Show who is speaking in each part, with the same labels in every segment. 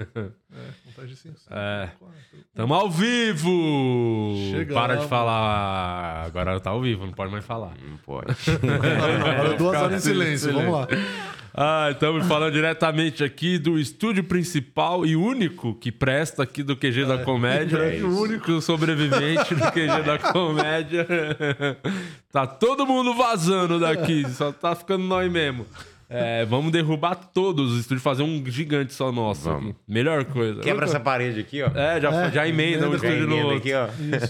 Speaker 1: É, contagem assim. cinco,
Speaker 2: É.
Speaker 1: quatro.
Speaker 2: Tamo ao vivo!
Speaker 1: Chegamos.
Speaker 2: Para de falar. Agora tá ao vivo, não pode mais falar.
Speaker 3: Não pode.
Speaker 1: É, Agora duas horas em
Speaker 2: assim,
Speaker 1: silêncio, vamos lá.
Speaker 2: Ah, estamos falando diretamente aqui do estúdio principal e único que presta aqui do QG da Comédia.
Speaker 1: É isso.
Speaker 2: o único sobrevivente do QG da Comédia. tá todo mundo vazando daqui, só tá ficando nós mesmo. É, vamos derrubar todos os estúdios, fazer um gigante só nosso.
Speaker 3: Vamos.
Speaker 2: aqui. Melhor coisa.
Speaker 3: Quebra essa parede aqui, ó.
Speaker 2: É, já,
Speaker 1: É,
Speaker 2: já emenda um
Speaker 1: emenda
Speaker 2: estúdio no
Speaker 3: Emenda
Speaker 2: outro.
Speaker 3: aqui, ó.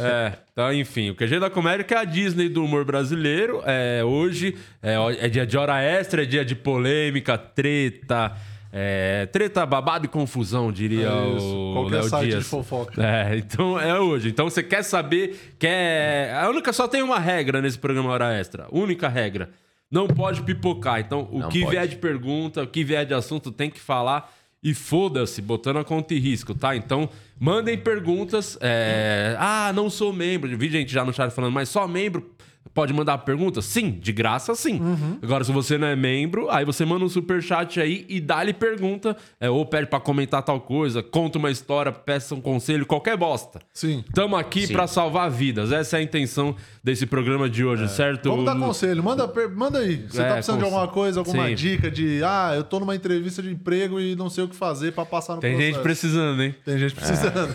Speaker 2: É, então, enfim, o QG da Comédia que é a Disney do humor brasileiro. É, hoje é, ó- é dia de hora extra, é dia de polêmica, treta. é, treta, babado e confusão, diria
Speaker 1: É isso.
Speaker 2: o
Speaker 1: Qualquer
Speaker 2: Léo
Speaker 1: site de
Speaker 2: Dias.
Speaker 1: fofoca.
Speaker 2: É, então é hoje. Então você quer saber, quer... A única, só tem uma regra nesse programa Hora Extra. Única regra. Não pode pipocar. Então o
Speaker 3: Não
Speaker 2: que
Speaker 3: pode.
Speaker 2: vier de pergunta, o que vier de assunto tem que falar e foda-se, botando a conta em risco, tá? Então, mandem perguntas. é, Ah, não sou membro. Vi gente já no chat falando, mas só membro pode mandar pergunta? Sim, de graça sim.
Speaker 1: Uhum.
Speaker 2: Agora, se você não é membro, aí você manda um superchat aí e dá-lhe pergunta, é, ou pede pra comentar tal coisa, conta uma história, peça um conselho, qualquer bosta.
Speaker 1: Sim.
Speaker 2: Estamos aqui
Speaker 3: Sim.
Speaker 2: pra salvar vidas. Essa é a intenção desse programa de hoje, certo?
Speaker 1: É. Vamos dar conselho. Manda, per- manda aí. Você
Speaker 2: É,
Speaker 1: tá precisando de
Speaker 2: conselho.
Speaker 1: alguma coisa, alguma
Speaker 2: Sim.
Speaker 1: dica de. Ah, eu tô numa entrevista de emprego e não sei o que fazer pra passar no
Speaker 2: Tem
Speaker 1: processo.
Speaker 2: gente É. precisando, hein?
Speaker 1: Tem gente precisando.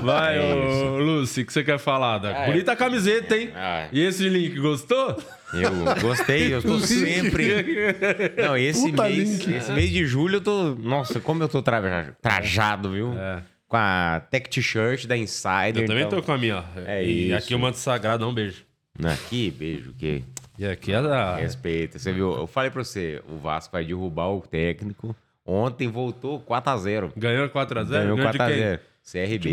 Speaker 2: Vai,
Speaker 3: É
Speaker 2: ô, Lucy, o que você quer falar? Da...
Speaker 3: Ah, é.
Speaker 2: Bonita camiseta, hein?
Speaker 3: Ah.
Speaker 2: E esse link, gostou?
Speaker 3: Eu gostei, eu tô sempre. Não, esse
Speaker 1: Puta
Speaker 3: mês,
Speaker 2: Uhum.
Speaker 1: link.
Speaker 3: esse mês de julho eu tô, nossa, como eu tô tra- trajado, viu?
Speaker 2: É.
Speaker 3: Com a tech t-shirt da Insider.
Speaker 2: Eu também
Speaker 3: então-
Speaker 2: tô com a minha.
Speaker 3: É
Speaker 2: e
Speaker 3: isso.
Speaker 2: aqui eu mando sagrado, um beijo.
Speaker 3: Aqui, beijo, que
Speaker 2: E aqui é da.
Speaker 3: Ah, respeita. Você viu? Eu falei pra você, o Vasco vai derrubar o técnico. Ontem voltou 4x0.
Speaker 2: Ganhou 4x0?
Speaker 3: Ganhou
Speaker 2: Ganhou de quem?
Speaker 3: 4x0.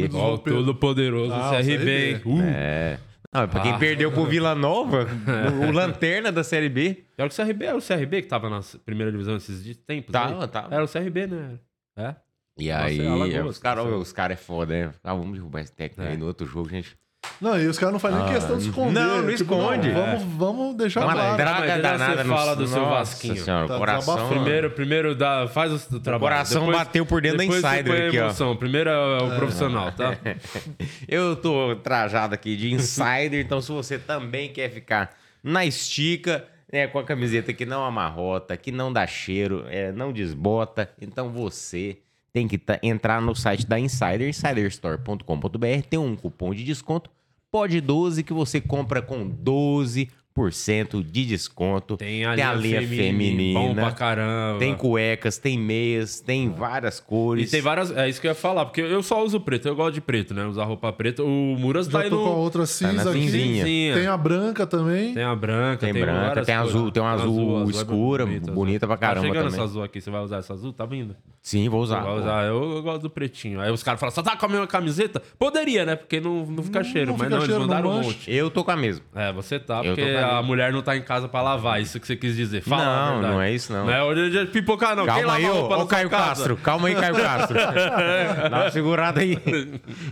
Speaker 3: CRB.
Speaker 2: Ó, o todo poderoso
Speaker 1: Ah, o
Speaker 2: CRB,
Speaker 1: CRB.
Speaker 2: hein? Uh,
Speaker 3: É. Não, é pra quem
Speaker 2: Ah.
Speaker 3: perdeu pro Vila Nova, o, o lanterna da Série B.
Speaker 2: Pior que o CRB, era o CRB que tava na primeira divisão esses dias- tempos.
Speaker 3: Tava,
Speaker 2: aí?
Speaker 3: tava.
Speaker 2: Era o CRB, né? É?
Speaker 3: E
Speaker 2: Nossa,
Speaker 3: aí,
Speaker 2: é Alagoas,
Speaker 3: os caras
Speaker 2: cara.
Speaker 3: os cara é foda, né? Ah, vamos derrubar esse técnico
Speaker 2: É.
Speaker 3: aí no outro jogo, gente.
Speaker 1: Não, e os caras não fazem
Speaker 2: Ah,
Speaker 1: nem questão de esconder. tipo,
Speaker 3: não, não esconde.
Speaker 1: vamos, vamos deixar
Speaker 3: Uma
Speaker 1: claro.
Speaker 2: dra-
Speaker 3: draga
Speaker 2: mas
Speaker 3: danada
Speaker 2: você
Speaker 3: no
Speaker 2: fala do seu
Speaker 3: Nossa
Speaker 2: Vasquinho.
Speaker 3: Senhora,
Speaker 1: Tá
Speaker 3: o coração.
Speaker 1: desabafando.
Speaker 2: Primeiro, primeiro dá, faz o seu trabalho.
Speaker 3: coração bateu por dentro da
Speaker 2: depois você
Speaker 3: Insider
Speaker 2: põe a
Speaker 3: aqui, ó. Ah.
Speaker 2: emoção. Primeiro é o profissional, tá?
Speaker 3: Eu tô trajado aqui de insider, então se você também quer ficar na estica, né, com a camiseta que não amarrota, que não dá cheiro, é, não desbota, então você tem que tá- entrar no site da Insider, insiderstore.com.br, tem um cupom de desconto, pode 12 que você compra com 12% de desconto.
Speaker 2: Tem a linha, feminina. Bom pra caramba.
Speaker 3: Tem cuecas, tem meias, tem várias
Speaker 2: E
Speaker 3: cores.
Speaker 2: tem várias. É isso que eu ia falar, porque eu só uso preto, eu gosto de preto, né? Usar roupa preta. O Muras tá
Speaker 1: Já
Speaker 2: aí
Speaker 1: tô com a
Speaker 2: no.
Speaker 1: outra cinza
Speaker 3: na
Speaker 1: aqui.
Speaker 3: cinzinha.
Speaker 2: Sim,
Speaker 1: Tem
Speaker 2: tem, a...
Speaker 1: a branca também.
Speaker 2: branca,
Speaker 3: Tem,
Speaker 2: tem
Speaker 3: branca,
Speaker 2: várias
Speaker 3: tem
Speaker 2: cores.
Speaker 3: azul, tem um azul,
Speaker 2: azul é
Speaker 3: escura,
Speaker 2: bonito, azul.
Speaker 3: bonita pra
Speaker 2: Tá
Speaker 3: caramba
Speaker 2: chegando
Speaker 3: também. Tá
Speaker 2: essa azul aqui, você vai usar essa azul? Tá vindo?
Speaker 3: Sim, vou usar.
Speaker 2: vai
Speaker 3: pô.
Speaker 2: usar. Eu, eu gosto do pretinho. Aí os caras falam, só tá com a mesma camiseta? Poderia, né? Porque não, não fica cheiro,
Speaker 1: não
Speaker 2: mas
Speaker 1: fica
Speaker 2: não,
Speaker 1: cheiro,
Speaker 2: eles
Speaker 1: não
Speaker 2: mandaram um
Speaker 1: mancha.
Speaker 2: monte.
Speaker 3: Eu tô com a mesma.
Speaker 2: É, você tá,
Speaker 3: Eu
Speaker 2: porque
Speaker 3: tô com a
Speaker 2: a
Speaker 3: mesma.
Speaker 2: mulher não tá em casa pra lavar, isso que você quis dizer. Fala a
Speaker 3: não,
Speaker 2: verdade.
Speaker 3: não é isso não.
Speaker 2: Não é hoje de pipocar, não. Quem
Speaker 3: Calma
Speaker 2: lava
Speaker 3: aí,
Speaker 2: a
Speaker 3: ô,
Speaker 2: roupa na
Speaker 3: ô
Speaker 2: sua
Speaker 3: Caio
Speaker 2: casa?
Speaker 3: Castro. Calma aí, Caio Castro. Dá uma segurada aí.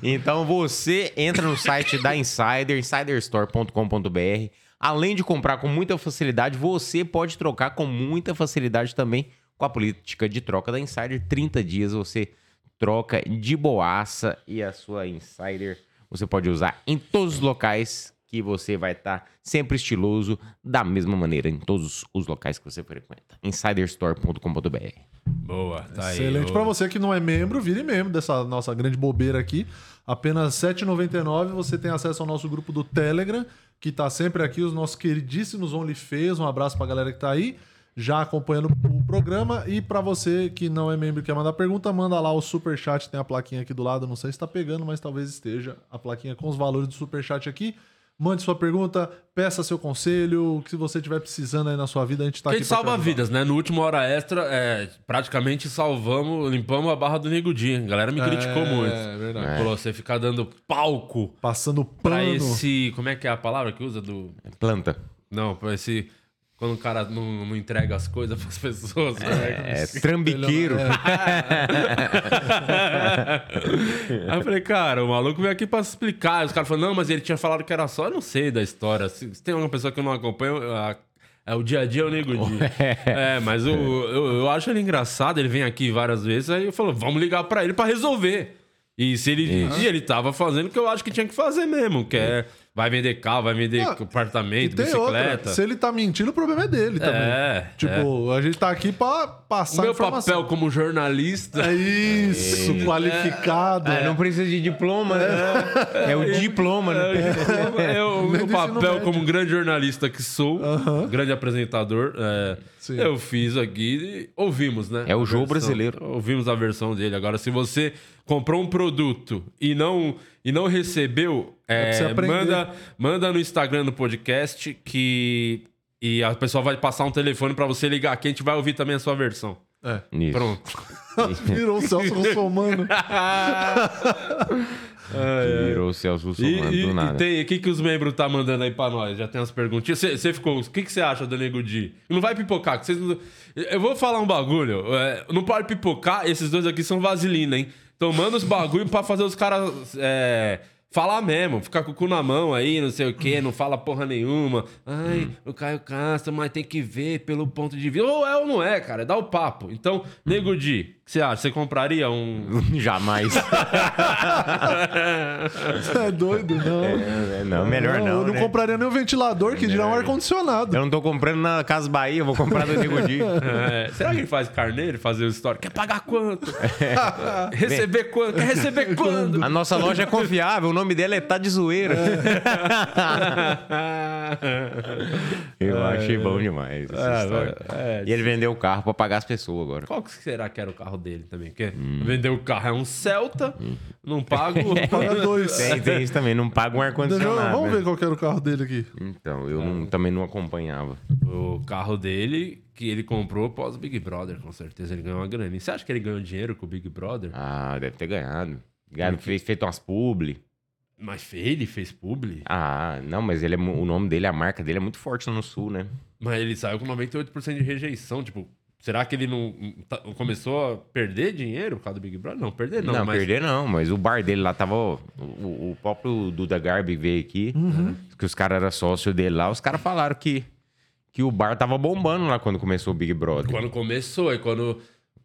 Speaker 3: Então você entra no site da Insider, insiderstore.com.br. Além de comprar com muita facilidade, você pode trocar com muita facilidade também com a política de troca da Insider. 30 dias você troca de boaça e a sua Insider você pode usar em todos os locais que você vai estar sempre estiloso da mesma maneira em todos os locais que você frequenta. insiderstore.com.br.
Speaker 2: Boa, tá aí.
Speaker 1: Excelente.
Speaker 2: ô.
Speaker 1: Pra você que não é membro, vire membro dessa nossa grande bobeira aqui. Apenas R$ 7,99 você tem acesso ao nosso grupo do Telegram, que tá sempre aqui, os nossos queridíssimos OnlyFans. Um abraço pra galera que tá aí, já acompanhando o programa. E pra você que não é membro e quer mandar pergunta, manda lá o Superchat, tem a plaquinha aqui do lado. Não sei se tá pegando, mas talvez esteja a plaquinha com os valores do Superchat aqui. Mande sua pergunta, peça seu conselho, o que se você estiver precisando aí na sua vida, a gente tá
Speaker 2: Porque a
Speaker 1: aqui.
Speaker 2: gente
Speaker 1: pra te
Speaker 2: salva
Speaker 1: ajudar.
Speaker 2: vidas, né? No último Hora Extra, é, praticamente salvamos, limpamos a barra do Nego Dia. A galera me criticou
Speaker 1: É,
Speaker 2: muito.
Speaker 1: é verdade.
Speaker 2: Falou, você ficar dando palco
Speaker 1: Passando
Speaker 2: pra
Speaker 1: pano.
Speaker 2: esse... Como é que é a palavra que usa do...
Speaker 3: Planta.
Speaker 2: Não, pra esse... Quando o cara não, não entrega as coisas pras pessoas. né?
Speaker 3: É, trambiqueiro.
Speaker 2: Aí eu falei, cara, o maluco veio aqui pra explicar. Os caras falaram, não, mas ele tinha falado que era só, eu não sei da história. Se, se tem uma pessoa que eu não acompanho, a, É, o dia a dia eu nego o dia. É, mas eu, eu, eu acho ele engraçado, ele vem aqui várias vezes, aí eu falo, vamos ligar pra ele pra resolver. E se ele e ele tava fazendo o que eu acho que tinha que fazer mesmo, que é, vai vender carro, vai vender
Speaker 1: Ah, E
Speaker 2: apartamento,
Speaker 1: tem
Speaker 2: bicicleta.
Speaker 1: outra. Se ele tá mentindo, o problema é dele também.
Speaker 2: É,
Speaker 1: Tipo, a gente tá aqui pra
Speaker 2: O
Speaker 1: passar
Speaker 2: meu
Speaker 1: informação.
Speaker 2: papel como jornalista
Speaker 1: É isso, qualificado.
Speaker 3: Ah, não precisa de diploma, né? É o diploma, né?
Speaker 2: é o meu
Speaker 1: Ensino
Speaker 2: papel
Speaker 1: médio.
Speaker 2: como grande jornalista que sou,
Speaker 1: Aham.
Speaker 2: grande apresentador, é,
Speaker 1: Sim.
Speaker 2: eu fiz aqui, e ouvimos, né?
Speaker 3: É o
Speaker 2: a
Speaker 3: jogo
Speaker 2: versão-
Speaker 3: brasileiro.
Speaker 2: Ouvimos a versão dele. Agora, se você comprou um produto e não, e não recebeu, é,
Speaker 1: pra você aprender.
Speaker 2: manda, manda no Instagram do podcast que e a pessoa vai passar um telefone pra você ligar aqui, a gente vai ouvir também a sua versão.
Speaker 1: É.
Speaker 3: Isso.
Speaker 2: Pronto.
Speaker 1: Virou o Celso Russomano.
Speaker 3: Virou o Celso
Speaker 2: E,
Speaker 3: Russomano
Speaker 2: e-
Speaker 3: do
Speaker 2: e
Speaker 3: nada.
Speaker 2: tem, o que, que os membros tá mandando aí pra nós? Já tem umas perguntinhas. Você ficou, o que, que você acha do Nego Di? Não vai pipocar. que vocês não- Eu vou falar um bagulho. é, não pode pipocar, esses dois aqui são vaselina, hein? Então manda os bagulho pra fazer os caras é, falar mesmo. Ficar com o cu na mão aí, não sei o quê, não fala porra nenhuma.
Speaker 3: Hum.
Speaker 2: Ai, o Caio Castro, mas tem que ver pelo ponto de vista. Ou é ou não é, cara. Dá o papo. Então, Nego Di, o que você acha? Você compraria um...
Speaker 3: Jamais.
Speaker 1: Você é doido, não.
Speaker 3: É, não, melhor
Speaker 1: não,
Speaker 3: não.
Speaker 1: Eu não
Speaker 3: né?
Speaker 1: compraria nem o ventilador, que dirá um ar-condicionado.
Speaker 3: Eu não tô comprando na Casa Bahia, eu vou comprar do Nego Di.
Speaker 2: É, será que ele faz carneiro, fazer o story? Quer pagar quanto? receber quanto? Quer receber quando?
Speaker 3: É. A nossa loja é confiável, o nome dela é Tá de Zoeira. Eu achei bom demais essa história.
Speaker 2: é,
Speaker 3: E ele vendeu o carro pra pagar as pessoas agora.
Speaker 2: Qual que será que era o carro dele também? Porque
Speaker 3: Hum.
Speaker 2: vender o carro é um Celta, não pago.
Speaker 1: Paga
Speaker 3: É.
Speaker 1: dois.
Speaker 3: Tem, tem isso também, não paga um
Speaker 1: Entendeu?
Speaker 3: ar-condicionado.
Speaker 1: Vamos
Speaker 3: né?
Speaker 1: ver qual que era o carro dele aqui.
Speaker 3: Então, eu não- também não acompanhava.
Speaker 2: o carro dele que ele comprou pós Big Brother, com certeza ele ganhou uma graninha. Você acha que ele ganhou dinheiro com o Big Brother?
Speaker 3: Ah, deve ter ganhado. Ganhado, fez, feito umas publi.
Speaker 2: Mas ele fez publi.
Speaker 3: Ah, não, mas ele é mu- o nome dele, a marca dele é muito forte no sul, né?
Speaker 2: Mas ele saiu com 98% de rejeição, tipo, será que ele não tá- começou a perder dinheiro por causa do Big Brother? Não, perder não,
Speaker 3: Não,
Speaker 2: mas
Speaker 3: perder não, mas o bar dele lá tava. ó, O, o próprio Duda Garbi veio aqui,
Speaker 2: Uhum.
Speaker 3: que os caras eram sócio dele lá, os caras falaram que, que o bar tava bombando lá quando começou o Big Brother.
Speaker 2: quando começou e quando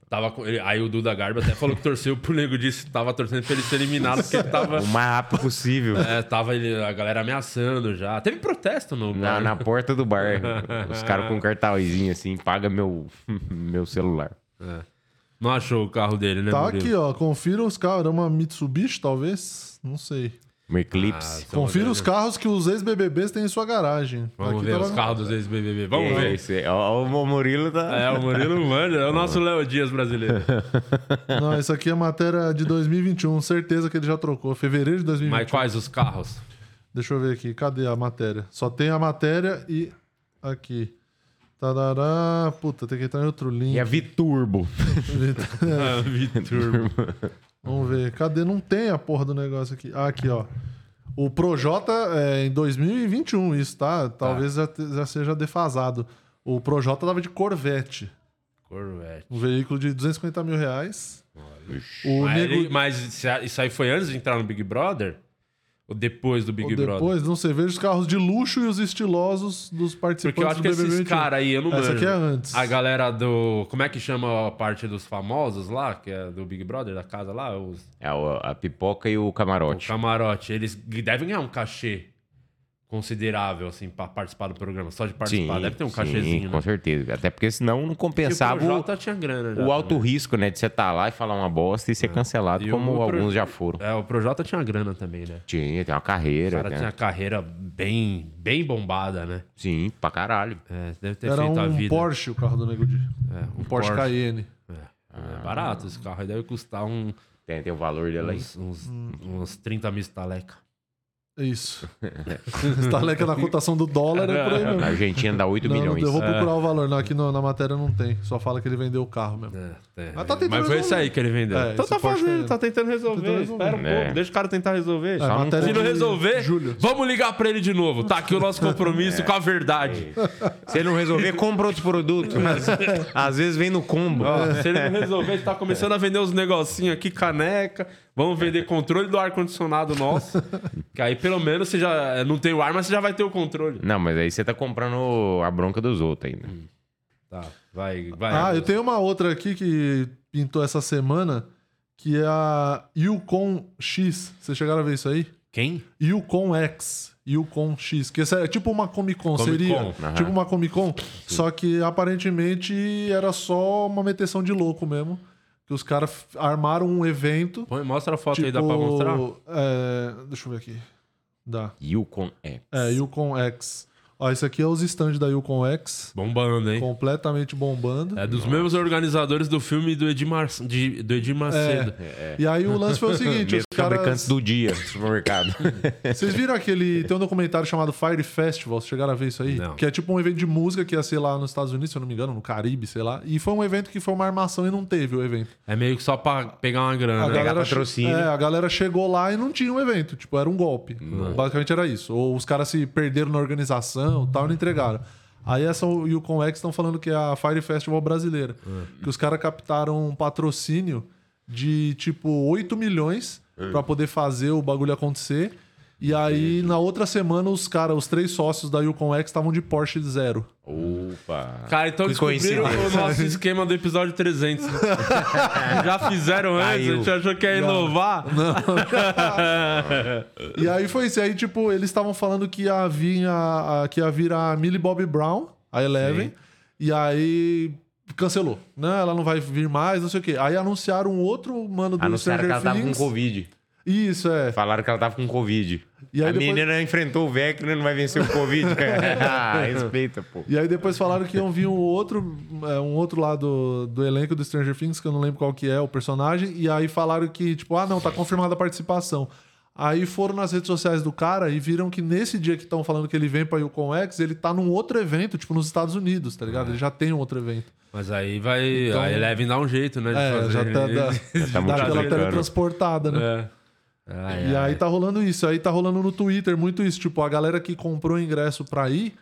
Speaker 2: tava com- ele- aí o Duda Garba até falou que torceu pro Nego disse que tava torcendo pra ele ser eliminado porque ele tava
Speaker 3: O mais rápido possível.
Speaker 2: é, tava ele- a galera ameaçando já. Teve protesto no
Speaker 3: Na,
Speaker 2: bar.
Speaker 3: na porta do bar. Os caras com um cartãozinho assim, paga meu, meu celular.
Speaker 2: Não achou o carro dele, né,
Speaker 1: Tá
Speaker 2: Murilo?
Speaker 1: aqui, ó. Confira os carros. Era uma Mitsubishi, talvez? Não sei.
Speaker 3: Meu
Speaker 2: Ah,
Speaker 3: Eclipse.
Speaker 2: então
Speaker 1: Confira
Speaker 2: vamos
Speaker 1: os
Speaker 2: ver.
Speaker 1: carros que os ex-BBBs têm em sua garagem.
Speaker 2: Vamos
Speaker 1: Tá Aqui
Speaker 2: ver
Speaker 1: tava-
Speaker 2: os carros dos ex-BBB. Vamos
Speaker 3: É,
Speaker 2: ver.
Speaker 3: esse é- ó, o Murilo tá.
Speaker 2: É, o Murilo manda. É o nosso Léo Dias brasileiro.
Speaker 1: Não, isso aqui é matéria de 2021. Certeza que ele já trocou. Fevereiro de 2021.
Speaker 2: Mas quais os carros?
Speaker 1: Deixa eu ver aqui, cadê a matéria? Só tem a matéria e aqui. Tarará. Puta, tem que entrar em outro link.
Speaker 3: E a Viturbo.
Speaker 2: Ah, Vitor.
Speaker 1: Vamos ver. Cadê? Não tem a porra do negócio aqui. Ah, aqui, ó. O Projota é em 2021, isso, tá? Talvez já te- Já, seja defasado. O Projota tava de Corvette.
Speaker 2: Corvette.
Speaker 1: Um veículo de 250 mil reais. O
Speaker 2: Mas,
Speaker 1: nego...
Speaker 2: ele- é mas isso isso aí foi antes de entrar no Big Brother? Ou depois do Big
Speaker 1: Ou
Speaker 2: Brother?
Speaker 1: depois, não sei, veja os carros de luxo e os estilosos dos participantes
Speaker 2: Porque eu acho
Speaker 1: do
Speaker 2: que esses
Speaker 1: BBB21.
Speaker 2: caras aí, eu não Ah,
Speaker 1: Essa
Speaker 2: manjo.
Speaker 1: aqui é antes.
Speaker 2: A galera do... Como é que chama a parte dos famosos lá? Que é do Big Brother, da casa lá? Os,
Speaker 3: É, o- a pipoca e o
Speaker 2: o
Speaker 3: camarote.
Speaker 2: camarote. Eles devem ganhar um cachê considerável, assim, pra participar do programa. Só de participar. Deve ter um
Speaker 3: sim,
Speaker 2: cachezinho,
Speaker 3: com
Speaker 2: né?
Speaker 3: certeza. Até porque senão não
Speaker 2: E o
Speaker 3: compensava o,
Speaker 2: Projota tinha grana já
Speaker 3: o alto
Speaker 2: também.
Speaker 3: risco, né? De você estar lá e falar uma bosta e ser cancelado,
Speaker 2: E
Speaker 3: como
Speaker 2: o Pro-
Speaker 3: alguns já foram.
Speaker 2: É, o Projota tinha grana também, né?
Speaker 3: Tinha, tem uma
Speaker 2: O
Speaker 3: carreira,
Speaker 2: cara
Speaker 3: né?
Speaker 2: tinha carreira bem, bem bombada, né?
Speaker 3: Sim, pra caralho.
Speaker 2: É, deve ter
Speaker 1: Era
Speaker 2: feito a
Speaker 1: um
Speaker 2: vida.
Speaker 1: Porsche o carro do Nego Di.
Speaker 2: É, um
Speaker 1: Um Porsche, Cayenne.
Speaker 2: É barato esse carro. Aí deve custar um-
Speaker 3: Tem, tem o valor dela aí.
Speaker 2: uns, uns, uns 30 mil estaleca.
Speaker 1: É Isso. Estaleca na cotação do dólar é por aí mesmo.
Speaker 3: Na Argentina dá 8
Speaker 1: Não, não,
Speaker 3: milhões.
Speaker 1: eu vou procurar o valor. Não, aqui no- na matéria não tem. Só fala que ele vendeu o carro mesmo.
Speaker 2: É, é.
Speaker 1: Mas tá
Speaker 2: Mas
Speaker 1: tentando
Speaker 2: foi
Speaker 1: resolver.
Speaker 2: isso aí que ele vendeu.
Speaker 1: É,
Speaker 2: então
Speaker 1: esse
Speaker 2: tá
Speaker 1: Porsche
Speaker 2: fazendo,
Speaker 1: tá-
Speaker 2: tá tentando resolver.
Speaker 1: tentando
Speaker 2: Espera um
Speaker 3: resolver.
Speaker 2: pouco,
Speaker 3: É.
Speaker 2: deixa o cara tentar resolver.
Speaker 1: É, matéria
Speaker 2: Se não
Speaker 1: de
Speaker 2: resolver,
Speaker 1: julho.
Speaker 2: vamos ligar pra ele de novo. Tá aqui o nosso compromisso com a verdade.
Speaker 3: Se ele não resolver, compra outros produtos. Mas, às vezes vem no combo.
Speaker 2: Ó, se ele não resolver, ele tá começando a vender uns negocinhos aqui, caneca. Vamos vender controle do ar-condicionado nosso. que aí pelo menos você já não tem o ar, mas você já vai ter o controle.
Speaker 3: Não, mas aí você tá comprando a bronca dos outros ainda.
Speaker 2: Tá, vai, vai.
Speaker 1: Ah, eu
Speaker 2: Augusto.
Speaker 1: tenho uma outra aqui que pintou essa semana, que é a Yukon X. Vocês chegaram a ver isso aí?
Speaker 2: Quem?
Speaker 1: Yukon X. Yukon X, que é tipo uma Comic Con,
Speaker 2: Comic
Speaker 1: seria.
Speaker 2: Con,
Speaker 3: aham.
Speaker 1: Tipo uma Comic Con, só que aparentemente era só uma meteção de louco mesmo. Que os caras f- armaram um evento.
Speaker 2: Põe, mostra a foto
Speaker 1: tipo,
Speaker 2: aí, dá pra mostrar?
Speaker 1: é, deixa eu ver aqui. Dá.
Speaker 3: Yukon X.
Speaker 1: É, Yukon X. Ó, esse aqui é os stands da Yukon X.
Speaker 2: Bombando, hein?
Speaker 1: Completamente bombando.
Speaker 2: É dos mesmos organizadores do filme do Edir, Mar... de- do Edir
Speaker 1: É.
Speaker 2: Macedo.
Speaker 1: E aí o lance foi o seguinte: os
Speaker 3: Mesmo fabricantes
Speaker 1: caras.
Speaker 3: do dia, supermercado.
Speaker 1: Vocês viram aquele. Tem um documentário chamado Fire Festival, vocês chegaram a ver isso aí?
Speaker 2: Não.
Speaker 1: Que é tipo um evento de música que ia ser lá nos Estados Unidos, se eu não me engano, no Caribe, sei lá. E foi um evento que foi uma armação e não teve o evento.
Speaker 2: É meio que só pra pegar uma grana. né?
Speaker 1: che-
Speaker 3: patrocínio.
Speaker 1: é, a galera chegou lá e não tinha um evento. Tipo, era um golpe. Basicamente era isso. Ou os caras se perderam na organização tal, e não entregaram. Aí essa e o Conex estão falando que é a Fire Festival brasileira.
Speaker 2: Ah.
Speaker 1: Que os caras captaram um patrocínio de tipo 8 milhões pra poder fazer o bagulho acontecer. E aí, na outra semana, os caras, os três sócios da Yukon X estavam de Porsche zero.
Speaker 3: Opa.
Speaker 2: Cara, então
Speaker 3: Que
Speaker 2: descobriram o
Speaker 3: coincidência.
Speaker 2: nosso esquema do episódio 300. né? Já fizeram antes,
Speaker 3: Caiu.
Speaker 2: a gente achou que ia inovar.
Speaker 1: E aí foi isso. E aí, tipo, eles estavam falando que ia vir a, a- que ia vir a Millie Bobby Brown, a Eleven. E aí cancelou. Não, ela não vai vir mais, não sei o quê. Aí anunciaram um outro mano do
Speaker 3: Anunciaram que
Speaker 2: é
Speaker 1: Stranger
Speaker 3: ela tava com
Speaker 1: Things.
Speaker 3: Covid.
Speaker 1: isso, é.
Speaker 3: Falaram que ela tava com Covid.
Speaker 1: E aí
Speaker 3: a
Speaker 1: depois-
Speaker 3: menina enfrentou o Vecna e não vai vencer o Covid. Ah, Respeita, pô.
Speaker 1: E aí depois falaram que iam vir um outro, é, um outro lá do, do elenco do Stranger Things, que eu não lembro qual que é o personagem. E aí falaram que, tipo, ah, não, tá confirmada a participação. Aí foram nas redes sociais do cara e viram que nesse dia que estão falando que ele vem pra Yukon X, ele tá num outro evento, tipo, nos Estados Unidos, tá ligado? Ele já tem um outro evento.
Speaker 2: Mas aí vai. a Eleven dá um jeito, né? De
Speaker 1: Então- É,
Speaker 2: fazer.
Speaker 1: já tá, da,
Speaker 3: tá
Speaker 1: dá aquela
Speaker 3: multiplicando.
Speaker 1: teletransportada, né?
Speaker 2: É. Ai, ai.
Speaker 1: E aí tá rolando isso. Aí tá rolando no Twitter muito isso. Tipo, a galera que comprou o ingresso pra ir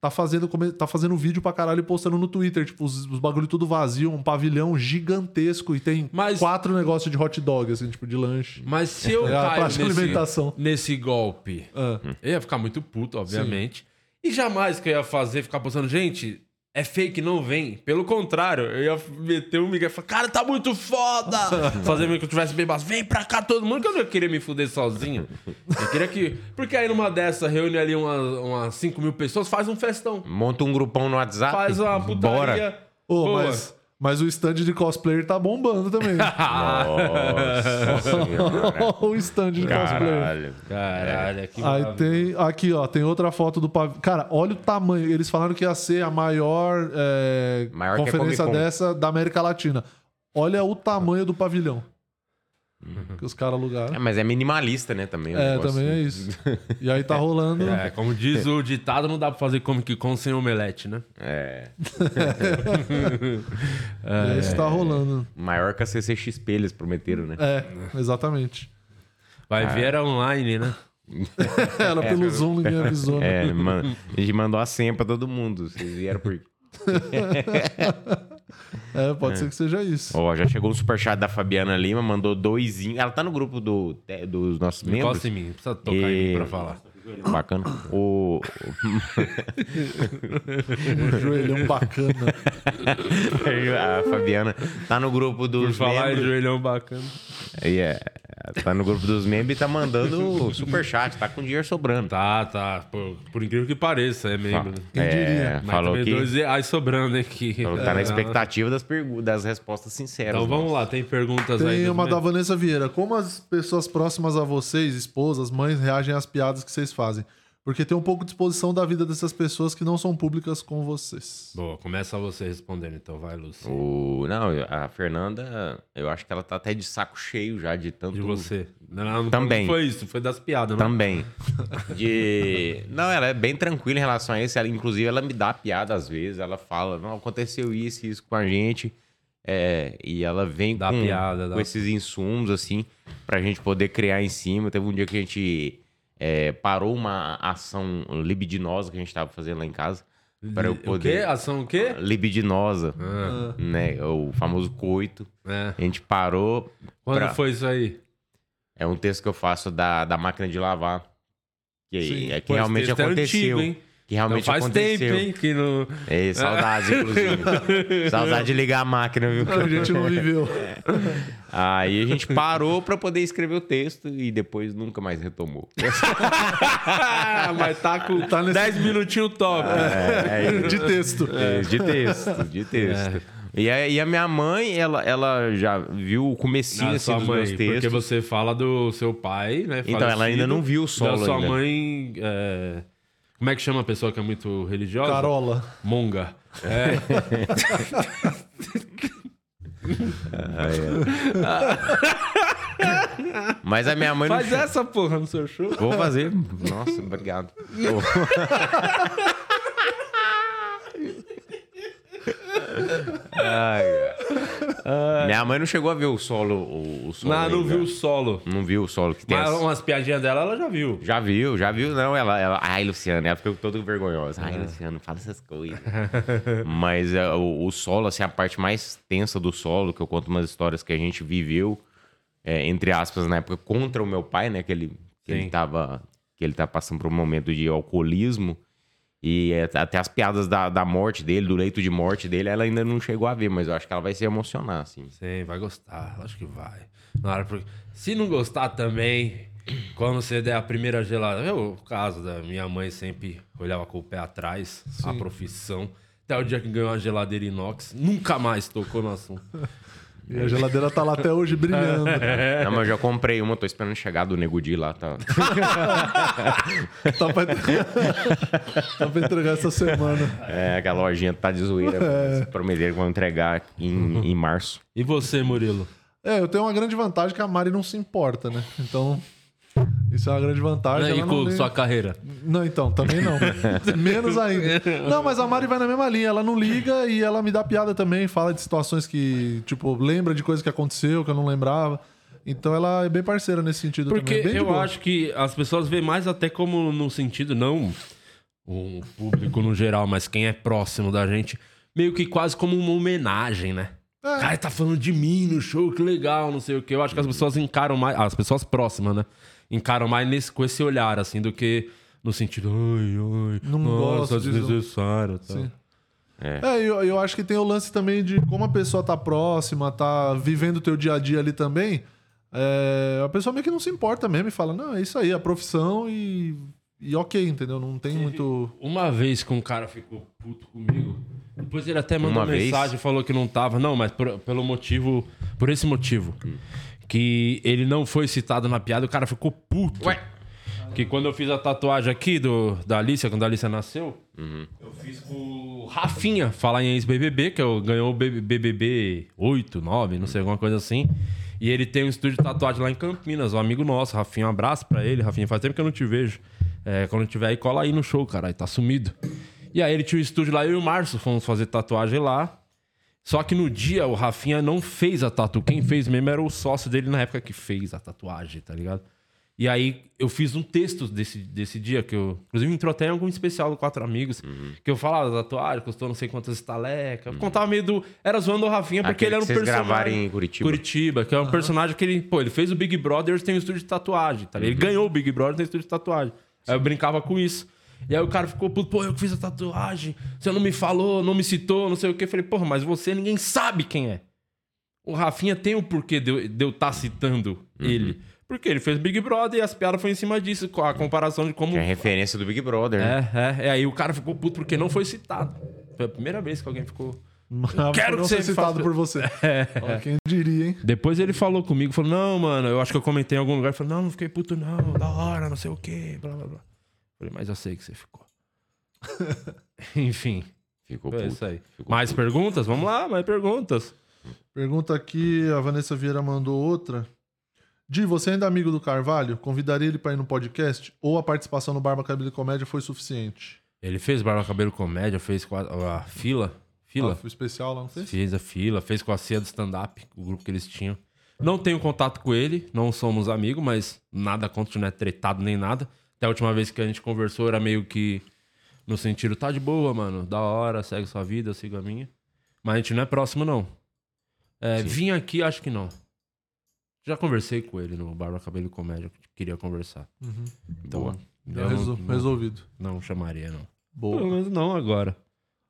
Speaker 1: tá fazendo, come- tá fazendo vídeo pra caralho e postando no Twitter. Tipo, os, os bagulho tudo vazio, um pavilhão gigantesco e tem
Speaker 2: Mas-
Speaker 1: quatro negócios de hot dog, assim, tipo, de lanche.
Speaker 2: Mas se eu
Speaker 1: É, a
Speaker 2: caio
Speaker 1: parte de
Speaker 2: nesse,
Speaker 1: alimentação.
Speaker 2: nesse golpe,
Speaker 1: Ah,
Speaker 2: eu ia ficar muito puto, obviamente. E jamais que eu ia fazer, ficar postando, gente, é fake, não vem. Pelo contrário, eu ia meter um migué e falar, cara, tá muito foda! fazer meio que eu tivesse bebaço, vem pra cá todo mundo, que eu não ia querer me fuder sozinho. Eu queria que... Porque aí numa dessa, reúne ali umas umas 5 mil pessoas, faz um festão.
Speaker 3: Monta um grupão no WhatsApp.
Speaker 2: Faz uma putaria...
Speaker 3: Bora.
Speaker 1: Ô,
Speaker 2: boa.
Speaker 1: mas, mas o stand de cosplayer tá bombando também.
Speaker 3: Ah, Nossa senhora.
Speaker 1: o stand de cosplayer.
Speaker 3: Caralho.
Speaker 2: Caralho, que
Speaker 1: Aí tem. Aqui, ó, tem outra foto do pavilhão. Cara, olha o tamanho. Eles falaram que ia ser a maior, é,
Speaker 3: Maior que a
Speaker 1: conferência
Speaker 3: Comic Con.
Speaker 1: dessa da América Latina. Olha o tamanho do pavilhão que os caras
Speaker 3: É,
Speaker 1: alugaram.
Speaker 3: mas é minimalista, né, também. o
Speaker 1: É,
Speaker 3: negócio.
Speaker 1: também é isso. E aí tá rolando.
Speaker 2: É, como diz o ditado, não dá pra fazer Comic Con sem omelete, né?
Speaker 3: É.
Speaker 1: e aí isso tá rolando.
Speaker 3: Maior que a CCXP, eles prometeram, né?
Speaker 1: É, exatamente.
Speaker 3: É.
Speaker 2: Vai ver era online, né?
Speaker 1: Era pelo Zoom, ninguém avisou, né?
Speaker 3: É, mano, a gente mandou a senha pra todo mundo. Vocês vieram por.
Speaker 1: É, pode ser que seja isso.
Speaker 3: Ó, já chegou o superchat da Fabiana Lima, mandou doisinho. Ela tá no grupo do, te- dos nossos membros.
Speaker 2: Encosta em mim, não precisa tocar em mim pra falar.
Speaker 3: Bacana. O,
Speaker 1: Um joelhão bacana.
Speaker 3: a Fabiana tá no grupo
Speaker 2: Por
Speaker 3: dos
Speaker 2: falar em
Speaker 3: membros.
Speaker 2: joelhão bacana.
Speaker 3: Yeah. Tá no grupo dos membros e tá mandando superchat. Tá com dinheiro sobrando. Tá.
Speaker 2: Tá, tá. Por, por incrível que pareça, é membro. né?
Speaker 1: Quem diria?
Speaker 3: É,
Speaker 2: Mas
Speaker 3: falou
Speaker 2: também
Speaker 3: que,
Speaker 2: dois reais sobrando aqui.
Speaker 3: falou que tá na
Speaker 2: É,
Speaker 3: expectativa das, pergu- das respostas sinceras. né?
Speaker 2: Então vamos lá, tem perguntas aí.
Speaker 1: Tem
Speaker 2: dos
Speaker 1: uma da
Speaker 2: membros?
Speaker 1: Vanessa Vieira. Como as pessoas próximas a vocês, esposas, mães, reagem às piadas que vocês fazem? Porque tem um pouco de exposição da vida dessas pessoas que não são públicas com vocês.
Speaker 2: Boa, começa você respondendo então, vai, Lúcio.
Speaker 3: O, não, a Fernanda, eu acho que ela tá até de saco cheio já de tanto.
Speaker 2: De você. Não, não, não
Speaker 3: Também.
Speaker 2: foi isso, foi das piadas, né?
Speaker 3: Também. De. Não, ela é bem tranquila em relação a isso. Ela, inclusive, ela me dá piada às vezes. Ela fala, não, aconteceu isso e isso com a gente. É, e ela vem
Speaker 2: Dá
Speaker 3: com,
Speaker 2: piada,
Speaker 3: com
Speaker 2: dá- um
Speaker 3: esses insumos, assim, pra gente poder criar em cima. Teve um dia que a gente é, parou uma ação libidinosa que a gente tava fazendo lá em casa. Pra eu
Speaker 2: O quê?
Speaker 3: poder.
Speaker 2: Ação o quê?
Speaker 3: Libidinosa,
Speaker 2: Ah,
Speaker 1: É.
Speaker 3: né? O famoso coito.
Speaker 2: é.
Speaker 3: A gente parou.
Speaker 2: Quando
Speaker 3: pra-
Speaker 2: foi isso aí?
Speaker 3: É um texto que eu faço da, da máquina de lavar. Que
Speaker 1: Sim,
Speaker 3: é que
Speaker 2: Pô, esse
Speaker 3: realmente
Speaker 2: texto é
Speaker 3: aconteceu.
Speaker 2: antigo, hein?
Speaker 3: que
Speaker 2: Então
Speaker 3: realmente
Speaker 2: faz
Speaker 3: aconteceu.
Speaker 2: tempo, hein? Que não...
Speaker 3: É, saudades, inclusive. saudade de ligar a máquina, viu?
Speaker 1: A gente não viveu.
Speaker 3: Aí a gente parou pra poder escrever o texto e depois nunca mais retomou.
Speaker 2: Mas tá com
Speaker 1: Tá nesse-
Speaker 2: 10 minutinhos top.
Speaker 3: É, é isso.
Speaker 1: De texto.
Speaker 3: É, De texto,
Speaker 2: É.
Speaker 3: de texto. E, a, e a minha mãe, ela, ela já viu o comecinho
Speaker 2: Ah,
Speaker 3: assim,
Speaker 2: sua
Speaker 3: dos
Speaker 2: mãe,
Speaker 3: meus
Speaker 2: porque
Speaker 3: textos.
Speaker 2: você fala do seu pai, né?
Speaker 3: Então, ela ainda não viu o solo
Speaker 2: Da sua
Speaker 3: ainda.
Speaker 2: mãe. é, Como é que chama a pessoa que é muito religiosa?
Speaker 1: Carola.
Speaker 2: Monga. É.
Speaker 3: Mas a minha mãe não
Speaker 2: Faz essa porra no seu show.
Speaker 3: Vou fazer. Nossa, obrigado. Ai, ai. Minha mãe não chegou a ver o solo. O, o solo
Speaker 2: Não, não
Speaker 3: ainda.
Speaker 2: viu o solo.
Speaker 3: Não viu o solo que tem.
Speaker 2: Mas
Speaker 3: as-
Speaker 2: umas piadinhas dela ela já viu.
Speaker 3: Já viu, já viu, não. Ela, ela, ai, Luciano, ela ficou toda vergonhosa. Ai, Luciano, fala essas coisas. Mas é, o, o solo, assim, a parte mais tensa do solo, que eu conto umas histórias que a gente viveu, é, entre aspas, na época, contra o meu pai, né? Que ele, que ele
Speaker 2: Sim.
Speaker 3: tava. Que ele tá passando por um momento de alcoolismo. E é, até as piadas da, da morte dele, do leito de morte dele, ela ainda não chegou a ver, mas eu acho que ela vai se emocionar, assim.
Speaker 2: Sim, vai gostar. Acho que vai. Na hora porque... Se não gostar também, quando você der a primeira gelada. É o caso da minha mãe sempre olhava com o pé atrás, a profissão. Até o dia que ganhou a geladeira inox, nunca mais tocou no assunto.
Speaker 1: E a geladeira tá lá até hoje brilhando. né?
Speaker 3: Não, mas eu já comprei uma, tô esperando chegar do Nego Di lá, tá?
Speaker 1: Tá pra, tá pra entregar essa semana.
Speaker 3: É, aquela lojinha tá de zoeira.
Speaker 2: É.
Speaker 3: Eles Prometeram que vão entregar
Speaker 2: Uhum.
Speaker 3: em, em março.
Speaker 2: E você, Murilo?
Speaker 1: É, eu tenho uma grande vantagem que a Mari não se importa, né? Então, isso é uma grande vantagem.
Speaker 2: Né, e
Speaker 1: ela
Speaker 2: com
Speaker 1: não liga-
Speaker 2: sua carreira?
Speaker 1: Não, então, também não. Menos ainda. Não, mas a Mari vai na mesma linha. Ela não liga e ela me dá piada também. Fala de situações que, tipo, lembra de coisas que aconteceu, que eu não lembrava. Então ela é bem parceira nesse sentido
Speaker 2: Porque
Speaker 1: também. é Bem de
Speaker 2: eu
Speaker 1: boa.
Speaker 2: acho que as pessoas veem mais até como no sentido, não o público no geral, mas quem é próximo da gente, meio que quase como uma homenagem, né?
Speaker 1: É.
Speaker 2: Cara, tá falando de mim no show, que legal, não sei o quê. Eu acho que as pessoas encaram mais, as pessoas próximas, né? Encaram mais nesse, com esse olhar, assim, do que no sentido, ai, ai,
Speaker 1: Não
Speaker 2: nossa,
Speaker 1: gosto disso."
Speaker 2: desnecessário. tal.
Speaker 1: Sim. É, eu, eu acho que tem o lance também de como a pessoa tá próxima, tá vivendo o teu dia a dia ali também. É, a pessoa meio que não se importa mesmo e fala, não, é isso aí, é a profissão e, e ok, entendeu? Não tem muito.
Speaker 2: Uma vez que um cara ficou puto comigo, depois ele até mandou
Speaker 3: Uma vez?
Speaker 2: mensagem e falou que não tava. Não, mas por- pelo motivo. Por esse motivo. Que ele não foi citado na piada, o cara ficou puto. Ué. Que quando eu fiz a tatuagem aqui do, da Alicia, quando a Alicia nasceu, eu fiz com o Rafinha, falar em ex-BBB, que eu, ganhou o BB BBB 8, 9, não sei, alguma coisa assim. E ele tem um estúdio de tatuagem lá em Campinas, um amigo nosso, Rafinha, um abraço pra ele. Rafinha, faz tempo que eu não te vejo. É, quando eu tiver aí, cola aí no show, cara, aí tá sumido. E aí ele tinha o estúdio lá, eu e o Márcio fomos fazer tatuagem lá. Só que no dia o Rafinha não fez a tatu. Quem fez mesmo era o sócio dele na época que fez a tatuagem, tá ligado? E aí eu fiz um texto desse, desse dia, que eu. Inclusive entrou até em algum especial do Quatro Amigos,
Speaker 3: Uhum.
Speaker 2: que eu falava da tatuagem, custou não sei quantas estalecas. Eu contava meio do. Era zoando o Rafinha porque ele
Speaker 3: Aquele
Speaker 2: era um
Speaker 3: que vocês
Speaker 2: personagem.
Speaker 3: gravaram em Curitiba.
Speaker 2: Curitiba, que é um personagem que ele. Pô, ele fez o Big Brother tem um estúdio de tatuagem, tá ligado? Ele ganhou o Big Brother tem estúdio de tatuagem. Aí eu brincava com isso. E aí o cara ficou puto, pô, eu que fiz a tatuagem, você não me falou, não me citou, não sei o quê. Eu falei, porra, mas você ninguém sabe quem é. O Rafinha tem o porquê de eu- de eu estar citando ele. Porque ele fez Big Brother e as piadas foram em cima disso, com a comparação de como.
Speaker 3: Que é referência do Big Brother, né?
Speaker 2: É, é, é. Aí o cara ficou puto porque não foi citado. Foi a primeira vez que alguém ficou. quero
Speaker 1: não
Speaker 2: que
Speaker 1: ser
Speaker 2: você faça-
Speaker 1: citado
Speaker 2: É.
Speaker 1: por você. Ó, Quem diria, hein?
Speaker 2: Depois ele falou comigo, falou, não, mano, eu acho que eu comentei em algum lugar. Ele falou, não, não fiquei puto não, da hora, não sei o quê, blá, blá, blá. Falei, mas eu sei que você ficou. Enfim,
Speaker 3: Ficou
Speaker 2: é
Speaker 3: puto.
Speaker 2: isso aí.
Speaker 3: Ficou
Speaker 2: mais perguntas? Vamos lá, mais perguntas.
Speaker 1: Pergunta aqui, a Vanessa Vieira mandou outra. Di, você ainda é amigo do Carvalho? Convidaria ele pra ir no podcast? Ou a participação no Barba Cabelo e Comédia foi suficiente?
Speaker 2: Ele fez Barba Cabelo Comédia, fez com a, a Fila,
Speaker 1: Ah,
Speaker 2: Fila,
Speaker 1: foi especial lá, não fez?
Speaker 2: fez a Fila, fez com a Ceia do Stand-Up, o grupo que eles tinham. Não tenho contato com ele, não somos amigos, mas nada contra, não é tretado nem nada. Até a última vez que a gente conversou era meio que no sentido, tá de boa, mano, da hora, segue sua vida, eu sigo a minha. Mas a gente não é próximo, não. É, vim aqui, acho que não. Já conversei com ele no Barba Cabelo e Comédia, que queria conversar. Então,
Speaker 1: Boa.
Speaker 2: eu
Speaker 1: Já
Speaker 2: não-
Speaker 1: resol-
Speaker 2: não-
Speaker 1: resolvido.
Speaker 2: não chamaria, não. Pelo
Speaker 1: Boa.
Speaker 2: menos não agora.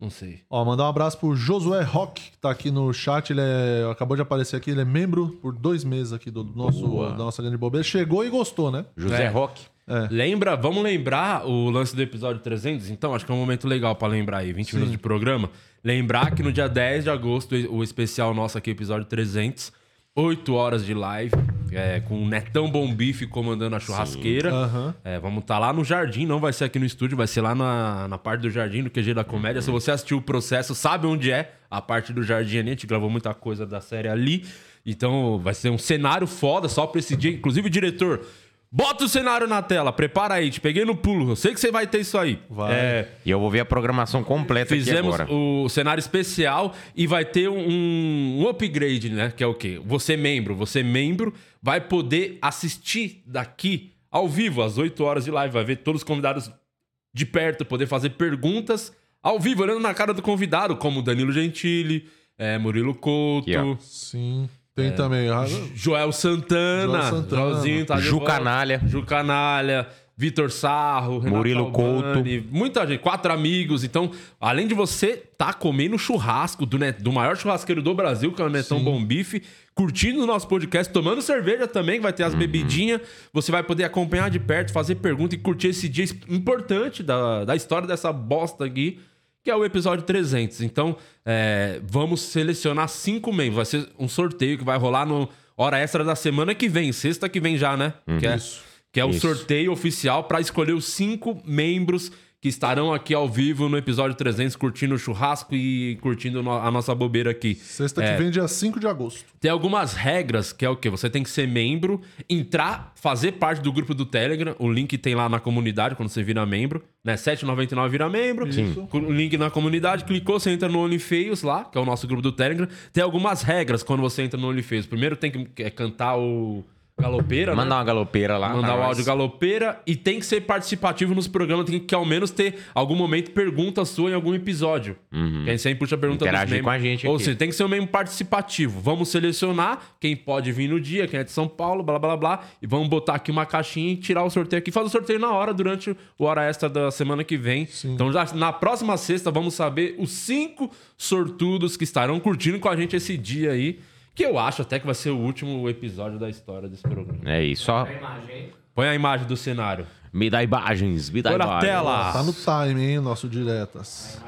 Speaker 2: Não sei.
Speaker 1: Ó, mandar um abraço pro Josué Rock, que tá aqui no chat. Ele é- acabou de aparecer aqui, ele é membro por dois meses aqui do nosso,
Speaker 2: Boa.
Speaker 1: da nossa grande bobeira. Chegou e gostou, né?
Speaker 3: José
Speaker 2: É.
Speaker 3: Roque.
Speaker 2: Lembra, vamos lembrar o lance do episódio 300? Então, acho que é um momento legal pra lembrar aí, 20 minutos de programa. Lembrar que no dia 10 de agosto, o especial nosso aqui, episódio 300, 8 horas de live, é, com o Netão Bom Bife comandando a churrasqueira.
Speaker 1: Aham.
Speaker 2: É, vamos estar lá no jardim, não vai ser aqui no estúdio, vai ser lá na, na parte do jardim do QG da Comédia. Se você assistiu o processo, sabe onde é a parte do jardim ali. A gente gravou muita coisa da série ali. Então vai ser um cenário foda só pra esse dia. Inclusive, diretor, bota o cenário na tela, prepara aí, te peguei no pulo. Eu sei que você vai ter isso aí.
Speaker 1: Vai.
Speaker 2: É,
Speaker 3: E eu vou ver a programação completa
Speaker 2: Fizemos
Speaker 3: É aqui agora.
Speaker 2: o cenário especial e vai ter um, um upgrade, né? Que é o quê? Você membro, você membro vai poder assistir daqui ao vivo, às 8 horas de live. Vai ver todos os convidados de perto, poder fazer perguntas ao vivo, olhando na cara do convidado, como Danilo Gentili, eh, Murilo Couto,
Speaker 3: Aqui, ó.
Speaker 1: Sim.
Speaker 2: É.
Speaker 1: Tem também. Ah,
Speaker 2: Joel Santana,
Speaker 1: Joel Santana.
Speaker 2: Joelzinho tá de
Speaker 3: Ju
Speaker 2: volta.
Speaker 3: Canalha.
Speaker 2: Ju Canalha, Vitor Sarro, Renato
Speaker 3: Murilo
Speaker 2: Albani, muita gente, quatro amigos. Então, além de você tá comendo churrasco do, Net- do maior churrasqueiro do Brasil, que é o Netão Bom Bife, curtindo o nosso podcast, tomando cerveja também, que vai ter
Speaker 3: Uhum.
Speaker 2: as bebidinhas. Você vai poder acompanhar de perto, fazer pergunta e curtir esse dia importante da, da história dessa bosta aqui. Que é o episódio 300. Então, é, vamos selecionar cinco membros. Vai ser um sorteio que vai rolar no Hora Extra da semana que vem, sexta que vem já, né? Que é- que é o
Speaker 3: Uhum. Isso.
Speaker 2: sorteio oficial para escolher os cinco membros que estarão aqui ao vivo no episódio 300, curtindo o churrasco e curtindo no- a nossa bobeira aqui.
Speaker 1: Sexta
Speaker 2: É.
Speaker 1: que vem, dia 5 de agosto.
Speaker 2: Tem algumas regras, que é o quê? Você tem que ser membro, entrar, fazer parte do grupo do Telegram. O link tem lá na comunidade quando você vira membro, né? R$ 7,99 vira membro.
Speaker 1: Sim.
Speaker 2: O link na comunidade, clicou, você entra no OnlyFeios lá, que é o nosso grupo do Telegram. Tem algumas regras quando você entra no OnlyFeios. Primeiro tem que é, cantar o Galopeira, né?
Speaker 3: Mandar uma galopeira lá. tá,
Speaker 2: Mandar
Speaker 3: pra
Speaker 2: o
Speaker 3: nós.
Speaker 2: áudio galopeira e tem que ser participativo nos programas, tem que ao menos ter algum momento pergunta sua em algum episódio. Que aí sempre puxa a pergunta
Speaker 3: Uhum. Interagir
Speaker 2: membros.
Speaker 3: com a gente
Speaker 2: Ou
Speaker 3: aqui.
Speaker 2: seja, tem que ser um membro participativo. Vamos selecionar quem pode vir no dia, quem é de São Paulo, blá blá blá, e vamos botar aqui uma caixinha e tirar o sorteio aqui. Faz o sorteio na hora, durante o hora extra da semana que vem. Então já na próxima sexta vamos saber os cinco sortudos que estarão curtindo com a gente esse dia aí. Que eu acho até que vai ser o último episódio da história desse programa.
Speaker 3: É isso, ó.
Speaker 2: Põe a imagem do cenário.
Speaker 3: Me dá imagens, me dá
Speaker 2: Põe na
Speaker 3: imagens.
Speaker 2: tela.
Speaker 1: Tá no time, hein, nosso Diretas.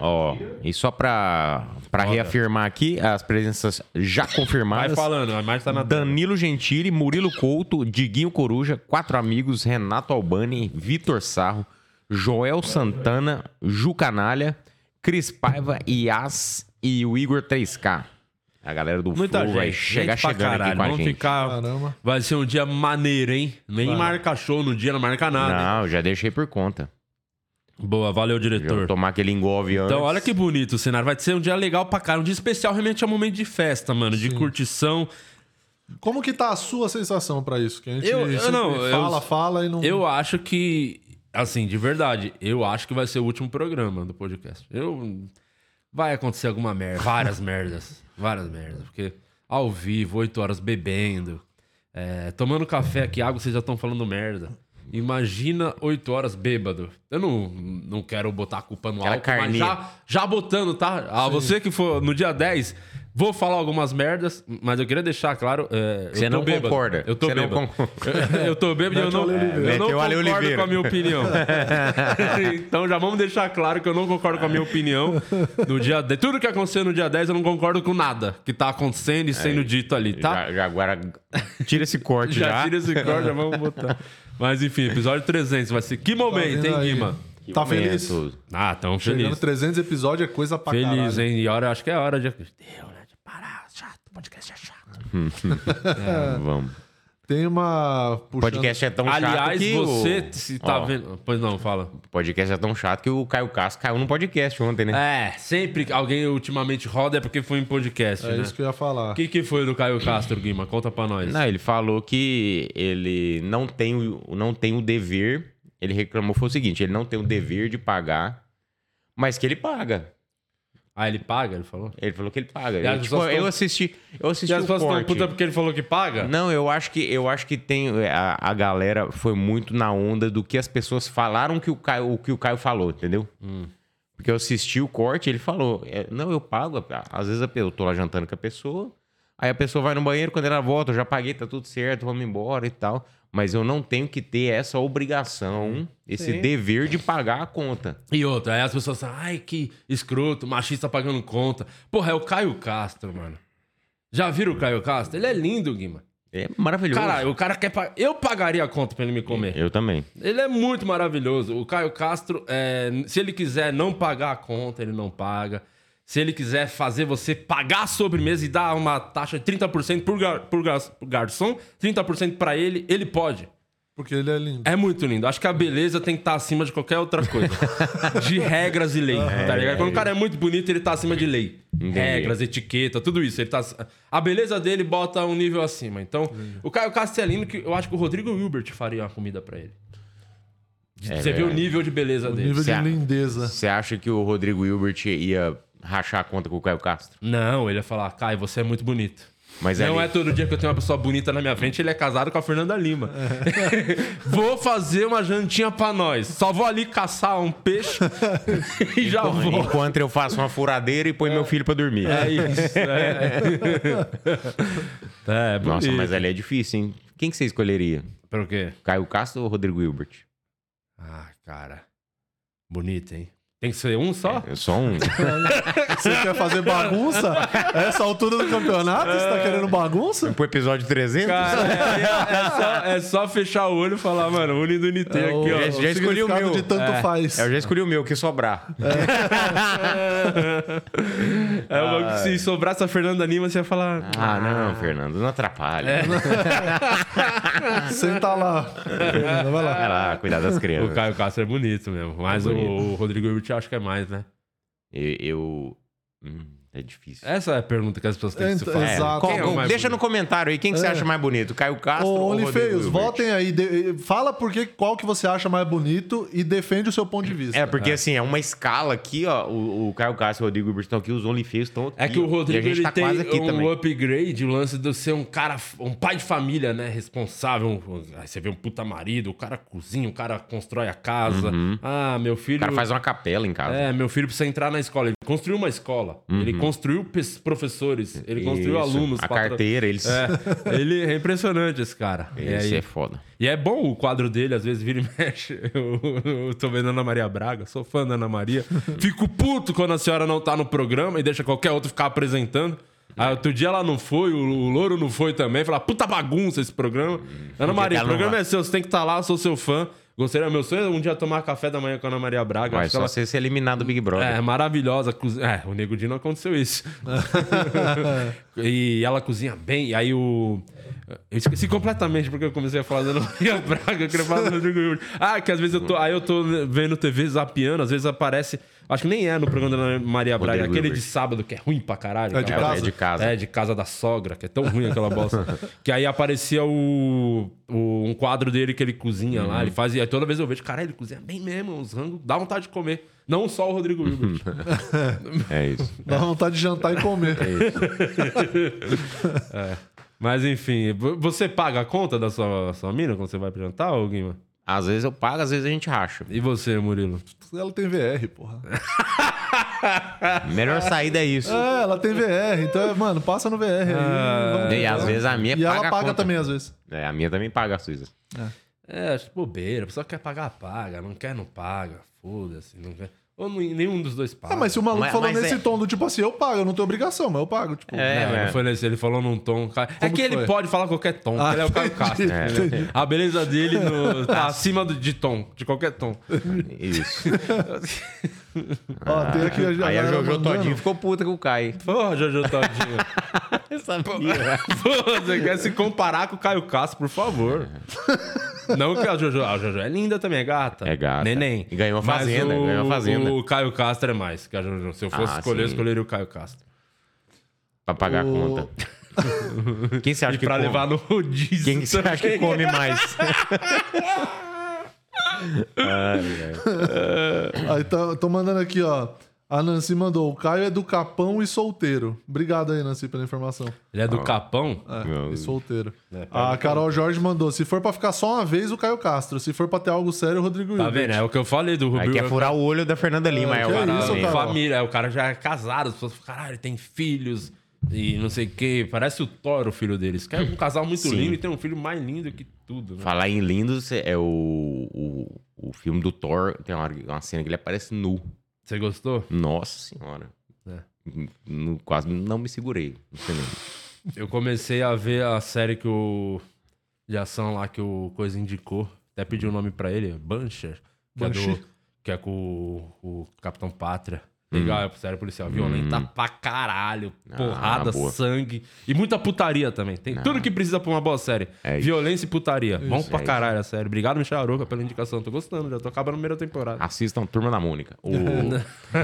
Speaker 3: Ó, e só pra, pra reafirmar aqui, as presenças já
Speaker 2: Vai
Speaker 3: confirmadas.
Speaker 2: falando, a imagem tá na tela.
Speaker 3: Danilo Gentili, Murilo Couto, Diguinho Coruja, quatro amigos, Renato Albani, Vitor Sarro, Joel Santana, Ju Canalha, Cris Paiva, Yas e o Igor 3K. A galera do
Speaker 2: Muita
Speaker 3: Flow
Speaker 2: gente,
Speaker 3: vai
Speaker 2: gente
Speaker 3: chegar
Speaker 2: pra
Speaker 3: chegando aqui
Speaker 2: caralho.
Speaker 3: com a
Speaker 2: Vamos
Speaker 3: gente.
Speaker 2: ficar-
Speaker 1: Caramba.
Speaker 2: Vai ser um dia maneiro, hein? Nem marca show no dia, não marca nada.
Speaker 3: Não, já deixei por conta.
Speaker 2: Boa, valeu,
Speaker 3: Já vou
Speaker 2: diretor.
Speaker 3: tomar aquele engolve antes.
Speaker 2: Então, olha que bonito o cenário. Vai ser um dia legal pra caralho. Um dia especial realmente é um momento de festa, mano. De curtição.
Speaker 1: Como que tá a sua sensação pra isso? Que a gente
Speaker 2: Eu- eu
Speaker 1: sempre
Speaker 2: não, eu-
Speaker 1: fala, fala e não.
Speaker 2: Eu acho que... Assim, de verdade. Eu acho que vai ser o último programa do podcast. Eu... Vai acontecer alguma merda. Várias merdas. Várias merdas. Porque ao vivo, 8 horas bebendo. é, tomando café aqui, água, vocês já estão falando merda. Imagina 8 horas bêbado. Eu não, não quero botar a culpa no
Speaker 3: Aquela
Speaker 2: álcool, mas
Speaker 3: carninha.
Speaker 2: já, já botando, tá? A você que for no dia 10, vou falar algumas merdas, mas eu queria deixar claro. é, eu
Speaker 3: Você
Speaker 2: tô
Speaker 3: não
Speaker 2: bêbado.
Speaker 3: concorda.
Speaker 2: Eu tô
Speaker 3: Você não
Speaker 2: bêbado.
Speaker 3: concorda.
Speaker 2: Eu tô bêbado e eu
Speaker 1: Mete o
Speaker 2: não, É. eu não
Speaker 1: Ale Oliveira.
Speaker 3: Mete o Ale
Speaker 2: concordo
Speaker 3: Oliveira.
Speaker 2: com a minha opinião. então já vamos deixar claro que eu não concordo com a minha opinião. No dia de... Tudo que aconteceu no dia 10, eu não concordo com nada que tá acontecendo
Speaker 3: É,
Speaker 2: e sendo dito ali, tá?
Speaker 3: Já, já agora tira esse corte já.
Speaker 2: Já, tira esse corte, já vamos botar. Mas enfim, episódio 300 vai ser. Que momento,
Speaker 1: vendo
Speaker 2: hein,
Speaker 1: aí?
Speaker 2: Guima?
Speaker 1: Tá feliz?
Speaker 3: Momento.
Speaker 2: Ah, tão
Speaker 1: Chegando
Speaker 2: feliz.
Speaker 1: 300 episódios é coisa pra
Speaker 2: Feliz,
Speaker 1: caralho.
Speaker 2: hein? E hora, acho que é hora de. Deu, né? De parar. Chato. Podcast é chato.
Speaker 3: Vamos.
Speaker 1: Tem uma.
Speaker 3: O
Speaker 1: Puxando...
Speaker 3: podcast é tão chato
Speaker 2: Aliás,
Speaker 3: que
Speaker 2: você
Speaker 3: o...
Speaker 2: se tá
Speaker 3: Ó.
Speaker 2: vendo. Pois não, fala.
Speaker 3: O podcast é tão chato que o Caio Castro caiu no podcast ontem, né?
Speaker 2: É, sempre que alguém ultimamente roda é porque foi em podcast,
Speaker 1: É
Speaker 2: né?
Speaker 1: isso que eu ia falar.
Speaker 2: O que, que foi do Caio Castro, Guima? Conta pra nós.
Speaker 3: Não, ele falou que ele não tem, o, não tem o dever. Ele reclamou, foi o seguinte: ele não tem o dever de pagar, mas que ele paga.
Speaker 2: Ah, ele paga, ele falou?
Speaker 3: Ele falou que ele paga.
Speaker 2: E as
Speaker 3: Eu, tipo,
Speaker 2: pessoas
Speaker 3: eu
Speaker 2: tão-
Speaker 3: assisti, eu assisti
Speaker 2: E as
Speaker 3: o
Speaker 2: pessoas estão
Speaker 3: um corte.
Speaker 2: puta porque ele falou que paga?
Speaker 3: Não, eu acho que eu acho que tem é, a, a galera foi muito na onda do que as pessoas falaram que o Caio, o que o Caio falou, entendeu?
Speaker 2: Hum.
Speaker 3: Porque eu assisti o corte, ele falou, é, não, eu pago. Às vezes a pe- eu tô lá jantando com a pessoa, aí a pessoa vai no banheiro, quando ela volta, eu já paguei, tá tudo certo, vamos embora e tal. Mas eu não tenho que ter essa
Speaker 2: Hum,
Speaker 3: obrigação, esse dever de pagar a conta.
Speaker 2: E outra, aí as pessoas falam, ai, que escroto, machista pagando conta. Porra, é o Caio Castro, mano. Já viram o Caio Castro? Ele é lindo, Guima.
Speaker 3: É maravilhoso.
Speaker 2: Cara, o cara quer pa- Eu pagaria a conta pra ele me comer.
Speaker 3: eu também.
Speaker 2: Ele é muito maravilhoso. O Caio Castro, é, se ele quiser não pagar a conta, ele não paga. Se ele quiser fazer você pagar a sobremesa e dar uma taxa de 30% por, gar, por, gar, por garçom, 30% pra ele, ele pode.
Speaker 1: Porque ele é lindo.
Speaker 2: É muito lindo. Acho que a beleza tem que estar acima de qualquer outra coisa. de regras e lei, tá ligado? Quando o cara é muito bonito, ele tá acima de lei. Regras, etiqueta, tudo isso. Ele tá... A beleza dele bota um nível acima. Então, o Caio Castelino, que eu acho que o Rodrigo Hilbert faria uma comida pra ele. De-
Speaker 3: É
Speaker 2: Você vê o
Speaker 3: verdade.
Speaker 2: nível de beleza dele.
Speaker 1: Nível de
Speaker 3: Certo.
Speaker 1: lindeza.
Speaker 3: Você acha que o Rodrigo Hilbert ia rachar a conta com o Caio Castro?
Speaker 2: Não, ele ia falar, Caio, você é muito bonito.
Speaker 3: Mas
Speaker 2: não
Speaker 3: ali-
Speaker 2: é todo dia que eu tenho uma pessoa bonita na minha frente, ele é casado com a Fernanda Lima. vou fazer uma jantinha pra nós. Só vou ali caçar um peixe e já vou.
Speaker 3: Enquanto eu faço uma furadeira e põe meu filho pra dormir.
Speaker 2: É isso. É, é bonito.
Speaker 3: Nossa, mas ali é difícil, hein? Quem que você escolheria?
Speaker 2: Pelo quê?
Speaker 3: Caio Castro ou Rodrigo Hilbert?
Speaker 2: Ah, cara. Bonito, hein? Tem que ser um só?
Speaker 3: É só um.
Speaker 1: Você quer fazer bagunça? A Essa altura do campeonato? Você
Speaker 2: É.
Speaker 1: tá querendo bagunça?
Speaker 3: Pro episódio 300?
Speaker 2: Cara, é, é só, é só fechar o olho e falar, mano, Uni do Unité
Speaker 1: É,
Speaker 2: aqui, ó.
Speaker 3: Já- já escolhi o
Speaker 1: significado
Speaker 3: meu.
Speaker 1: de tanto faz.
Speaker 3: Eu já escolhi É. o meu, o que sobrar.
Speaker 2: Ah. É o bagulho que se sobrasse a Fernanda Lima, você ia falar.
Speaker 3: Ah, não, Fernando, não atrapalha.
Speaker 2: É.
Speaker 1: Senta lá. Fernanda, Vai lá.
Speaker 3: Vai lá, cuidar das crianças.
Speaker 2: O Caio Castro é bonito mesmo. Mas
Speaker 3: É
Speaker 2: o-
Speaker 3: bonito.
Speaker 2: o Rodrigo Hilbert acho que é mais, né?
Speaker 3: Eu... eu- hum, é difícil.
Speaker 2: Essa é a pergunta que as pessoas têm que se
Speaker 1: Então,
Speaker 2: fazer.
Speaker 1: é. exato.
Speaker 3: qual-
Speaker 2: Quem é o mais bonito?
Speaker 3: deixa
Speaker 2: É.
Speaker 3: no comentário aí quem que você acha mais bonito, Caio Castro
Speaker 1: Ô,
Speaker 3: ou
Speaker 1: Only
Speaker 3: Rodrigo
Speaker 1: Feios,
Speaker 3: Hilbert?
Speaker 1: votem aí. De- Fala por que- qual que você acha mais bonito e defende o seu ponto de vista.
Speaker 3: É, porque assim, é uma escala aqui, ó. O, o Caio Castro e o Rodrigo Hilbert estão aqui, os Only Feios estão aqui.
Speaker 2: É que o
Speaker 3: ó,
Speaker 2: Rodrigo
Speaker 3: e a gente
Speaker 2: ele
Speaker 3: tá
Speaker 2: tem
Speaker 3: quase aqui
Speaker 2: um
Speaker 3: também.
Speaker 2: upgrade, o lance de ser um cara, um pai de família, né? Responsável. um- aí você vê um puta marido, o cara cozinha, o cara constrói a casa. Ah, meu
Speaker 3: Uhum. O
Speaker 2: filho.
Speaker 3: cara faz uma capela em casa. Uhum.
Speaker 2: É, meu filho precisa entrar na escola. Ele construiu uma escola. Ele construiu pes- professores. Ele construiu
Speaker 3: Isso,
Speaker 2: alunos.
Speaker 3: A
Speaker 2: patra-
Speaker 3: carteira, eles.
Speaker 2: É, ele é impressionante esse cara. E aí-
Speaker 3: Esse é foda.
Speaker 2: E é bom o quadro dele, às vezes vira e mexe. Eu, eu tô vendo Ana Maria Braga, sou fã da Ana Maria. Fico puto quando a senhora não tá no programa e deixa qualquer outro ficar apresentando.
Speaker 3: É.
Speaker 2: Aí outro dia ela não foi, o, o Louro não foi também. Fala, puta bagunça esse programa.
Speaker 3: Hum,
Speaker 2: Ana Maria, o
Speaker 3: ela não
Speaker 2: programa
Speaker 3: vai.
Speaker 2: é seu, você tem que estar lá, eu sou seu fã. Gostaria, meu sonho é um dia tomar café da manhã com a Ana Maria Braga.
Speaker 3: Vai
Speaker 2: Acho que
Speaker 3: só
Speaker 2: ela
Speaker 3: você ser eliminado do Big Brother.
Speaker 2: é maravilhosa. cozi- É, o Nego Di não aconteceu isso. e ela cozinha bem. E aí o. Eu esqueci completamente porque eu comecei a falar da Ana Maria Braga, eu queria falar do Rodrigo Hilbert. Ah, que às vezes eu tô. Aí eu tô vendo TV zapiando, às vezes aparece. Acho que nem é no programa da Ana Maria Braga,
Speaker 3: Rodrigo
Speaker 2: aquele
Speaker 3: Hilbert.
Speaker 2: de sábado que é ruim pra caralho.
Speaker 1: É de
Speaker 2: cara.
Speaker 1: casa.
Speaker 3: É de casa.
Speaker 2: É, de casa da sogra, que é tão ruim aquela bosta. que aí aparecia o, o- um quadro dele que ele cozinha lá, ele faz. E aí toda vez eu vejo, caralho, ele cozinha bem mesmo, os rangos, dá vontade de comer. Não só o Rodrigo Hilbert.
Speaker 3: É, isso.
Speaker 1: Dá vontade de jantar e comer.
Speaker 3: É
Speaker 2: Mas enfim, vo- você paga a conta da sua, sua mina quando você vai pra jantar, ô Guima?
Speaker 3: Às vezes eu pago, às vezes a gente racha.
Speaker 2: E você, Murilo?
Speaker 1: Ela tem VR, porra.
Speaker 3: Melhor saída é isso.
Speaker 1: É, ela tem VR. Então, é, mano, passa no VR aí. vamos
Speaker 3: Ah, E às
Speaker 1: tentar.
Speaker 3: vezes a minha
Speaker 1: E
Speaker 3: paga.
Speaker 1: ela
Speaker 3: a
Speaker 1: paga
Speaker 3: conta.
Speaker 1: também, às vezes.
Speaker 3: É, a minha também paga a Suíça.
Speaker 2: É, acho bobeira, a pessoa quer pagar, paga. Não quer, não paga. Foda-se, não quer. Ou nem- nenhum dos dois paga.
Speaker 1: Ah, mas se o maluco
Speaker 3: Mas-
Speaker 1: falou
Speaker 3: mas
Speaker 1: nesse
Speaker 3: é-
Speaker 1: tom do tipo assim, eu pago, eu não tenho obrigação, mas eu pago. Tipo,
Speaker 3: É,
Speaker 2: Não,
Speaker 3: é.
Speaker 2: não foi nesse, ele falou num tom. cara- né? É
Speaker 1: Como
Speaker 2: que
Speaker 1: que
Speaker 2: ele
Speaker 1: foi?
Speaker 2: pode falar qualquer tom,
Speaker 1: Ah,
Speaker 2: porque ele é o Caio
Speaker 1: entendi,
Speaker 2: Castro.
Speaker 1: entendi.
Speaker 2: A beleza dele no- tá acima do- de tom, de qualquer tom.
Speaker 3: Isso.
Speaker 1: ó, tem aqui a
Speaker 3: Ah, Aí
Speaker 2: tá
Speaker 3: a
Speaker 1: galera
Speaker 3: Jojo
Speaker 1: mandando.
Speaker 3: Todinho ficou puta com o Caio.
Speaker 2: Porra, Jojo Todinho. Porra, você quer se comparar com o Caio Castro, por favor. É. Não que a Jojo... A Jojo é linda também, é gata.
Speaker 3: É gata.
Speaker 2: Neném.
Speaker 3: E ganhou a
Speaker 2: Mas
Speaker 3: Fazenda,
Speaker 2: o-
Speaker 3: ganhou a Fazenda.
Speaker 2: O Caio Castro é mais que a Jojo. Se eu fosse
Speaker 3: Ah,
Speaker 2: escolher, eu
Speaker 3: sim.
Speaker 2: escolheria o Caio Castro.
Speaker 3: Pra pagar a
Speaker 1: O-
Speaker 3: conta. Quem você acha
Speaker 2: E
Speaker 3: que
Speaker 2: pra
Speaker 3: come?
Speaker 2: levar no rodízio
Speaker 3: Quem que você acha
Speaker 2: também.
Speaker 3: que come mais?
Speaker 1: Aí estão tá, mandando aqui, ó. A Nancy mandou: o Caio é do Capão e solteiro. Obrigado aí, Nancy, pela informação.
Speaker 2: Ele é do Capão?
Speaker 1: É,
Speaker 3: Meu
Speaker 1: e
Speaker 3: Deus.
Speaker 1: solteiro.
Speaker 4: É, tá
Speaker 1: a Carol Jorge mandou: se for pra ficar só uma vez, o Caio Castro. Se for pra ter algo sério, o Rodrigo
Speaker 2: Tá
Speaker 1: Hilbert."
Speaker 3: né?
Speaker 2: vendo? É o que eu falei do
Speaker 3: Aí
Speaker 2: Rubinho.
Speaker 3: quer furar o olho da Fernanda Lima.
Speaker 1: É,
Speaker 3: É,
Speaker 1: que
Speaker 3: o
Speaker 1: é
Speaker 3: cara
Speaker 1: isso,
Speaker 3: também.
Speaker 1: cara?
Speaker 2: família, aí o Ah, cara já é casado, as pessoas falam, caralho, tem filhos e não sei o quê. Parece o Thor, o filho deles. Que é um casal muito
Speaker 3: Sim.
Speaker 2: lindo e tem um filho mais lindo que tudo, né?
Speaker 3: Falar em lindo, cê- é o, o, o filme do Thor. Tem uma, hora- uma cena que ele aparece nu.
Speaker 2: Você gostou?
Speaker 3: Nossa senhora.
Speaker 2: É.
Speaker 3: N- n- quase não me segurei no cinema.
Speaker 2: Eu comecei a ver a série que o. de ação lá que o Coisa indicou. Até pedi o nome pra ele, Buncher. Que é, do-
Speaker 1: Banshee.
Speaker 2: que é com o, o Capitão Pátria. Legal, é série policial violenta pra caralho.
Speaker 3: Hum. Ah,
Speaker 2: Porrada,
Speaker 3: boa. Ah.
Speaker 2: sangue. E muita putaria também. Tem tudo que precisa pra uma boa série.
Speaker 3: É isso.
Speaker 2: Violência e putaria. Bom pra
Speaker 3: é isso.
Speaker 2: caralho, a série. Obrigado, Michel Aroca, pela indicação. Tô gostando, já tô acabando a primeira temporada.
Speaker 3: Assistam Turma da Mônica. O-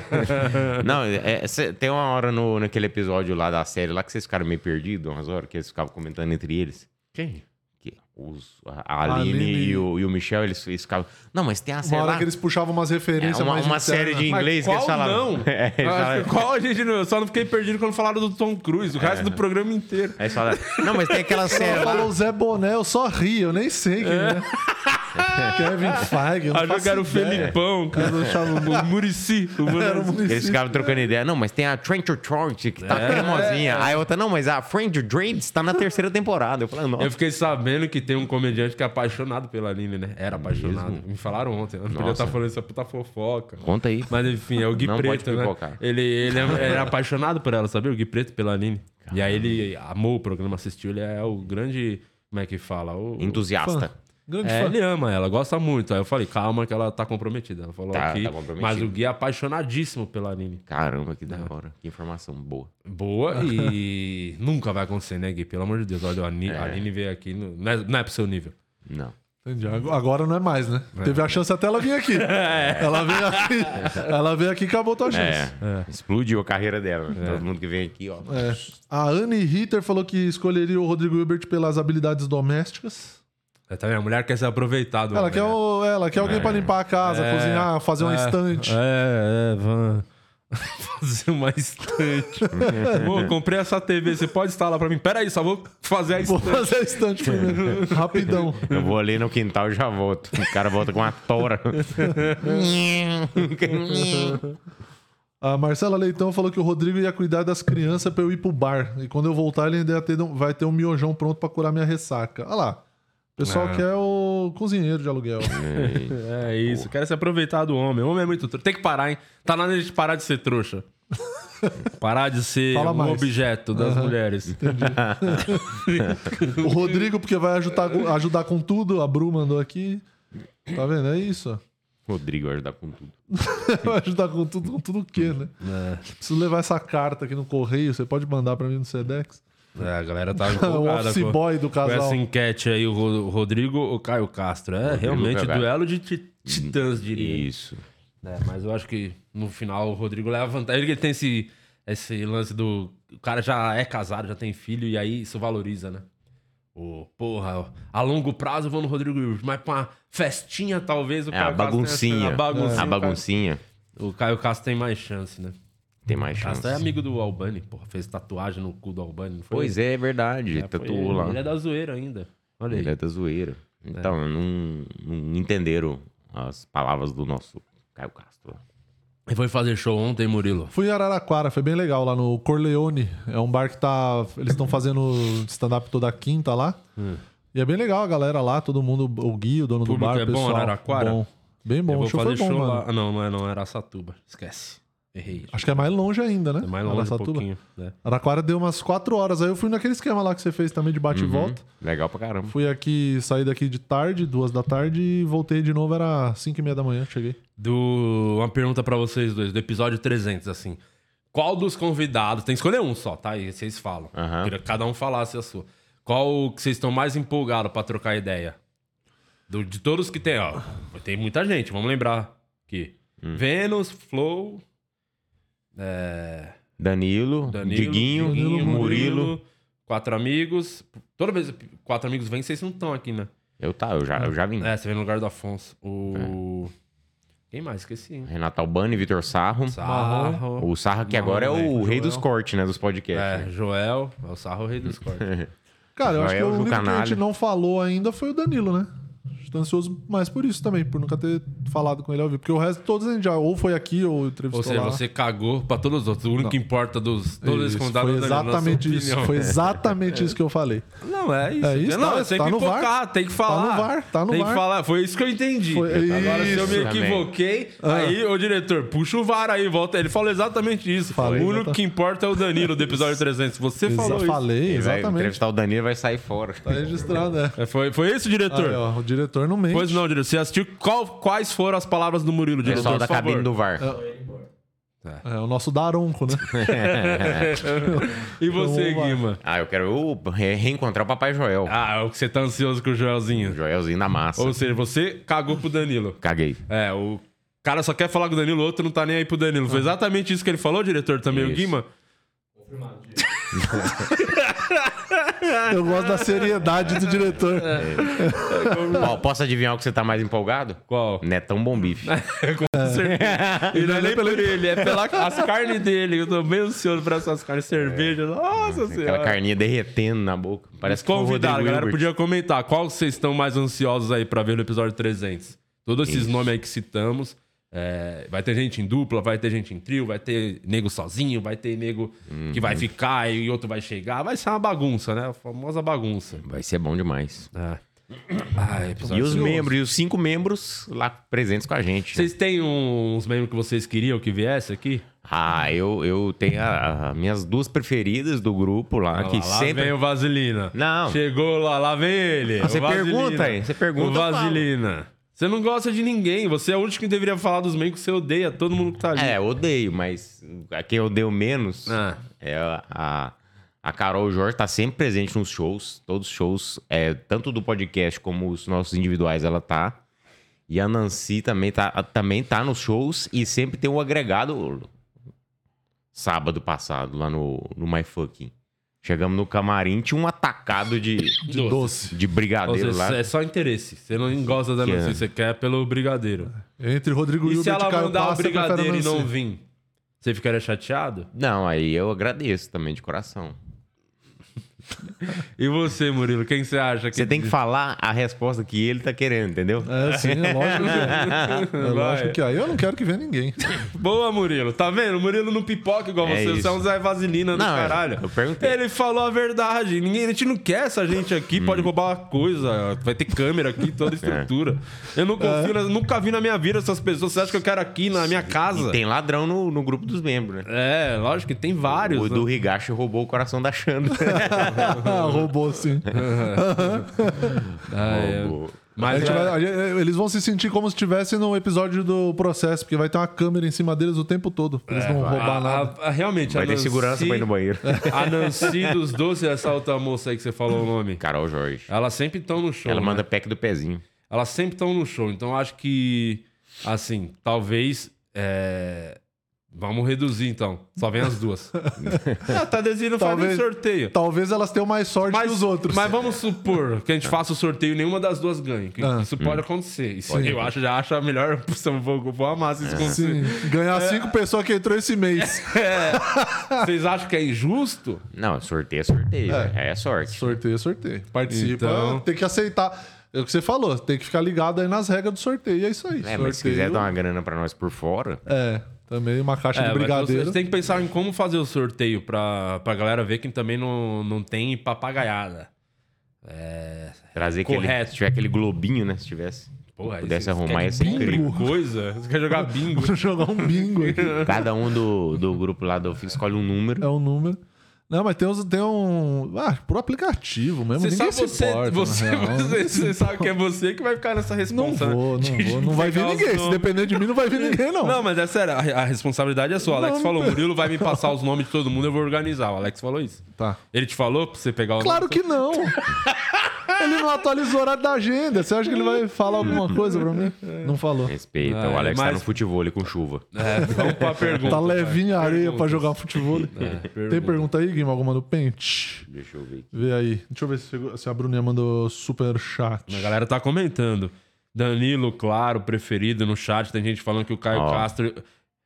Speaker 3: não, é- é- cê- tem uma hora no, naquele episódio lá da série lá que vocês ficaram meio perdidos, umas horas que eles ficavam comentando entre eles.
Speaker 2: Quem?
Speaker 3: Que os, a a Aline,
Speaker 1: Aline
Speaker 3: E, o, e o Michel, eles, eles ficavam. Não, mas tem a
Speaker 1: Uma
Speaker 3: série
Speaker 1: hora
Speaker 3: lá.
Speaker 1: que eles puxavam umas
Speaker 3: É,
Speaker 1: referências.
Speaker 3: uma,
Speaker 1: mais né?
Speaker 3: uma série
Speaker 1: internas.
Speaker 3: de inglês
Speaker 2: Mas
Speaker 3: que eles
Speaker 2: qual
Speaker 3: falaram.
Speaker 2: não?
Speaker 3: É, É. eles
Speaker 2: Ah,
Speaker 3: falaram-
Speaker 2: Qual a gente não... Eu só não fiquei perdido quando falaram do Tom Cruise. O resto do programa inteiro.
Speaker 3: Aí eles falaram, Não, mas tem aquela série
Speaker 1: Ela
Speaker 3: lá.
Speaker 1: falou Zé Boné, eu só ri, eu nem sei quem é.
Speaker 2: É.
Speaker 1: Kevin Feige, eu não
Speaker 2: Ah,
Speaker 1: faço
Speaker 2: jogaram o
Speaker 1: ideia.
Speaker 2: Felipão,
Speaker 3: É.
Speaker 2: cara.
Speaker 1: Eu não achava o
Speaker 2: O Murici.
Speaker 1: Era um município.
Speaker 3: Eles ficavam trocando ideia. Não, mas tem a Trencher Trort que tá cremosinha. Aí a outra, não, mas a Friend Drains tá na terceira temporada. Eu falei, nossa.
Speaker 2: Eu fiquei sabendo que tem um comediante que é apaixonado pela Aline, né? Era apaixonado. Me falaram ontem. Eu não podia
Speaker 3: Nossa.
Speaker 2: estar falando essa puta fofoca.
Speaker 3: Conta aí.
Speaker 2: Mas enfim, é o Gui
Speaker 3: Não
Speaker 2: Preto,
Speaker 3: pode
Speaker 2: né?
Speaker 3: pipocar.
Speaker 2: Ele, ele é- era apaixonado por ela, sabia? O Gui Preto pela Aline. E aí ele amou o programa, assistiu. Ele é o grande... Como é que fala? O,
Speaker 3: Entusiasta.
Speaker 1: Grande
Speaker 2: É,
Speaker 1: fã.
Speaker 2: ele ama ela, gosta muito. Aí eu falei, calma que ela tá comprometida. Ela falou
Speaker 3: Tá,
Speaker 2: aqui.
Speaker 3: tá comprometida.
Speaker 2: mas o Gui é apaixonadíssimo pela Aline.
Speaker 3: Caramba, que da hora. Que informação boa.
Speaker 2: Boa e nunca vai acontecer, né, Gui? Pelo amor de Deus. Olha, a
Speaker 1: É.
Speaker 2: Aline, a Aline veio aqui. no- Não é, não é pro seu nível.
Speaker 3: Não.
Speaker 1: Entendi. Ag- Agora não é mais, né? Teve a chance até ela vir aqui.
Speaker 2: É.
Speaker 1: Ela veio aqui, ela veio aqui e acabou tua chance.
Speaker 3: É. Explodiu a carreira dela. Todo mundo que vem aqui, ó.
Speaker 1: É. A Anne Ritter falou que escolheria o Rodrigo Hilbert pelas habilidades domésticas.
Speaker 2: É, tá vendo? A mulher quer ser aproveitada. né?
Speaker 1: Ela quer, o- ela quer alguém pra limpar a casa,
Speaker 2: É.
Speaker 1: cozinhar, fazer uma estante.
Speaker 2: É, é, van. Fazer uma estante. Pô, comprei essa TV, você pode instalar pra mim? Pera aí, só vou fazer a
Speaker 1: Vou
Speaker 2: estante.
Speaker 1: fazer a estante primeiro. Rapidão.
Speaker 3: Eu vou ali no quintal e já volto. O cara volta com uma tora.
Speaker 1: A Marcela Leitão falou que o Rodrigo ia cuidar das crianças pra eu ir pro bar. E quando eu voltar, ele ainda ia ter- vai ter um miojão pronto pra curar minha ressaca. Olha lá. O pessoal
Speaker 2: Ah.
Speaker 1: quer o cozinheiro de aluguel.
Speaker 2: É isso, quero se aproveitar do homem. O homem é muito trouxa. Tem que parar, hein? Tá na hora de parar de ser trouxa. Parar de ser
Speaker 1: Fala
Speaker 2: um
Speaker 1: mais.
Speaker 2: objeto das mulheres.
Speaker 1: o Rodrigo, porque vai ajudar, ajudar com tudo. A Bru mandou aqui. Tá vendo? É isso.
Speaker 3: Rodrigo vai ajudar com tudo.
Speaker 1: Vai ajudar com tudo, com tudo o quê, né?
Speaker 2: É.
Speaker 1: Preciso levar essa carta aqui no correio. Você pode mandar pra mim no Sedex?
Speaker 2: É, a galera tá
Speaker 1: o
Speaker 2: empolgada
Speaker 1: office
Speaker 2: com,
Speaker 1: boy do
Speaker 2: com
Speaker 1: casal.
Speaker 2: essa enquete aí, o Ro- o Rodrigo ou Caio Castro. É, realmente,
Speaker 3: Caio.
Speaker 2: duelo de ti- titãs, diria.
Speaker 3: Isso.
Speaker 2: É, mas eu acho que no final o Rodrigo leva vantagem. Ele tem esse, esse lance do. O cara já é casado, já tem filho, e aí isso valoriza, né? O, porra, ó, a longo prazo eu vou no Rodrigo Hilbert, mas pra uma festinha talvez o
Speaker 3: É a
Speaker 2: Caio Castro tem
Speaker 3: baguncinha.
Speaker 2: tá
Speaker 3: É,
Speaker 2: A baguncinha.
Speaker 3: A baguncinha.
Speaker 2: O Caio Castro tem mais chance, né?
Speaker 3: Tem mais
Speaker 2: O
Speaker 3: chance.
Speaker 2: Castro é amigo do Albani, porra. Fez tatuagem no cu do Albani, não foi?
Speaker 3: Pois é, é verdade.
Speaker 2: Foi
Speaker 3: Tatuou
Speaker 2: ele.
Speaker 3: lá.
Speaker 2: Ele é da zoeira ainda. Olha aí.
Speaker 3: Ele é da zoeira. Então, não, não entenderam as palavras do nosso Caio Castro.
Speaker 2: Ele foi fazer show ontem, Murilo.
Speaker 1: Fui em Araraquara, foi bem legal lá no Corleone. É um bar que tá. Eles estão fazendo stand-up toda quinta lá. E é bem legal a galera lá, todo mundo, o Gui, o dono do
Speaker 2: Hum. Público
Speaker 1: bar,
Speaker 2: é
Speaker 1: o
Speaker 2: bom,
Speaker 1: pessoal.
Speaker 2: Araraquara?
Speaker 1: Bom. Bem bom,
Speaker 2: eu
Speaker 1: o
Speaker 2: vou
Speaker 1: show
Speaker 2: fazer
Speaker 1: foi bom,
Speaker 2: show
Speaker 1: mano.
Speaker 2: lá. Ah, não, não é, não, era Satuba. Esquece. Errei.
Speaker 1: Acho que é mais longe ainda, né?
Speaker 2: É mais longe um
Speaker 1: Araçatuba.
Speaker 2: pouquinho. né?
Speaker 1: Araraquara deu umas 4 horas. Aí eu fui naquele esquema lá que você fez também de bate e
Speaker 2: Uhum.
Speaker 1: volta.
Speaker 3: Legal pra caramba.
Speaker 1: Fui aqui, saí daqui de tarde, duas da tarde, e voltei de novo, era 5 e meia da manhã, cheguei.
Speaker 2: Do... Uma pergunta pra vocês dois, do episódio 300, assim. Qual dos convidados... Tem que escolher um só, tá? E vocês falam.
Speaker 3: Aham.
Speaker 2: Queria que cada um falasse a sua. Qual que vocês estão mais empolgados pra trocar ideia? Do- De todos que tem, ó. Tem muita gente, vamos lembrar aqui. Vênus, Flow... É...
Speaker 3: Danilo,
Speaker 2: Danilo,
Speaker 3: Diguinho,
Speaker 2: Diguinho,
Speaker 3: Murilo.
Speaker 2: Quatro amigos. Toda vez que quatro amigos vem, vocês não estão aqui, né?
Speaker 3: Eu tá, eu já, eu já vim.
Speaker 2: É, você vem no lugar do Afonso. O. Quem mais? Esqueci. hein?
Speaker 3: Renato Albani, Vitor Sarro.
Speaker 2: Sarro.
Speaker 3: O Sarro que agora é o
Speaker 2: Marrom,
Speaker 3: rei
Speaker 1: Joel.
Speaker 3: dos cortes, né? Dos podcasts.
Speaker 2: É, Joel. É o Sarro, o rei dos cortes.
Speaker 1: Cara, eu acho que
Speaker 3: Joel,
Speaker 1: o único que a
Speaker 3: Jucanalha.
Speaker 1: gente não falou ainda foi o Danilo, né? Estou ansioso mais por isso também, por nunca ter falado com ele ao vivo. Porque o resto, todos a gente já ou foi aqui ou entrevistou
Speaker 2: Ou seja,
Speaker 1: lá.
Speaker 2: você cagou pra todos os outros. O único que importa dos todos esses
Speaker 1: Isso,
Speaker 2: convidados
Speaker 1: foi
Speaker 2: é a nossa
Speaker 1: exatamente isso.
Speaker 2: opinião.
Speaker 1: Foi exatamente isso que eu falei.
Speaker 2: Não, é isso.
Speaker 1: É isso,
Speaker 2: não,
Speaker 1: tá-
Speaker 2: você tem
Speaker 1: tá
Speaker 2: que
Speaker 1: no
Speaker 2: focar,
Speaker 1: VAR.
Speaker 2: tem que falar.
Speaker 1: Tá no VAR, tá no
Speaker 2: Tem que
Speaker 1: VAr.
Speaker 2: falar, foi isso que eu entendi.
Speaker 1: Foi- Ah.
Speaker 2: Agora, se eu me
Speaker 3: Isso, amém.
Speaker 2: equivoquei, aí, ô diretor, puxa o VAR aí, volta. Ele falou exatamente isso.
Speaker 1: Falei,
Speaker 2: o único
Speaker 1: exata-
Speaker 2: que importa é o Danilo do episódio 300. Você
Speaker 1: Exa-
Speaker 2: falou isso.
Speaker 1: falei,
Speaker 3: Ele vai
Speaker 1: exatamente.
Speaker 3: entrevistar o Danilo e vai sair fora.
Speaker 1: Tá registrado, é.
Speaker 2: É, Foi, foi isso, diretor?
Speaker 1: Aí, ó, o diretor não mente.
Speaker 2: pois não, diretor. Você assistiu qual- quais foram as palavras do Murilo, diretor?
Speaker 3: Pessoal da
Speaker 2: por favor.
Speaker 3: cabine do VAR.
Speaker 1: É o nosso Daronco, né?
Speaker 2: E você,
Speaker 1: Vamos lá.
Speaker 2: Guima?
Speaker 3: Ah, eu quero uh, re- reencontrar o Papai Joel.
Speaker 2: Ah, é o que você tá ansioso com o Joelzinho.
Speaker 3: Joelzinho na massa.
Speaker 2: Ou seja, você cagou pro Danilo.
Speaker 3: Caguei.
Speaker 2: É, o cara só quer falar com o Danilo, o outro não tá nem aí pro Danilo. Foi exatamente isso que ele falou, diretor, também, o
Speaker 3: Isso.
Speaker 2: Guima?
Speaker 1: Eu gosto da seriedade do diretor.
Speaker 2: É.
Speaker 3: Ó, posso adivinhar o que você tá mais empolgado?
Speaker 2: Qual?
Speaker 3: Netão Bom Bife.
Speaker 2: E não é nem por ele, é pelas carnes dele. Eu tô bem ansioso pra essas carnes, cerveja. Nossa
Speaker 3: É. Né, Aquela
Speaker 2: senhora.
Speaker 3: carninha derretendo na boca. Parece que
Speaker 2: Convidado, galera,
Speaker 3: Hilbert.
Speaker 2: podia comentar. Qual vocês estão mais ansiosos aí pra ver no episódio 300? Todos esses nomes aí que citamos. é, vai ter gente em dupla, vai ter gente em trio, vai ter nego sozinho, vai ter nego que vai
Speaker 3: Uhum.
Speaker 2: ficar e outro vai chegar. Vai ser uma bagunça, né? A famosa bagunça.
Speaker 3: Vai ser bom demais.
Speaker 2: É. Ah, episódio
Speaker 3: E os
Speaker 2: ansioso.
Speaker 3: membros, e os cinco membros lá presentes com a gente. né?
Speaker 2: Vocês têm uns membros que vocês queriam que viesse aqui?
Speaker 3: Ah, eu, eu tenho a- a- minhas duas preferidas do grupo lá,
Speaker 2: Ah,
Speaker 3: que
Speaker 2: lá, lá
Speaker 3: sempre.
Speaker 2: vem o Vaselina.
Speaker 3: Não.
Speaker 2: Chegou lá, lá vem ele.
Speaker 3: Ah, você
Speaker 2: o Vaselina.
Speaker 3: pergunta aí, você pergunta,
Speaker 2: O
Speaker 3: eu falo.
Speaker 2: Vaselina. Você não gosta de ninguém. Você é o único que deveria falar dos membros que você odeia. Todo mundo que tá ali.
Speaker 3: É, eu odeio, mas a quem eu odeio menos
Speaker 2: Ah.
Speaker 3: é a, a Carol Jorge, tá sempre presente nos shows, todos os shows, é, tanto do podcast como os nossos individuais, ela tá. E a Nancy também tá, também tá nos shows e sempre tem um agregado sábado passado lá no, no My Fucking. Chegamos no camarim, tinha um atacado de,
Speaker 2: De
Speaker 1: Doce.
Speaker 3: de
Speaker 2: Ou
Speaker 3: brigadeiro
Speaker 2: seja,
Speaker 3: lá.
Speaker 2: É só interesse. Você não gosta da
Speaker 3: Que
Speaker 2: Nancy,
Speaker 3: é.
Speaker 2: você quer pelo brigadeiro.
Speaker 1: Entre Rodrigo
Speaker 2: E
Speaker 1: Hilbert
Speaker 2: se ela
Speaker 1: Caio
Speaker 2: mandar o
Speaker 1: Passa, eu prefiro a
Speaker 2: brigadeiro e
Speaker 1: Nancy.
Speaker 2: não vir? Você ficaria chateado?
Speaker 3: Não, aí eu agradeço também de coração.
Speaker 2: E você, Murilo? Quem você acha que...
Speaker 3: Você tem que falar a resposta que ele tá querendo, entendeu?
Speaker 1: É, sim, é lógico que é.
Speaker 2: Vai.
Speaker 1: lógico que é. Eu não quero que venha ninguém.
Speaker 2: Boa, Murilo. Tá vendo? O Murilo não pipoca igual
Speaker 3: É
Speaker 2: você. Você
Speaker 3: isso.
Speaker 2: é um Zé Vaselina do
Speaker 3: Não, é,
Speaker 2: caralho.
Speaker 3: eu perguntei.
Speaker 2: Ele falou a verdade. Ninguém, a gente não quer essa gente aqui.
Speaker 3: Hum.
Speaker 2: Pode roubar uma coisa. Vai ter câmera aqui,
Speaker 3: É.
Speaker 2: toda a estrutura. Eu não confio. nas- nunca vi na minha vida essas pessoas. Você acha que eu quero aqui na minha casa?
Speaker 3: E tem ladrão no, no grupo dos membros, né?
Speaker 2: É, lógico que tem vários.
Speaker 3: o
Speaker 2: né?
Speaker 3: do Higashi roubou o coração da Xandra.
Speaker 1: Roubou, sim.
Speaker 2: Ah, é.
Speaker 3: Roubou.
Speaker 1: A
Speaker 2: Mas
Speaker 1: gente
Speaker 2: é,
Speaker 1: vai- a gente- eles vão se sentir como se estivesse no episódio do processo, porque vai ter uma câmera em cima deles o tempo todo. pra Eles não
Speaker 2: a-
Speaker 1: roubar nada.
Speaker 2: a- a- Ah, realmente,
Speaker 3: Vai
Speaker 2: a
Speaker 3: ter
Speaker 2: Nancy-
Speaker 3: segurança pra ir no banheiro.
Speaker 2: A Nancy dos Doces, essa outra moça aí que você falou o nome.
Speaker 3: Carol Jorge.
Speaker 2: Elas sempre estão no show.
Speaker 3: Ela
Speaker 2: né?
Speaker 3: manda pack do pezinho.
Speaker 2: elas sempre estão no show. Então acho que, assim, talvez. é, Vamos reduzir então. Só vem as duas. ah, tá decidindo fazer um
Speaker 1: Talvez-
Speaker 2: sorteio.
Speaker 1: Talvez elas tenham mais sorte que os outros.
Speaker 2: mas vamos supor que a gente faça o sorteio e nenhuma das duas ganhe. que
Speaker 1: Ah.
Speaker 2: Isso Hum. pode É. acontecer. Isso
Speaker 1: Pode.
Speaker 2: eu acho, já acho a melhor opção. Vou, vou amar se isso acontecer.
Speaker 1: Sim, ganhar
Speaker 2: É.
Speaker 1: cinco pessoas que entrou esse mês.
Speaker 2: Vocês acham que é injusto?
Speaker 3: Não, sorteio é sorteio.
Speaker 1: É.
Speaker 3: É, é sorte.
Speaker 1: Sorteio, é sorteio. Participa,
Speaker 2: Então-
Speaker 1: tem que aceitar. É o que você falou, tem que ficar ligado aí nas regras do sorteio. É isso aí.
Speaker 3: É, mas se
Speaker 1: Sorteio-
Speaker 3: quiser dar uma grana pra nós por fora,
Speaker 1: É, também uma caixa de
Speaker 2: mas
Speaker 1: brigadeiro.
Speaker 2: Vocês têm que pensar em como fazer o sorteio pra, pra galera ver que também não, não tem papagaiada.
Speaker 3: trazer aquele.
Speaker 2: Correto.
Speaker 3: Se tiver aquele globinho, né? Se tivesse.
Speaker 2: Porra, aí
Speaker 3: pudesse
Speaker 2: vocês
Speaker 3: arrumar
Speaker 2: querem
Speaker 3: esse
Speaker 2: bingo? coisa. Você quer jogar bingo?
Speaker 1: Vou jogar um bingo aqui.
Speaker 3: Cada um do, do grupo lá do escolhe um número.
Speaker 1: É um número. Não, mas tem, uns, tem um. Ah, pro aplicativo mesmo.
Speaker 2: Você
Speaker 1: ninguém
Speaker 2: sabe,
Speaker 1: se
Speaker 2: você,
Speaker 1: importa. na
Speaker 2: você,
Speaker 1: real.
Speaker 2: você- você sabe que é você que vai ficar nessa
Speaker 1: Não
Speaker 2: responsa. né?
Speaker 1: vou, não
Speaker 2: De-
Speaker 1: vou.
Speaker 2: de
Speaker 1: Não vai vir
Speaker 2: pegar os
Speaker 1: ninguém. Se
Speaker 2: nomes.
Speaker 1: depender de mim, não vai vir ninguém, não.
Speaker 2: Não, mas é sério, a, a responsabilidade é sua. O Alex
Speaker 1: Não,
Speaker 2: falou:
Speaker 1: não-
Speaker 2: Murilo vai me passar os nomes de todo mundo, eu vou organizar. O Alex falou isso.
Speaker 1: Tá.
Speaker 2: Ele te falou pra você pegar o
Speaker 1: Claro que não. Ele não atualizou o horário da agenda. Você acha que ele vai falar alguma coisa pra mim? Não falou.
Speaker 3: Respeita.
Speaker 2: Ah,
Speaker 3: o Alex tá
Speaker 2: mas-
Speaker 3: no futebol com chuva.
Speaker 2: É, vamos pra pergunta.
Speaker 1: Tá
Speaker 2: vai. É,
Speaker 1: levinha a areia pra
Speaker 2: Perguntas.
Speaker 1: jogar futebol. Tem pergunta aí, Guima? Alguma do pente?
Speaker 3: Deixa eu ver.
Speaker 1: Vê aí. Deixa eu ver se, chegou- se a Bruninha mandou super
Speaker 2: A
Speaker 1: chat.
Speaker 2: galera tá comentando. Danilo, claro, preferido no chat. Tem gente falando que o Caio
Speaker 3: Ó.
Speaker 2: Castro.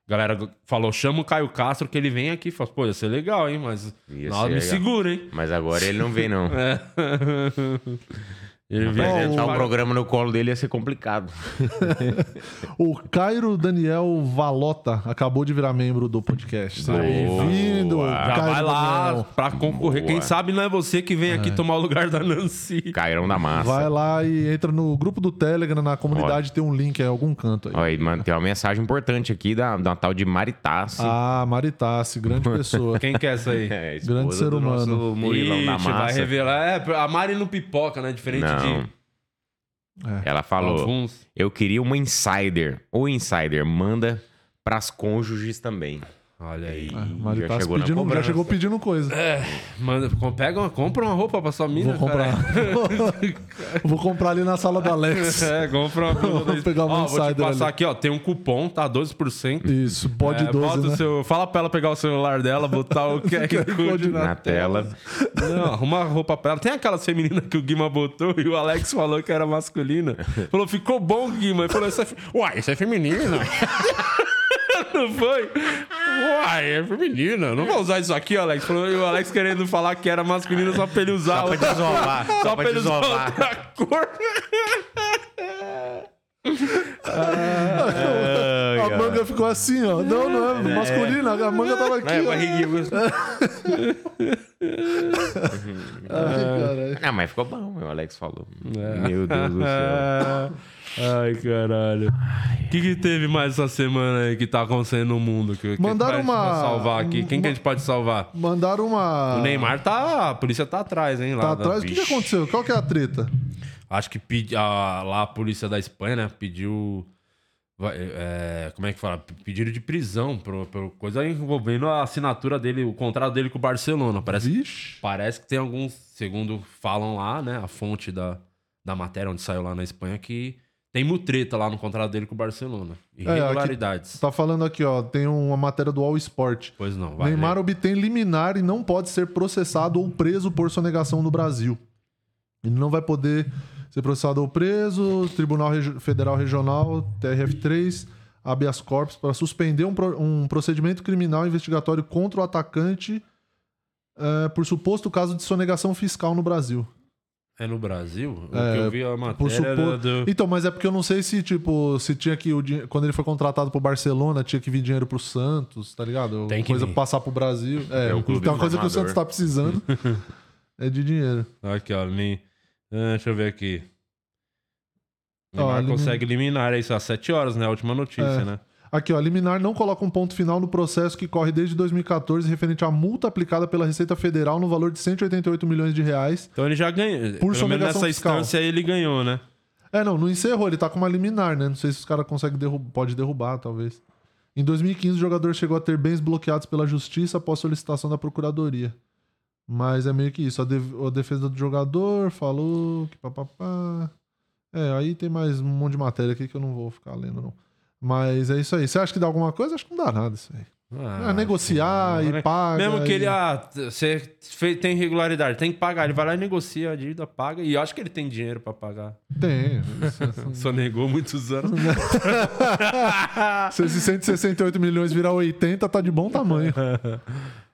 Speaker 2: Galera falou, chama o Caio Castro que ele vem aqui. Fala, pô, ia ser legal, hein? Mas
Speaker 3: Ia
Speaker 2: nada
Speaker 3: ser
Speaker 2: me
Speaker 3: legal.
Speaker 2: segura, hein?
Speaker 3: Mas agora ele não vem, não.
Speaker 2: É. Ele vem.
Speaker 3: Apresentar
Speaker 1: Bom,
Speaker 3: um
Speaker 1: o-
Speaker 3: programa no colo dele ia ser complicado.
Speaker 1: O Cairo Daniel Valota acabou de virar membro do podcast. Seja
Speaker 2: Boa.
Speaker 1: bem-vindo,
Speaker 2: Já vai lá
Speaker 1: Daniel.
Speaker 2: pra concorrer.
Speaker 3: Boa.
Speaker 2: Quem sabe não é você que vem aqui tomar o lugar da Nancy.
Speaker 3: Cairão da
Speaker 2: Tá
Speaker 3: massa.
Speaker 1: Vai lá e entra no grupo do Telegram, na comunidade, tem um link aí, algum canto aí.
Speaker 3: Ó, e, mano, tem uma mensagem importante aqui da, da tal de Maritassi.
Speaker 1: Ah, Maritassi, grande pessoa.
Speaker 2: Quem que é essa aí?
Speaker 3: É, esposa
Speaker 1: Grande ser
Speaker 3: do nosso
Speaker 1: humano.
Speaker 3: Murilão da
Speaker 2: Ixi, vai
Speaker 3: massa.
Speaker 2: revelar. É, a Mari não pipoca, né? Diferente
Speaker 3: Não.
Speaker 2: de
Speaker 3: Ela falou:
Speaker 2: alguns.
Speaker 3: Eu queria uma insider. Ou insider, manda pras cônjuges também.
Speaker 2: Olha aí.
Speaker 1: É, Maritassi
Speaker 3: chegou na
Speaker 1: pedindo, já
Speaker 3: cobrança.
Speaker 1: chegou pedindo coisa.
Speaker 2: Manda, com- pega uma, compra uma roupa pra sua mina.
Speaker 1: Vou comprar.
Speaker 2: cara.
Speaker 1: Vou comprar ali na sala do Alex.
Speaker 2: É, compra uma blusa.
Speaker 1: Vou pegar uma
Speaker 2: ó, vou te
Speaker 1: insider
Speaker 2: passar
Speaker 1: ali.
Speaker 2: aqui, ó. Tem um cupom, tá? 12%.
Speaker 1: Isso, pode
Speaker 2: É,
Speaker 1: 12,
Speaker 2: bota
Speaker 1: né?
Speaker 2: o seu, fala pra ela pegar o celular dela, botar o QR Code na,
Speaker 3: Na tela.
Speaker 2: Não, arruma a roupa pra ela. Tem aquelas femininas que o Guima botou e o Alex falou que era masculina. Falou, ficou bom, Guima. Ele falou, isso é fe... Uai, isso é feminina. não foi? Uai, é feminina. Não vou usar isso aqui, Alex. Falou, e o Alex querendo falar que era masculina só pra ele usar
Speaker 3: Só pra
Speaker 2: outra-
Speaker 3: desovar. Só,
Speaker 2: só
Speaker 3: pra desovar.
Speaker 2: outra cor.
Speaker 1: A manga ficou assim, ó. Não, não é, masculina, a manga
Speaker 2: é
Speaker 1: tava
Speaker 3: É,
Speaker 1: aqui. ó. É, Ai,
Speaker 2: É.
Speaker 1: caralho.
Speaker 3: Ah, mas ficou bom, o Alex falou. Meu Deus do céu.
Speaker 2: É. Ai, caralho. O que, que teve mais essa semana aí que tá acontecendo no mundo? Que, que
Speaker 1: Mandaram
Speaker 2: a gente pode
Speaker 1: uma-
Speaker 2: salvar aqui. Quem que a gente pode salvar?
Speaker 1: Mandaram uma.
Speaker 2: O Neymar tá. A polícia tá atrás, hein? Lá
Speaker 1: Ah. Tá
Speaker 2: da-
Speaker 1: atrás. O que, que
Speaker 2: Vixe.
Speaker 1: aconteceu? Qual que é a treta?
Speaker 2: Acho que pedi, a, lá a polícia da Espanha, né? Pediu. vai- é, como é que fala? P- Pediram de prisão por, por coisa envolvendo a assinatura dele, o contrato dele com o Barcelona. Parece,
Speaker 1: Vixe.
Speaker 2: parece que tem alguns, segundo falam lá, né? A fonte da, da matéria onde saiu lá na Espanha, que tem mutreta lá no contrato dele com o Barcelona.
Speaker 1: É,
Speaker 2: Irregularidades.
Speaker 1: Tá falando aqui, ó. Tem uma matéria do All Sport.
Speaker 2: Pois não, vai.
Speaker 1: Neymar
Speaker 2: né?
Speaker 1: obtém liminar e não pode ser processado ou preso por sonegação no Brasil. Ele não vai poder ser processado ou preso. Tribunal Regi- Federal Regional, TRF3, habeas corpus, para suspender um, pro- um procedimento criminal investigatório contra o atacante eh, por suposto caso de sonegação fiscal no Brasil.
Speaker 2: É no Brasil? O
Speaker 1: É,
Speaker 2: que eu vi a matéria
Speaker 1: Por supor...
Speaker 2: era do...
Speaker 1: Então, mas é porque eu não sei se, tipo, se tinha que. O dinhe- Quando ele foi contratado pro Barcelona, tinha que vir dinheiro pro Santos, tá ligado?
Speaker 2: Tem que
Speaker 1: coisa
Speaker 2: vir.
Speaker 1: pra passar pro Brasil. É,
Speaker 3: É o clube
Speaker 1: tem uma coisa que o Santos
Speaker 3: formador.
Speaker 1: tá precisando. é de dinheiro.
Speaker 2: Aqui, ó. Lin... Ah, deixa eu ver aqui.
Speaker 1: Ó,
Speaker 2: Neymar
Speaker 1: elimina-
Speaker 2: consegue eliminar é isso às 7 horas, né? A última notícia,
Speaker 1: É.
Speaker 2: né?
Speaker 1: Aqui, ó. Liminar não coloca um ponto final no processo que corre desde 2014 referente à multa aplicada pela Receita Federal no valor de 188 milhões de reais.
Speaker 2: Então ele já ganhou.
Speaker 1: Por
Speaker 2: Pelo menos
Speaker 1: sonegação
Speaker 2: nessa
Speaker 1: fiscal.
Speaker 2: instância aí ele ganhou, né?
Speaker 1: É, não, não encerrou, ele tá com uma liminar, né? Não sei se os caras conseguem derrubar, pode derrubar, talvez. Em 2015, o jogador chegou a ter bens bloqueados pela justiça após solicitação da procuradoria. Mas é meio que isso. A, def- a defesa do jogador falou que papapá. É, aí tem mais um monte de matéria aqui que eu não vou ficar lendo, não. Mas é isso aí. Você acha que dá alguma coisa? Acho que não dá nada isso aí.
Speaker 2: Ah,
Speaker 1: é negociar
Speaker 2: sim. né?
Speaker 1: e paga.
Speaker 2: Mesmo que
Speaker 1: e-
Speaker 2: ele. Ah, você fez- tem irregularidade, tem que pagar. Ele vai lá e negocia a dívida, paga. E eu acho que ele tem dinheiro pra pagar.
Speaker 1: Tem. Isso-
Speaker 2: Só negou muitos anos.
Speaker 1: Se esses 168 milhões virar 80, tá de bom tamanho.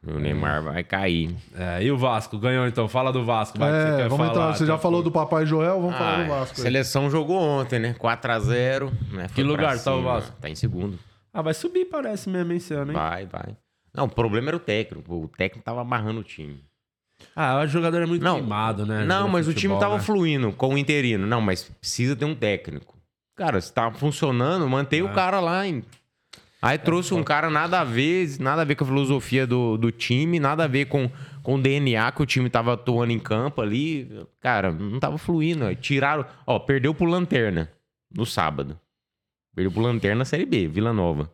Speaker 3: O Neymar vai cair.
Speaker 2: É, e o Vasco? Ganhou então. Fala do Vasco. Vai, que você
Speaker 1: É,
Speaker 2: quer
Speaker 1: vamos
Speaker 2: falar, tá
Speaker 1: entrar. Você já
Speaker 2: Até
Speaker 1: falou
Speaker 2: por-
Speaker 1: do Papai Joel, vamos falar
Speaker 3: Ah,
Speaker 2: é.
Speaker 1: do Vasco. aí.
Speaker 3: Seleção jogou ontem, né? 4x0. Né? Foi
Speaker 2: Que lugar
Speaker 3: pra
Speaker 2: tá o
Speaker 3: cima.
Speaker 2: Vasco?
Speaker 3: Tá em segundo.
Speaker 2: Ah, vai subir, parece mesmo, hein, esse ano, hein?
Speaker 3: Vai, vai. Não, o problema era o técnico. O técnico tava amarrando o time.
Speaker 2: Ah, o jogador é muito
Speaker 3: Não.
Speaker 2: queimado, né?
Speaker 3: Não,
Speaker 2: Jogador
Speaker 3: mas
Speaker 2: de
Speaker 3: o time
Speaker 2: futebol,
Speaker 3: tava
Speaker 2: né?
Speaker 3: fluindo com o interino. Não, mas precisa ter um técnico. Cara, se tá funcionando, mantém
Speaker 2: É.
Speaker 3: o cara lá. Hein? Aí trouxe um cara nada a ver, nada a ver com a filosofia do, do time, nada a ver com, com o DNA que o time tava atuando em campo ali. Cara, não tava fluindo. Aí Tiraram. Ó, perdeu pro Lanterna no sábado. Perdeu pro Lanterna Série B, Vila Nova.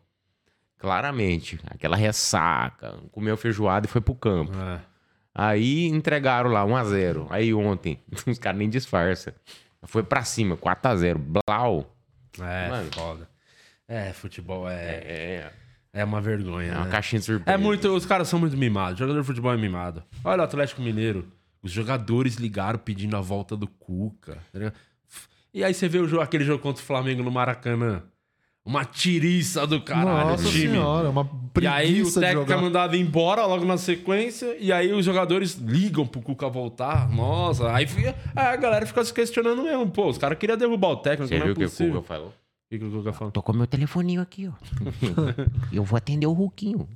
Speaker 3: Claramente. Aquela ressaca. Comeu feijoada e foi pro campo.
Speaker 2: É.
Speaker 3: Aí entregaram lá 1x0. Aí ontem, os caras nem disfarçam. Foi pra cima, 4x0. Blau.
Speaker 2: É,
Speaker 3: Mano.
Speaker 2: foda. É, futebol é,
Speaker 3: É,
Speaker 2: é uma vergonha.
Speaker 3: é uma
Speaker 2: né?
Speaker 3: caixinha de surpresa.
Speaker 2: É muito. Os caras são muito mimados. Jogador de futebol é mimado. Olha o Atlético Mineiro. Os jogadores ligaram pedindo a volta do Cuca. tá ligado? F- E aí você vê o jogo, aquele jogo contra o Flamengo no Maracanã. Uma tiriça do caralho,
Speaker 1: Nossa
Speaker 2: o time.
Speaker 1: senhora, é uma
Speaker 2: E
Speaker 1: preguiça
Speaker 2: aí o
Speaker 1: de
Speaker 2: técnico é
Speaker 1: jogar.
Speaker 2: mandado embora logo na sequência, e aí os jogadores ligam pro Cuca voltar. Nossa, aí, fica- aí a galera fica se questionando mesmo. Pô, os caras queriam derrubar o técnico,
Speaker 3: Você
Speaker 2: não
Speaker 3: viu
Speaker 2: é
Speaker 3: o que o
Speaker 2: possível.
Speaker 3: Google falou?
Speaker 2: O que, que o Cuca falou?
Speaker 4: Tô com meu telefoninho aqui, ó. Eu vou atender o Ruquinho.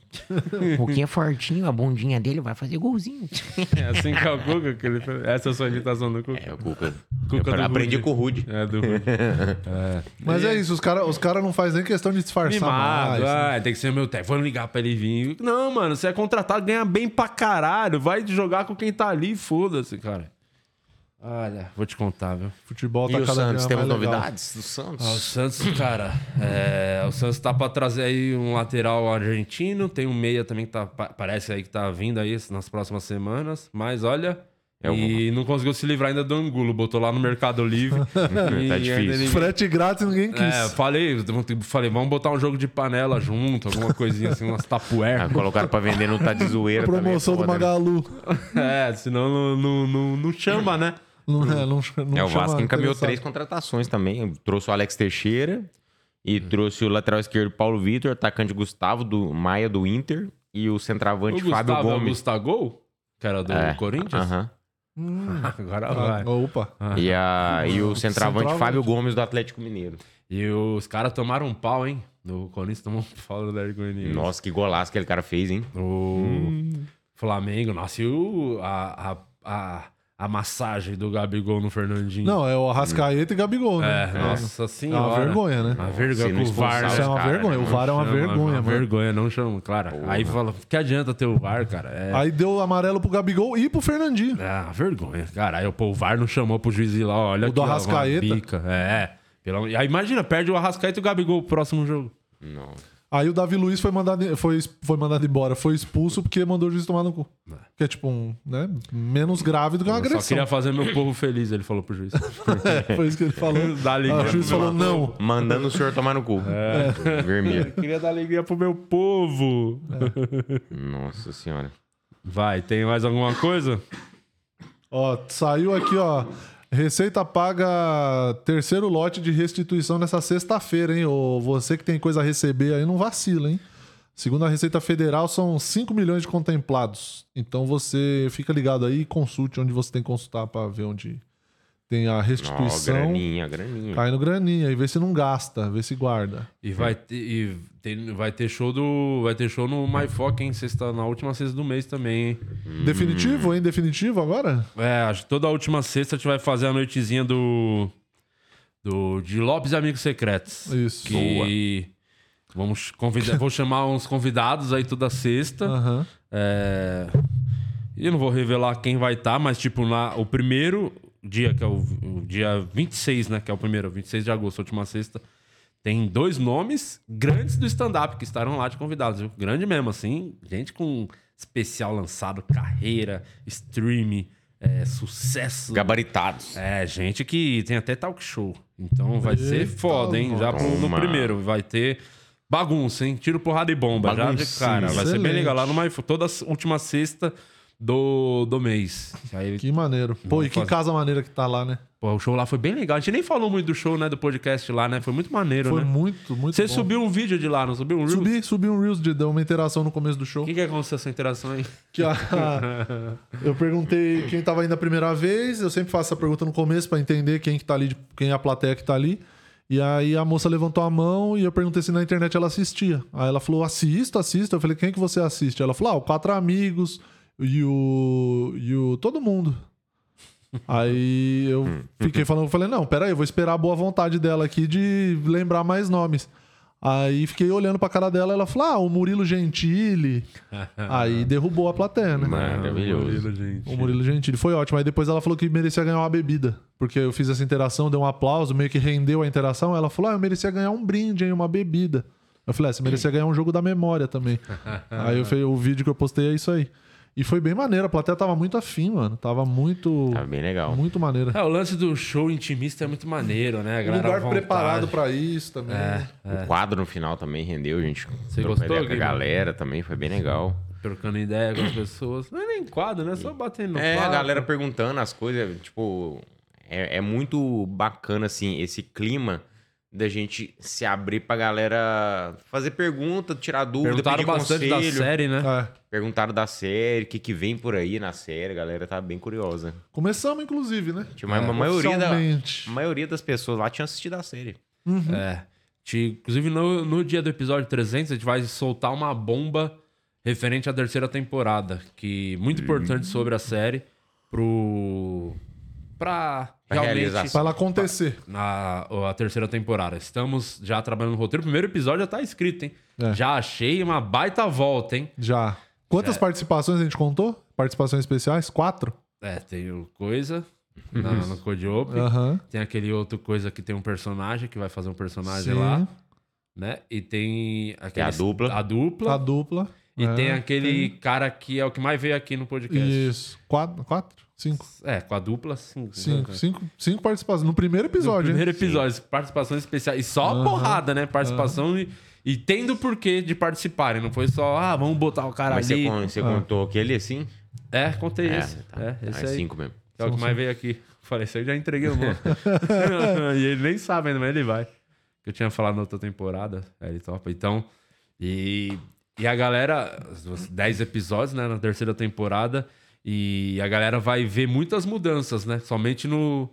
Speaker 4: O Ruquinho é fortinho, a bundinha dele vai fazer golzinho.
Speaker 2: É assim que é o Cuca que ele fez. Essa é a sua imitação do Cuca.
Speaker 3: É, o Cuca.
Speaker 2: Cuca do
Speaker 3: Eu aprendi
Speaker 2: Rude.
Speaker 3: com o Rude.
Speaker 2: É, do Rude.
Speaker 1: Mas é isso, os caras os cara não fazem nem questão de disfarçar
Speaker 2: Mimado,
Speaker 1: mais. né?
Speaker 2: ah, tem que ser meu técnico. Vamos ligar pra ele vir. Não, mano, você é contratado, ganha bem pra caralho. Vai jogar com quem tá ali, foda-se, cara. Olha, vou te contar, viu?
Speaker 1: Futebol
Speaker 3: E
Speaker 1: tá
Speaker 3: o
Speaker 1: cada
Speaker 3: Santos,
Speaker 1: vez
Speaker 3: temos
Speaker 1: mais legal.
Speaker 3: novidades do
Speaker 2: Ah, o
Speaker 3: Santos?
Speaker 2: Santos, cara, é, o Santos tá pra trazer aí um lateral argentino, tem um meia também que tá, pa- parece aí que tá vindo aí nas próximas semanas, mas olha,
Speaker 3: É o-
Speaker 2: e não conseguiu se livrar ainda do Angulo, botou lá no Mercado Livre. e
Speaker 3: Tá
Speaker 2: ainda
Speaker 3: difícil.
Speaker 2: ele-
Speaker 1: Frete grátis ninguém quis.
Speaker 2: É, eu falei, eu falei, vamos botar um jogo de panela junto, alguma coisinha assim, umas tapuer.
Speaker 3: Ah, colocaram pra vender no Tá de Zoeira. também,
Speaker 1: Promoção do
Speaker 3: foda, né?
Speaker 1: Magalu.
Speaker 2: É, senão não, não, não, não chama, né?
Speaker 1: Não, é, não, ch- não
Speaker 3: É, o
Speaker 1: chama
Speaker 3: Vasco encaminhou
Speaker 1: interessado.
Speaker 3: três contratações também. Trouxe o Alex Teixeira e
Speaker 2: Hum.
Speaker 3: trouxe o lateral esquerdo Paulo Vitor, atacante Gustavo do Maia do Inter e o
Speaker 2: O
Speaker 3: centroavante Fábio
Speaker 2: Gustavo é o
Speaker 3: Gomes.
Speaker 2: Gustagol, que era do
Speaker 3: É,
Speaker 2: Corinthians.
Speaker 3: aham.
Speaker 1: Hum,
Speaker 2: Agora vai.
Speaker 1: ah, opa.
Speaker 3: E, a, e o centroavante
Speaker 1: Centroavante.
Speaker 3: Fábio Gomes do Atlético Mineiro.
Speaker 2: E os caras tomaram um pau, hein? O Corinthians tomou um pau do Larry Goianiense.
Speaker 3: Nossa, Hum. que golaço que aquele cara fez, hein?
Speaker 2: O Hum. Flamengo. Nossa, e o, a, a, a, a massagem do Gabigol no Fernandinho.
Speaker 1: Não, é o Arrascaeta e Gabigol, né?
Speaker 2: É, nossa
Speaker 1: É
Speaker 2: senhora.
Speaker 1: uma vergonha, né?
Speaker 2: Uma
Speaker 3: Se
Speaker 2: vergonha
Speaker 3: não
Speaker 2: com o VAR.
Speaker 3: expulsar
Speaker 1: Isso é uma
Speaker 3: Cara, né?
Speaker 1: vergonha. O
Speaker 2: Não
Speaker 1: VAR é uma
Speaker 2: chama,
Speaker 1: vergonha,
Speaker 2: Uma
Speaker 1: mano.
Speaker 2: vergonha, não chama, claro. Aí fala, que adianta ter o VAR, cara? É,
Speaker 1: Aí deu amarelo pro Gabigol e pro Fernandinho.
Speaker 2: é uma vergonha. Cara, aí pô, o VAR não chamou pro juiz ir lá, ó, olha
Speaker 1: O do
Speaker 2: aqui, ó, uma
Speaker 1: Arrascaeta.
Speaker 2: bica. É, pelo... aí imagina, perde o Arrascaeta e o Gabigol pro próximo jogo.
Speaker 3: Não.
Speaker 1: Aí o Davi Luiz foi mandado, foi, ex- foi mandado embora, foi expulso porque mandou o juiz tomar no cu. Que é tipo um, né? Menos grave do que uma
Speaker 2: Eu só
Speaker 1: agressão.
Speaker 2: queria fazer meu povo feliz, ele falou pro juiz.
Speaker 1: É, foi isso que ele falou.
Speaker 2: Dá alegria.
Speaker 1: Ah, o juiz falou não.
Speaker 3: Mandando o senhor tomar no cu. Vermelho.
Speaker 2: Queria dar alegria pro meu povo.
Speaker 1: É.
Speaker 3: Nossa senhora.
Speaker 2: Vai, tem mais alguma coisa?
Speaker 1: Ó, saiu aqui, ó. Receita paga terceiro lote de restituição nessa sexta-feira, hein? Ô, você que tem coisa a receber aí, não vacila, hein? Segundo a Receita Federal, são 5 milhões de contemplados. Então você fica ligado aí e consulte onde você tem que consultar pra ver onde tem a
Speaker 3: Ó,
Speaker 1: restituição.
Speaker 3: graninha, graninha.
Speaker 1: Cai no graninha e vê se não gasta, vê se guarda.
Speaker 2: E vai ter, e tem- vai ter show do. Vai ter show no MyFoc, hein? Sexta, na última sexta do mês também, hein?
Speaker 1: Definitivo, hein? Definitivo agora?
Speaker 2: É, acho que toda última sexta a gente vai fazer a noitezinha do. do de Lopes e Amigos Secretos.
Speaker 1: Isso.
Speaker 2: Que. Vamos convidar. vou chamar uns convidados aí toda sexta.
Speaker 1: Aham.
Speaker 2: É... E eu não vou revelar quem vai estar, mas tipo, na... o primeiro dia, que é o... o dia 26, né? Que é o primeiro, 26 de agosto, última sexta. Tem dois nomes grandes do stand-up que estarão lá de convidados. Viu? Grande mesmo, assim. Gente com especial lançado, carreira, stream, é, sucesso.
Speaker 3: Gabaritados.
Speaker 2: É, gente que tem até talk show. Então vai ser
Speaker 1: Eita,
Speaker 2: foda, hein? Já pro- no
Speaker 3: Toma.
Speaker 2: primeiro. Vai ter bagunça, hein? Tiro, porrada e bomba. Já de
Speaker 3: Baguncinha.
Speaker 2: cara. Vai ser bem
Speaker 1: Excelente.
Speaker 2: legal. Lá no MyFood. Toda s- última sexta do, do mês. Aí,
Speaker 1: Que maneiro. Pô,
Speaker 2: Vamos
Speaker 1: e que
Speaker 2: fazer.
Speaker 1: casa maneira que tá lá, né?
Speaker 2: pô, o show lá foi bem legal. A gente nem falou muito do show, né? Do podcast lá, né? Foi muito maneiro,
Speaker 1: Foi
Speaker 2: né?
Speaker 1: muito, muito
Speaker 2: Você
Speaker 1: bom.
Speaker 2: subiu um vídeo de lá, não subiu um reel?
Speaker 1: Subi, subi um Reels de deu uma interação no começo do show.
Speaker 2: O que, que aconteceu essa interação aí?
Speaker 1: Que a- eu perguntei quem tava indo a primeira vez, eu sempre faço essa pergunta no começo pra entender quem que tá ali, de- quem é a plateia que tá ali. E aí a moça levantou a mão e eu perguntei se na internet ela assistia. Aí ela falou: "Assisto, assisto". Eu falei: "Quem que você assiste?". Ela falou: "Ah, o Quatro Amigos e o e o todo mundo". Aí eu fiquei falando, eu falei, não, peraí, eu vou esperar a boa vontade dela aqui de lembrar mais nomes. Aí fiquei olhando pra cara dela, ela falou, ah, o Murilo Gentili. Aí derrubou a plateia, né?
Speaker 3: é Maravilhoso.
Speaker 1: O Murilo Gentili foi ótimo. Aí depois ela falou que merecia ganhar uma bebida. Porque eu fiz essa interação, deu um aplauso, meio que rendeu a interação. Ela falou: Ah, eu merecia ganhar um brinde, hein, uma bebida. Eu falei: ah, você merecia ganhar um jogo da memória também. aí eu falei, o vídeo que eu postei é isso aí. E foi bem maneiro, a plateia tava muito afim, mano. Tava muito.
Speaker 3: Tá bem legal.
Speaker 1: Muito maneira.
Speaker 2: É, o lance do show intimista é muito maneiro, né? A galera à
Speaker 1: Um Lugar
Speaker 2: vontade.
Speaker 1: preparado pra isso também.
Speaker 3: É.
Speaker 1: né?
Speaker 3: O quadro no final também rendeu, gente. Você
Speaker 2: gostou,
Speaker 3: com a
Speaker 2: Guilherme?
Speaker 3: galera também, foi bem legal.
Speaker 2: Trocando ideia com as pessoas. Não é nem quadro, né? Só batendo no
Speaker 3: É, a
Speaker 2: quadro.
Speaker 3: galera perguntando as coisas, tipo, É, é muito bacana, assim, esse clima da gente se abrir pra galera fazer pergunta, tirar dúvida,
Speaker 2: Perguntaram
Speaker 3: pedir
Speaker 2: bastante
Speaker 3: conselho.
Speaker 2: da série, né?
Speaker 1: É.
Speaker 3: Perguntaram da série, o que, que vem por aí na série. A galera tá bem curiosa.
Speaker 1: Começamos, inclusive, né?
Speaker 3: Tinha uma-
Speaker 2: É,
Speaker 3: uma maioria da-
Speaker 1: oficialmente.
Speaker 3: A maioria das pessoas lá tinha assistido a série.
Speaker 2: É. Te- Inclusive, no, no dia do episódio 300, a gente vai soltar uma bomba referente à terceira temporada, que muito importante sobre a série, pro... pra
Speaker 3: Pra realizar.
Speaker 2: realmente...
Speaker 1: Pra ela acontecer.
Speaker 2: Na, a terceira temporada. Estamos já trabalhando no roteiro. O primeiro episódio já tá escrito, hein?
Speaker 1: É.
Speaker 2: Já achei uma baita volta, hein?
Speaker 1: Já.
Speaker 3: É.
Speaker 1: Quantas participações a gente contou? Participações especiais? Quatro?
Speaker 2: É, tem o Coisa na, no Code Open.
Speaker 1: Aham.
Speaker 2: Tem aquele outro Coisa que tem um personagem, que vai fazer um personagem
Speaker 1: Sim.
Speaker 2: lá. Né? E tem... Aquele,
Speaker 3: dupla.
Speaker 2: A dupla.
Speaker 1: A dupla.
Speaker 2: E
Speaker 1: É,
Speaker 2: tem aquele cara que é o que é mais veio aqui no podcast.
Speaker 1: Isso. Quatro? quatro? Cinco.
Speaker 2: É, com a dupla, cinco.
Speaker 1: Cinco,
Speaker 2: né?
Speaker 1: cinco, cinco participações. No primeiro
Speaker 2: No
Speaker 1: episódio,
Speaker 2: primeiro
Speaker 1: hein?
Speaker 2: episódio, participações especiais. E só a porrada, né? Participação e, e tendo porquê de participarem. Não foi só, ah, vamos botar o cara
Speaker 3: Mas você,
Speaker 2: ali.
Speaker 3: con- você contou aquele assim?
Speaker 2: É, contei esse.
Speaker 3: tá.
Speaker 2: É,
Speaker 3: Tá,
Speaker 2: esse
Speaker 3: é
Speaker 2: aí.
Speaker 3: cinco mesmo.
Speaker 2: Que é o que mais veio aqui. Falei, isso eu já entreguei o nome. e ele nem sabe ainda, mas ele vai. Que eu tinha falado na outra temporada. Aí ele topa. Então, e, e a galera, os 10 episódios, né, na terceira temporada. E a galera vai ver muitas mudanças, né? Somente no.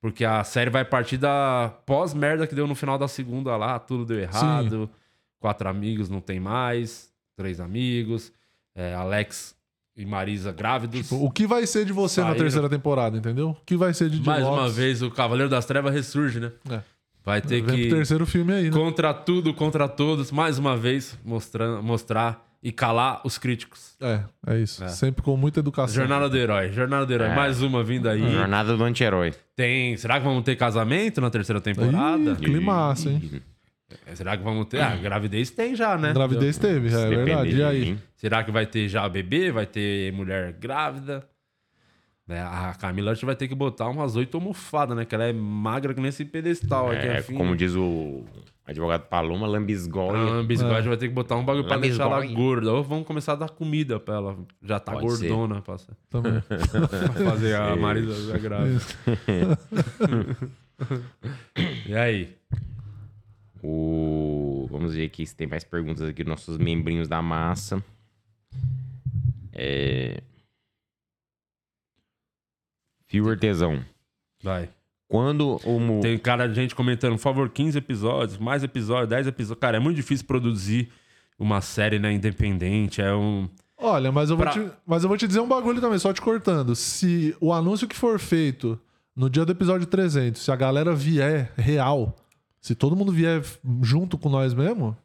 Speaker 2: Porque a série vai partir da pós-merda que deu no final da segunda lá. Tudo deu errado. Quatro amigos não tem mais. Três amigos. é, Alex e Marisa grávidos.
Speaker 1: Tipo, O que vai ser de você na
Speaker 2: Saíram.
Speaker 1: terceira temporada, entendeu? O que vai ser de
Speaker 2: Mais
Speaker 1: Lopes?
Speaker 2: uma vez, o Cavaleiro das Trevas ressurge, né?
Speaker 1: É.
Speaker 2: Vai ter
Speaker 1: Vem pro
Speaker 2: que.
Speaker 1: terceiro filme aí, né?
Speaker 2: Contra tudo, contra todos, mais uma vez, mostrando, mostrar e calar os críticos.
Speaker 1: É, é isso. Sempre com muita educação.
Speaker 2: Jornada do Herói, Jornada do Herói,
Speaker 3: É.
Speaker 2: mais uma vinda aí.
Speaker 3: Jornada do anti-herói.
Speaker 2: Tem. Será que vamos ter casamento na terceira temporada?
Speaker 1: Ih, climaço, hein?
Speaker 2: Será que vamos ter. Ah, gravidez tem já, né?
Speaker 1: Gravidez teve, é
Speaker 3: Depender
Speaker 1: verdade.
Speaker 3: de
Speaker 1: E aí?
Speaker 3: mim.
Speaker 2: Será que vai ter já bebê? Vai ter mulher grávida? Né, A Camila a gente vai ter que botar umas oito almofadas, né? Que ela é magra que nem esse pedestal aqui.
Speaker 3: É,
Speaker 2: fina.
Speaker 3: como diz o advogado Paloma,
Speaker 2: A
Speaker 3: lambisgoia.
Speaker 1: é.
Speaker 2: lambisgoia Ah, vai ter que botar um bagulho
Speaker 3: É
Speaker 2: pra deixar ela
Speaker 3: Lambisgoia.
Speaker 2: gorda. Ou vamos começar a dar comida pra ela. Já tá
Speaker 3: Pode ser. É.
Speaker 2: gordona. Passa,
Speaker 1: Também.
Speaker 2: pra fazer a Marisa ficar grávida. e aí?
Speaker 3: O... Vamos ver aqui se tem mais perguntas aqui dos nossos membrinhos da massa. É... Fio Artesão.
Speaker 2: Vai.
Speaker 3: Quando o... mu-
Speaker 2: Tem cara de gente comentando, por favor, 15 episódios, mais episódios, 10 episódios. Cara, é muito difícil produzir uma série né, independente. É um.
Speaker 1: Olha, mas eu, vou
Speaker 2: Pra-
Speaker 1: te, mas eu vou te dizer um bagulho também, só te cortando. Se o anúncio que for feito no dia do episódio 300, se a galera vier real, se todo mundo vier junto com nós mesmo,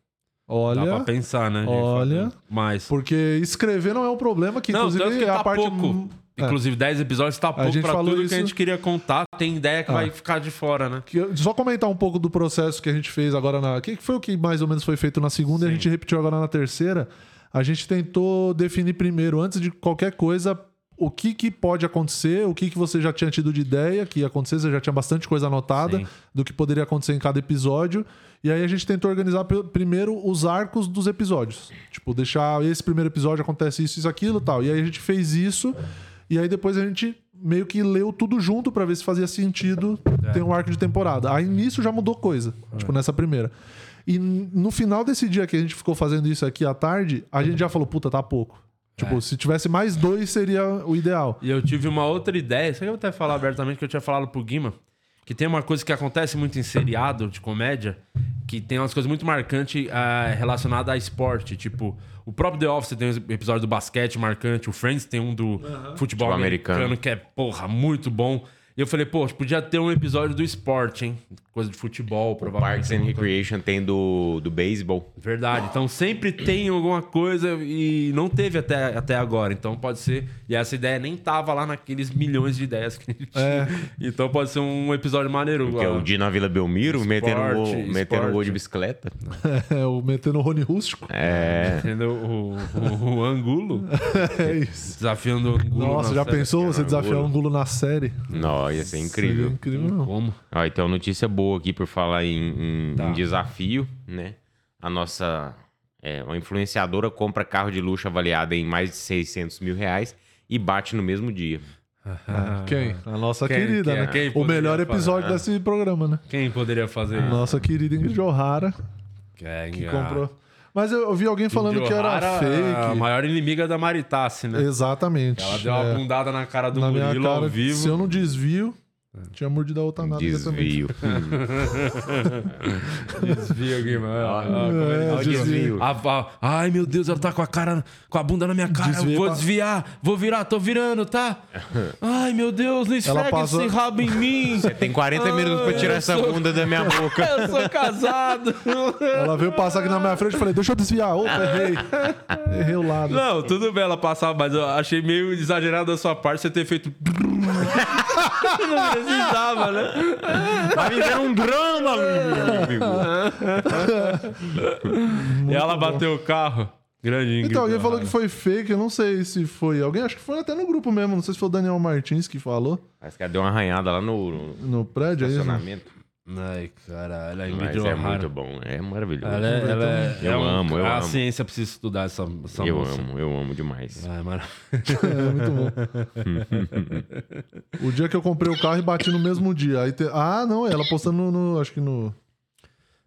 Speaker 2: Dá
Speaker 1: olha.
Speaker 2: pra pensar, né? de
Speaker 1: olha.
Speaker 2: fazer. Mas.
Speaker 1: Porque escrever não é um problema, que
Speaker 2: Não, tanto
Speaker 1: inclusive
Speaker 2: que
Speaker 1: é a
Speaker 2: tá
Speaker 1: parte.
Speaker 2: pouco.
Speaker 1: É.
Speaker 2: Inclusive, 10 episódios tá pouco
Speaker 1: gente
Speaker 2: pra
Speaker 1: falou
Speaker 2: tudo que
Speaker 1: isso-
Speaker 2: a gente queria contar. Tem ideia que
Speaker 1: Ah.
Speaker 2: vai ficar de fora, né?
Speaker 1: Que eu- só comentar um pouco do processo que a gente fez agora na. Que foi o que mais ou menos foi feito na segunda e a gente repetiu agora na terceira. A gente tentou definir primeiro, antes de qualquer coisa, o que, que pode acontecer, o que, que você já tinha tido de ideia que ia acontecer, você já tinha bastante coisa anotada
Speaker 2: Sim.
Speaker 1: do que poderia acontecer em cada episódio. E aí a gente tentou organizar pe- primeiro os arcos dos episódios. Tipo, deixar esse primeiro episódio acontece isso, isso, aquilo tal. E aí a gente fez isso. E aí depois a gente meio que leu tudo junto pra ver se fazia sentido ter um arco de temporada. Aí nisso já mudou coisa, tipo nessa primeira. E n- no final desse dia que a gente ficou fazendo isso aqui à tarde, a gente já falou, puta, tá pouco. Tipo, se tivesse mais dois seria o ideal.
Speaker 2: E eu tive uma outra ideia, isso aí eu vou até falar abertamente, que eu tinha falado pro Guima, que tem uma coisa que acontece muito em seriado de comédia, que tem umas coisas muito marcantes ah, relacionadas a esporte. Tipo, o próprio The Office tem um episódio do basquete marcante, o Friends tem um do futebol
Speaker 3: Futebol
Speaker 2: americano,
Speaker 3: americano.
Speaker 2: que é, porra, muito bom. E eu falei, pô, podia ter um episódio do esporte, hein? Coisa de futebol, provavelmente.
Speaker 3: Parks and Recreation tem do, do beisebol.
Speaker 2: Verdade. Então sempre tem alguma coisa e não teve até, até agora. Então pode ser. E essa ideia nem tava lá naqueles milhões de ideias que a gente tinha.
Speaker 1: É.
Speaker 2: Então pode ser um episódio maneiro.
Speaker 3: Que é o
Speaker 2: Ah,
Speaker 3: Dino na Vila Belmiro, metendo um gol,
Speaker 2: esporte.
Speaker 3: metendo um gol de bicicleta.
Speaker 1: É, o metendo o Rony Rústico.
Speaker 3: É.
Speaker 2: Entendeu? O, o, o Angulo.
Speaker 1: É isso.
Speaker 2: Desafiando o Angulo.
Speaker 1: Nossa,
Speaker 2: na
Speaker 1: já
Speaker 2: série.
Speaker 1: pensou você
Speaker 3: Era um
Speaker 1: desafiar o
Speaker 3: golo.
Speaker 1: Angulo na série?
Speaker 3: Não, ia
Speaker 2: É
Speaker 3: ser
Speaker 1: Seria
Speaker 3: incrível.
Speaker 1: incrível, não.
Speaker 2: Como?
Speaker 3: Ó, então notícia boa aqui por falar em, em-
Speaker 2: Tá.
Speaker 3: em desafio, né? A nossa é, uma influenciadora compra carro de luxo avaliado em mais de 600 mil reais e bate no mesmo dia.
Speaker 1: É, Quem? Ah, A nossa
Speaker 2: Quem-
Speaker 1: querida,
Speaker 2: quem-
Speaker 1: né?
Speaker 2: quem
Speaker 1: o
Speaker 2: poderia
Speaker 1: melhor
Speaker 2: falar? É.
Speaker 1: episódio desse programa, né?
Speaker 2: Quem poderia fazer isso?
Speaker 1: Nossa querida Ingrid O'Hara,
Speaker 2: Quem,
Speaker 1: que
Speaker 2: ah,
Speaker 1: comprou. Mas eu eu vi alguém falando
Speaker 2: Indio
Speaker 1: que era
Speaker 2: O'Hara, A
Speaker 1: fake.
Speaker 2: maior inimiga da Maritasse, né?
Speaker 1: Exatamente.
Speaker 2: Ela deu uma
Speaker 1: É.
Speaker 2: bundada na cara do
Speaker 1: na minha
Speaker 2: Murilo
Speaker 1: cara,
Speaker 2: ao vivo. É.
Speaker 1: se eu não desvio, tinha mordido a outra nada exatamente.
Speaker 3: Desvio.
Speaker 2: Desvio, Guimarães. Ah, como ele-
Speaker 1: É,
Speaker 3: Olha o
Speaker 1: desvio.
Speaker 3: desvio.
Speaker 2: A- a- ai, meu Deus, ela tá com a cara, com a bunda na minha cara.
Speaker 1: Desvia
Speaker 2: eu vou
Speaker 1: pra-
Speaker 2: desviar, vou virar, tô virando, tá? Ai, meu Deus, não esfrega
Speaker 1: passou-
Speaker 2: esse rabo em mim.
Speaker 3: É, Tem 40
Speaker 2: Ah,
Speaker 3: minutos pra tirar
Speaker 2: eu
Speaker 3: essa
Speaker 2: sou-
Speaker 3: bunda da minha boca.
Speaker 2: Eu sou casado.
Speaker 1: Ela veio passar aqui na minha frente e falei, deixa eu desviar. Opa, errei. errei o lado.
Speaker 2: Não, tudo bem ela passar, mas eu achei meio exagerado da sua parte você ter feito. não precisava, né?
Speaker 3: Tá vivendo um drama, meu amigo.
Speaker 2: e ela bateu o carro. Grande Ingrid.
Speaker 1: Então, alguém falou que foi fake, eu não sei se foi alguém, acho que foi até no grupo mesmo, não sei se foi o Daniel Martins que falou
Speaker 3: Mas cara deu uma arranhada lá no, no
Speaker 1: no prédio. Aí, né?
Speaker 3: estacionamento.
Speaker 2: Ai, caralho, a
Speaker 3: Mas
Speaker 2: Ingrid
Speaker 3: é
Speaker 2: O'Hara.
Speaker 3: muito bom. É maravilhoso.
Speaker 2: Ela é, ela é-
Speaker 3: Eu
Speaker 2: é
Speaker 3: amo, eu
Speaker 2: a
Speaker 3: amo.
Speaker 2: ciência precisa estudar essa, essa
Speaker 3: eu
Speaker 2: moça.
Speaker 3: amo, eu amo demais.
Speaker 2: Ai, mara-
Speaker 1: É, muito bom. o dia que eu comprei o carro e bati no mesmo dia. Aí te- Ah, não, ela postando no, no- Acho que no.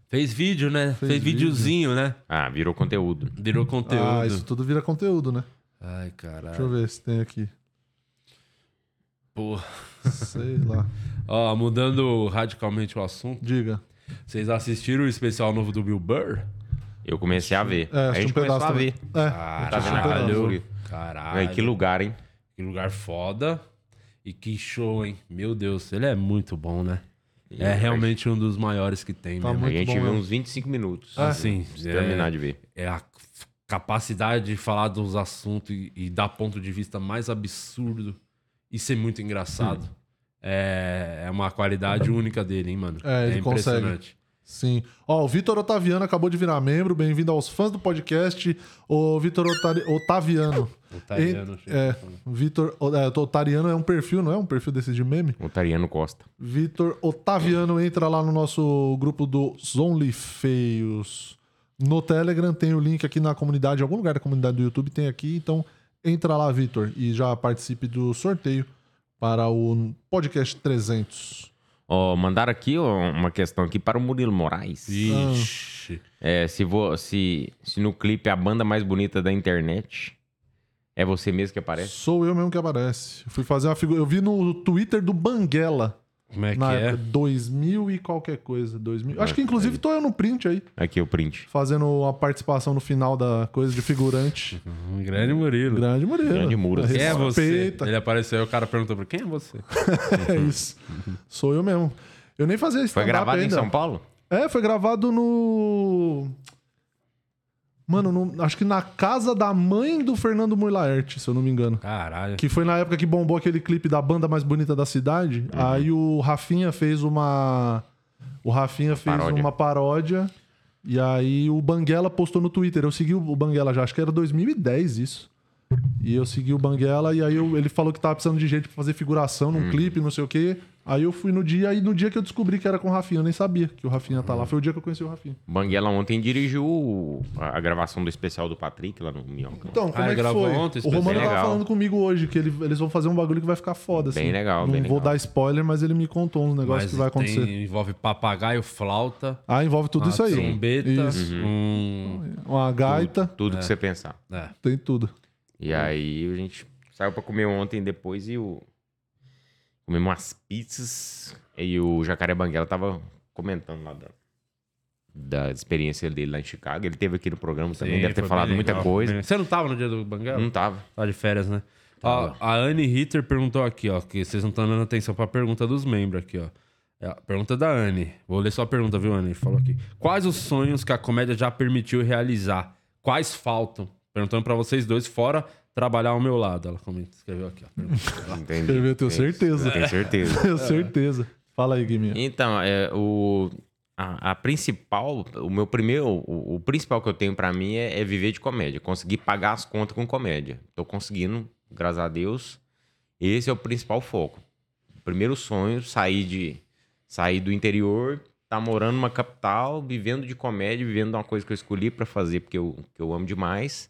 Speaker 2: Fez vídeo, né? Fez,
Speaker 1: vídeo.
Speaker 2: videozinho, né?
Speaker 3: Ah, virou conteúdo.
Speaker 2: Virou conteúdo.
Speaker 1: Ah, isso tudo vira conteúdo, né?
Speaker 2: Ai, caralho.
Speaker 1: Deixa eu ver se tem aqui.
Speaker 2: Porra.
Speaker 1: Sei lá.
Speaker 2: Ó, mudando radicalmente o assunto,
Speaker 1: Diga.
Speaker 2: vocês assistiram o especial novo do Bill Burr?
Speaker 3: Eu comecei a ver.
Speaker 1: É,
Speaker 3: a
Speaker 1: acho que um
Speaker 3: gente
Speaker 1: pedaço
Speaker 3: começou a
Speaker 1: também.
Speaker 3: ver.
Speaker 1: É.
Speaker 2: Tá Caralho. É,
Speaker 3: Caralho. Aí,
Speaker 2: Caralho.
Speaker 3: que lugar, hein?
Speaker 2: Que lugar foda. E que show, hein? Meu Deus, ele é muito bom, né? É realmente um dos maiores que tem,
Speaker 1: Tá
Speaker 2: né?
Speaker 1: muito
Speaker 3: a gente
Speaker 1: bom,
Speaker 3: viu
Speaker 1: né?
Speaker 3: uns 25 minutos.
Speaker 1: Ah,
Speaker 2: Assim,
Speaker 3: Pra Terminar de ver.
Speaker 2: é a capacidade de falar dos assuntos e, e dar ponto de vista mais absurdo e ser muito engraçado. É, é uma qualidade única dele, hein, mano?
Speaker 1: É, ele Sim. Ó, o Vitor Otaviano acabou de virar membro. Bem-vindo aos fãs do podcast. O Vitor Otari- Otaviano.
Speaker 2: Otariano,
Speaker 1: Em- é, Vitor o- é, Otariano é um perfil, não é? Um perfil desse de meme?
Speaker 3: O Tariano Costa.
Speaker 1: Vitor Otaviano entra lá no nosso grupo dos Only Feios. No Telegram tem o link aqui na comunidade, em algum lugar da comunidade do YouTube tem aqui. Então entra lá, Vitor, e já participe do sorteio para o podcast 300.
Speaker 3: Ó, mandaram aqui ó, uma questão aqui para o Murilo Moraes.
Speaker 1: Ah.
Speaker 2: Ixi.
Speaker 3: É, se, vo- se- se no clipe a banda mais bonita da internet é você mesmo que aparece.
Speaker 1: Sou eu mesmo que aparece. Eu fui fazer uma figura. Eu vi no Twitter do Banguela.
Speaker 2: Como é que
Speaker 1: na
Speaker 2: é?
Speaker 1: época, 2000 e qualquer coisa. 2000. Acho que inclusive tô eu no print aí,
Speaker 3: Aqui o print.
Speaker 1: fazendo a participação no final da coisa de figurante.
Speaker 2: Um grande Murilo.
Speaker 1: Grande Murilo.
Speaker 3: Grande Muro.
Speaker 2: Quem é você?
Speaker 1: Respeita.
Speaker 2: Ele apareceu aí, o cara perguntou pra quem é você?
Speaker 1: É isso. Sou eu mesmo. Eu nem fazia
Speaker 3: Foi
Speaker 1: stand-up
Speaker 3: gravado
Speaker 1: ainda.
Speaker 3: em São Paulo?
Speaker 1: É, foi gravado no. Mano, no- acho que na casa da mãe do Fernando Mulaerte, se eu não me engano.
Speaker 2: Caralho.
Speaker 1: Que foi na época que bombou aquele clipe da banda mais bonita da cidade. Aí o Rafinha fez uma. O Rafinha fez
Speaker 3: Paródia.
Speaker 1: uma paródia. E aí o Banguela postou no Twitter. Eu segui o Banguela já, acho que era 2010 isso. E eu segui o Banguela e aí eu- ele falou que tava precisando de gente pra fazer figuração num clipe, não sei o quê. Aí eu fui no dia, e no dia que eu descobri que era com o Rafinha, eu nem sabia que o Rafinha tá lá. Foi o dia que eu conheci o Rafinha.
Speaker 3: Banguela ontem dirigiu o- a a gravação do especial do Patrick lá no Minhoca.
Speaker 1: Então, como
Speaker 2: Ah,
Speaker 1: é que
Speaker 2: gravou
Speaker 1: foi?
Speaker 2: ontem,
Speaker 1: o Romano
Speaker 3: especial.
Speaker 1: tava
Speaker 3: Legal.
Speaker 1: falando comigo hoje que ele- eles vão fazer um bagulho que vai ficar foda,
Speaker 3: Bem
Speaker 1: assim.
Speaker 3: legal,
Speaker 1: Não
Speaker 3: bem
Speaker 1: vou
Speaker 3: legal.
Speaker 1: dar spoiler, mas ele me contou uns negócios que vai
Speaker 2: tem-
Speaker 1: acontecer.
Speaker 2: envolve papagaio, flauta,
Speaker 1: Ah, envolve tudo
Speaker 2: uma
Speaker 1: isso aí.
Speaker 2: trombeta,
Speaker 1: Isso.
Speaker 2: um...
Speaker 1: Uma gaita,
Speaker 3: Tudo que você pensar.
Speaker 2: É.
Speaker 1: tem tudo.
Speaker 2: Hum.
Speaker 3: E aí a gente saiu pra comer ontem depois e o. Comemos umas pizzas. E o Jacaré Banguela tava comentando lá da, da experiência dele lá em Chicago. Ele teve aqui no programa também,
Speaker 2: Sim,
Speaker 3: deve ter
Speaker 2: foi
Speaker 3: falado
Speaker 2: bem
Speaker 3: muita
Speaker 2: legal.
Speaker 3: coisa.
Speaker 2: Você não tava no dia do Banguela?
Speaker 3: Não tava.
Speaker 2: Tá de férias, né? Ó, a Anne Ritter perguntou aqui, ó, que vocês não estão dando atenção pra pergunta dos membros aqui, ó. É a pergunta da Anne. Vou ler só a pergunta, viu, Anne? Falou aqui. Quais os sonhos que a comédia já permitiu realizar? Quais faltam? Perguntando pra vocês dois, fora trabalhar ao meu lado. Ela comenta, escreveu aqui, ó. a pergunta.
Speaker 3: Entendi.
Speaker 1: Escreveu, tenho
Speaker 3: Tem- É.
Speaker 1: certeza.
Speaker 3: Tenho certeza.
Speaker 1: Tenho certeza. Fala aí, Guiminha.
Speaker 3: Então, é, o, a, a principal, o meu primeiro, o, o principal que eu tenho pra mim é, é viver de comédia, conseguir pagar as contas com comédia. Tô conseguindo, graças a Deus. Esse é o principal foco. O primeiro sonho, sair de sair do interior, tá morando numa capital, vivendo de comédia, vivendo de uma coisa que eu escolhi pra fazer porque eu, que eu amo demais.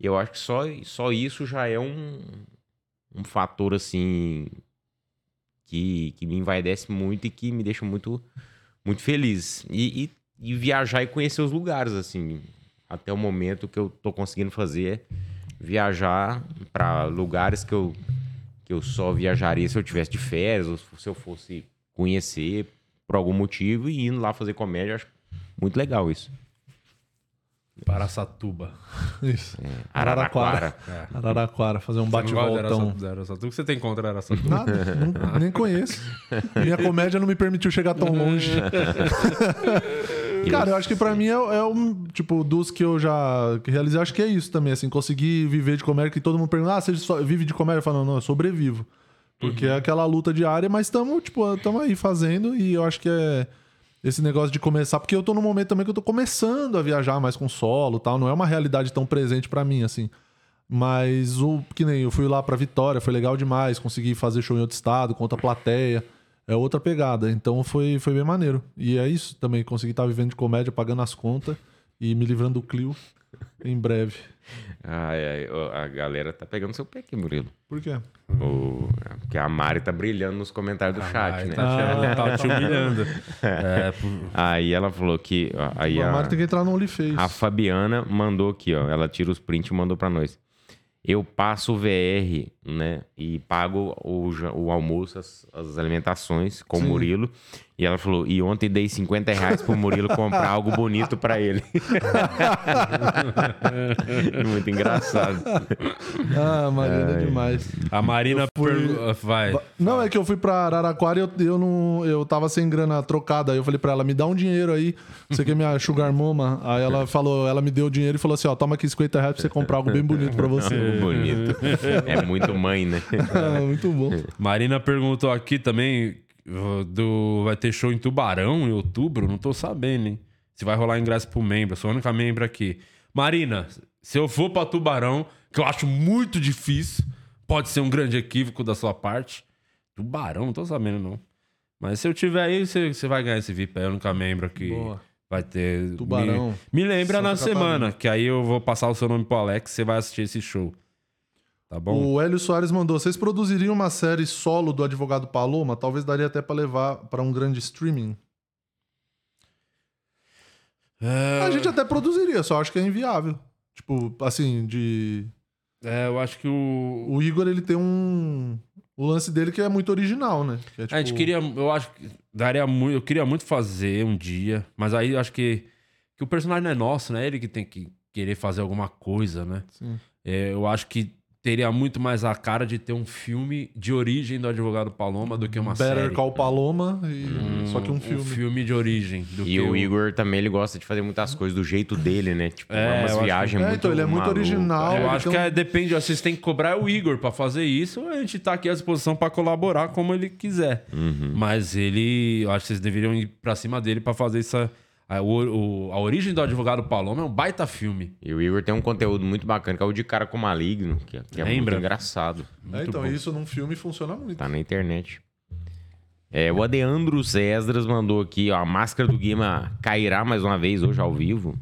Speaker 3: E eu acho que só, só isso já é um, um fator assim que, que me envaidece muito e que me deixa muito, muito feliz. E, e- e viajar e conhecer os lugares, assim. Até o momento o que eu tô conseguindo fazer é viajar para lugares que eu, que eu só viajaria se eu tivesse de férias, ou se eu fosse conhecer por algum motivo e indo lá fazer comédia. Eu acho muito legal isso.
Speaker 2: Paraçatuba.
Speaker 1: Isso.
Speaker 3: Araraquara.
Speaker 1: Araraquara, fazer
Speaker 2: Você
Speaker 1: um
Speaker 2: não gosta de
Speaker 1: bate-voltão.
Speaker 2: Araçatuba? Araçatuba. O que você tem contra Araçatuba?
Speaker 1: Nada, não- nem conheço. Minha comédia não me permitiu chegar tão longe. Cara, eu acho que pra mim é, é um, tipo, dos que eu já realizei, acho que é isso também, assim, conseguir viver de comédia, que todo mundo pergunta, ah, você só vive de comédia? Eu falo, não, não, eu sobrevivo. Porque é aquela luta diária, mas estamos, tipo, estamos aí fazendo e eu acho que é esse negócio de começar, porque eu tô num momento também que eu tô começando a viajar mais com solo e tal, não é uma realidade tão presente pra mim, assim. Mas o que nem eu fui lá pra Vitória, foi legal demais, consegui fazer show em outro estado, com outra plateia. É outra pegada, então foi, foi bem maneiro. E é isso também, consegui estar vivendo de comédia, pagando as contas e me livrando do Clio em breve.
Speaker 3: Ai, ai, ó, a galera tá pegando seu pé aqui, Murilo.
Speaker 1: Por quê?
Speaker 3: O- é porque a Mari tá brilhando nos comentários do chat, né?
Speaker 2: Tá, te- tá te humilhando. É,
Speaker 3: Aí ela falou que. ó, Aí
Speaker 1: a
Speaker 3: a,
Speaker 1: Mari tem que entrar no OnlyFace.
Speaker 3: a Fabiana mandou aqui, ó. Ela tira os prints e mandou pra nós. Eu passo o VR, né? E pago o, ja- o almoço, as, as alimentações com o Murilo. E ela falou: e ontem dei 50 reais pro Murilo comprar algo bonito pra ele. Muito engraçado.
Speaker 1: Ah, Mariana é demais.
Speaker 2: a Marina pergu- vai.
Speaker 1: Ba- Não, é que eu fui pra Araraquara e eu, eu, não, eu tava sem grana trocada. Aí eu falei pra ela, me dá um dinheiro aí. Você quer minha sugar mama? Aí ela falou, ela me deu o dinheiro e falou assim, ó, toma aqui 50 reais pra você comprar algo bem bonito pra
Speaker 3: Algo
Speaker 1: você.
Speaker 3: bonito. É muito mãe, né?
Speaker 1: Ah, Muito bom.
Speaker 2: Marina perguntou aqui também uh, do vai ter show em Tubarão em outubro, não tô sabendo, hein? Se vai rolar ingresso pro membro, eu sou a única membro aqui. Marina, se eu for pra Tubarão, que eu acho muito difícil, pode ser um grande equívoco da sua parte. Tubarão, não tô sabendo não. Mas se eu tiver aí, você, você vai ganhar esse VIP aí, é a única membro aqui.
Speaker 1: Boa.
Speaker 2: Vai ter.
Speaker 1: Tubarão.
Speaker 2: Me, me lembra
Speaker 1: Santa
Speaker 2: na
Speaker 1: Catarina.
Speaker 2: semana, que aí eu vou passar o seu nome pro Alex, você vai assistir esse show. Tá bom?
Speaker 1: O Hélio Soares mandou: vocês produziriam uma série solo do Advogado Paloma? Talvez daria até pra levar pra um grande streaming.
Speaker 2: É,
Speaker 1: A gente até produziria, só acho que é inviável. Tipo, assim, de.
Speaker 2: é, eu acho que o,
Speaker 1: O Igor, ele tem um. O lance dele que é muito original, né? Que é,
Speaker 2: A gente
Speaker 1: tipo,
Speaker 2: queria, eu acho que daria muito, eu queria muito fazer um dia, mas aí eu acho que, que o personagem não é nosso, né? Ele que tem que querer fazer alguma coisa, né?
Speaker 1: Sim.
Speaker 2: É, eu acho que teria muito mais a cara de ter um filme de origem do Advogado Paloma do que uma
Speaker 1: Better
Speaker 2: série.
Speaker 1: Call Paloma, e... só que um filme.
Speaker 2: Um filme de origem do
Speaker 3: E
Speaker 2: que
Speaker 3: o Igor também, ele gosta de fazer muitas coisas do jeito dele, né? Tipo,
Speaker 2: É,
Speaker 3: é,
Speaker 2: eu
Speaker 3: umas
Speaker 2: acho
Speaker 3: viagens
Speaker 1: que- É,
Speaker 3: muito
Speaker 1: então, ele é muito
Speaker 3: maluca.
Speaker 1: original.
Speaker 2: Eu
Speaker 1: Ele
Speaker 2: acho
Speaker 1: tem
Speaker 2: que
Speaker 1: um-
Speaker 2: é, depende, ó, vocês têm que cobrar o Igor pra fazer isso, a gente tá aqui à disposição pra colaborar como ele quiser.
Speaker 3: Uhum.
Speaker 2: Mas ele, eu acho que vocês deveriam ir pra cima dele pra fazer essa a, o- o- a origem do advogado Paloma é um baita filme.
Speaker 3: E o Igor tem um conteúdo muito bacana, que é o de cara com maligno, que, que é
Speaker 2: Lembra?
Speaker 3: muito engraçado.
Speaker 1: É, então,
Speaker 2: bom.
Speaker 1: isso num filme funciona muito.
Speaker 3: Tá na internet. É, o Adeandro Cesdras mandou aqui, ó, a máscara do Guima cairá mais uma vez hoje ao vivo.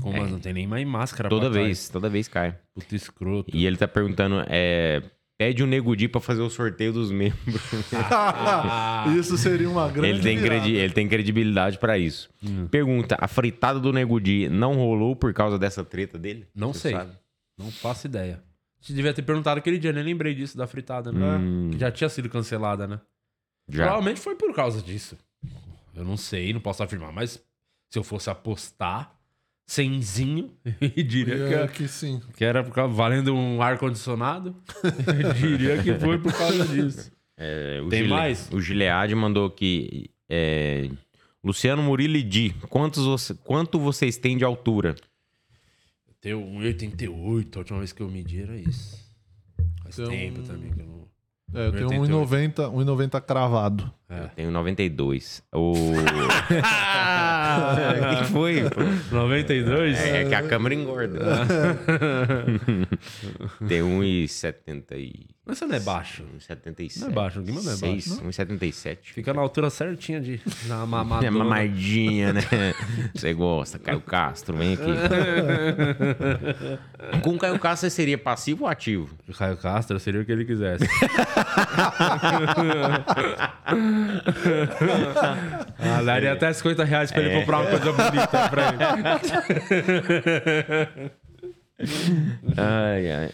Speaker 2: Como não tem nem mais máscara
Speaker 3: É. Toda
Speaker 2: pra trás.
Speaker 3: vez, toda vez cai.
Speaker 2: Puta escroto.
Speaker 3: E ele tá perguntando, é, pede o Nego Di pra fazer o sorteio dos membros.
Speaker 2: Ah.
Speaker 1: isso seria uma grande.
Speaker 3: Ele tem,
Speaker 1: virada.
Speaker 3: credi- ele tem credibilidade pra isso.
Speaker 2: Hum.
Speaker 3: Pergunta, a fritada do Nego Di não rolou por causa dessa treta dele?
Speaker 2: Não
Speaker 3: Você
Speaker 2: sei.
Speaker 3: sabe?
Speaker 2: Não faço ideia. Você devia ter perguntado aquele dia, nem lembrei disso da fritada, né?
Speaker 3: Hum.
Speaker 2: Que já tinha sido cancelada, né?
Speaker 3: Já.
Speaker 2: Provavelmente foi por causa disso. Eu não sei, não posso afirmar, mas se eu fosse apostar, cenzinho, e diria que,
Speaker 1: É,
Speaker 2: era-
Speaker 1: que sim.
Speaker 2: que era por causa, valendo um ar-condicionado, eu diria que foi por causa disso.
Speaker 3: É, o
Speaker 2: Tem mais?
Speaker 3: O Gilead mandou aqui. é, Luciano Murilo e Di, quantos você- quanto vocês têm de altura?
Speaker 2: Teu 1,88, a última vez que eu medi era isso. Faz
Speaker 1: Então-
Speaker 2: tempo também que eu não...
Speaker 1: É, eu tenho 1,90 1,90 cravado.
Speaker 2: É.
Speaker 3: Eu tenho 92. O. que Ah! foi? pô?
Speaker 2: 92?
Speaker 3: É, é que a câmera engorda. Tem 1,70 e...
Speaker 2: Mas você não é baixo.
Speaker 3: 1,77.
Speaker 2: Não é baixo, o Guima não é baixo,
Speaker 3: Seis, 1,77.
Speaker 2: Fica na altura certinha de na
Speaker 3: É
Speaker 2: mamadona.
Speaker 3: mamadinha, né? Você gosta, Caio Castro, vem aqui. Com o Caio Castro, você seria passivo ou ativo?
Speaker 2: O Caio Castro seria o que ele quisesse. ah, daria até 50 reais pra
Speaker 3: É.
Speaker 2: ele comprar uma coisa bonita pra ele.
Speaker 3: Ai, ai.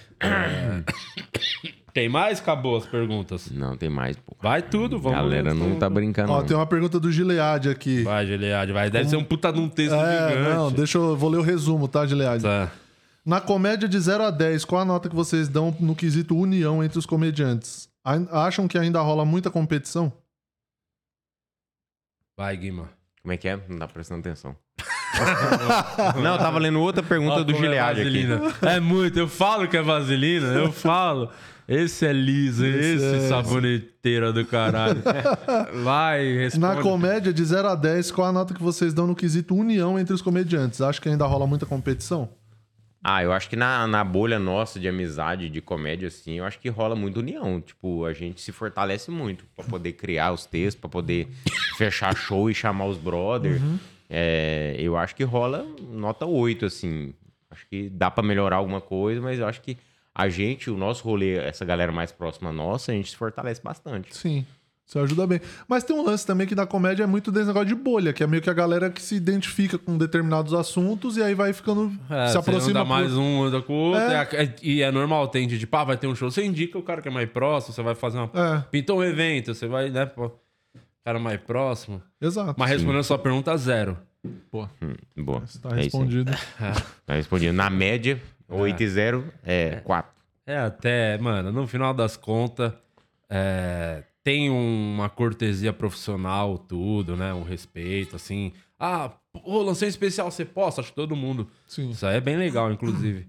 Speaker 2: Tem mais? Acabou as perguntas.
Speaker 3: Não, tem mais, pô.
Speaker 2: Vai tudo, vamos.
Speaker 3: Galera não tá brincando.
Speaker 1: Ó,
Speaker 3: não.
Speaker 1: tem uma pergunta do Gilead aqui.
Speaker 2: Vai, Gilead, vai. Deve ser um puta de um texto
Speaker 1: É,
Speaker 2: gigante.
Speaker 1: não, deixa eu. Vou ler o resumo, tá, Gilead?
Speaker 2: Tá.
Speaker 1: Na comédia de 0 a 10, qual a nota que vocês dão no quesito união entre os comediantes? Ai- Acham que ainda rola muita competição?
Speaker 2: Vai, Guima.
Speaker 1: um-
Speaker 3: Como é que é? Não tá prestando atenção. não, eu tava lendo outra pergunta
Speaker 2: Ó,
Speaker 3: do
Speaker 2: como
Speaker 3: Gilead
Speaker 2: é
Speaker 3: aqui.
Speaker 2: vaselina. É muito, eu falo que é vaselina, eu falo. Esse é liso, esse, saboneteira do caralho. Vai, responde.
Speaker 1: Na comédia de 0 a 10, qual a nota que vocês dão no quesito união entre os comediantes? Acham que ainda rola muita competição?
Speaker 3: Ah, eu acho que na, na bolha nossa de amizade, de comédia, assim, eu acho que rola muito união. Tipo, a gente se fortalece muito pra poder criar os textos, pra poder fechar show e chamar os brother. É, eu acho que rola nota 8, assim. Acho que dá pra melhorar alguma coisa, mas eu acho que a gente, o nosso rolê, essa galera mais próxima nossa, a gente se fortalece bastante.
Speaker 1: Sim. Isso ajuda bem. Mas tem um lance também que na comédia é muito desse negócio de bolha, que é meio que a galera que se identifica com determinados assuntos e aí vai ficando.
Speaker 2: É,
Speaker 1: se
Speaker 2: você anda
Speaker 1: aproxima. por-
Speaker 2: mais um, anda com o outro. é- é- e é normal, tem de tipo, ah, vai ter um show. Você indica o cara que é mais próximo, você vai fazer uma.
Speaker 1: É,
Speaker 2: Pintou um evento, você vai, né? Pô, cara mais próximo.
Speaker 1: exato.
Speaker 2: Mas respondendo a sua pergunta, zero.
Speaker 3: Boa.
Speaker 1: Tá
Speaker 3: é isso aí.
Speaker 1: respondido.
Speaker 3: Tá respondido. Na média, 8 e 0 é 4.
Speaker 2: É, até, mano, no final das contas, é, tem um- uma cortesia profissional, tudo, né? Um respeito, assim. Ah, ô, lancei um especial, você posta? Acho que todo mundo.
Speaker 1: Sim.
Speaker 2: Isso aí é bem legal, inclusive.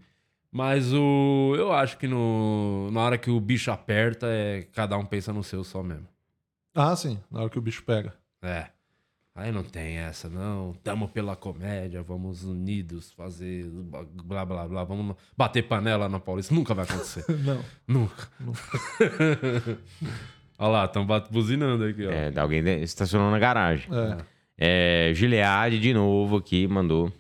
Speaker 2: Mas o, eu acho que no, na hora que o bicho aperta, é, cada um pensa no seu só mesmo.
Speaker 1: Ah, sim. Na hora que o bicho pega.
Speaker 2: É. Aí não tem essa, não. Tamo pela comédia, vamos unidos fazer blá blá blá, vamos bater panela na Paulista. Nunca vai acontecer.
Speaker 1: Não.
Speaker 2: Nunca. Olha lá, estão buzinando aqui, ó.
Speaker 3: É, da alguém de- estacionou na garagem.
Speaker 1: É.
Speaker 3: É, Gilead, de novo, aqui, mandou.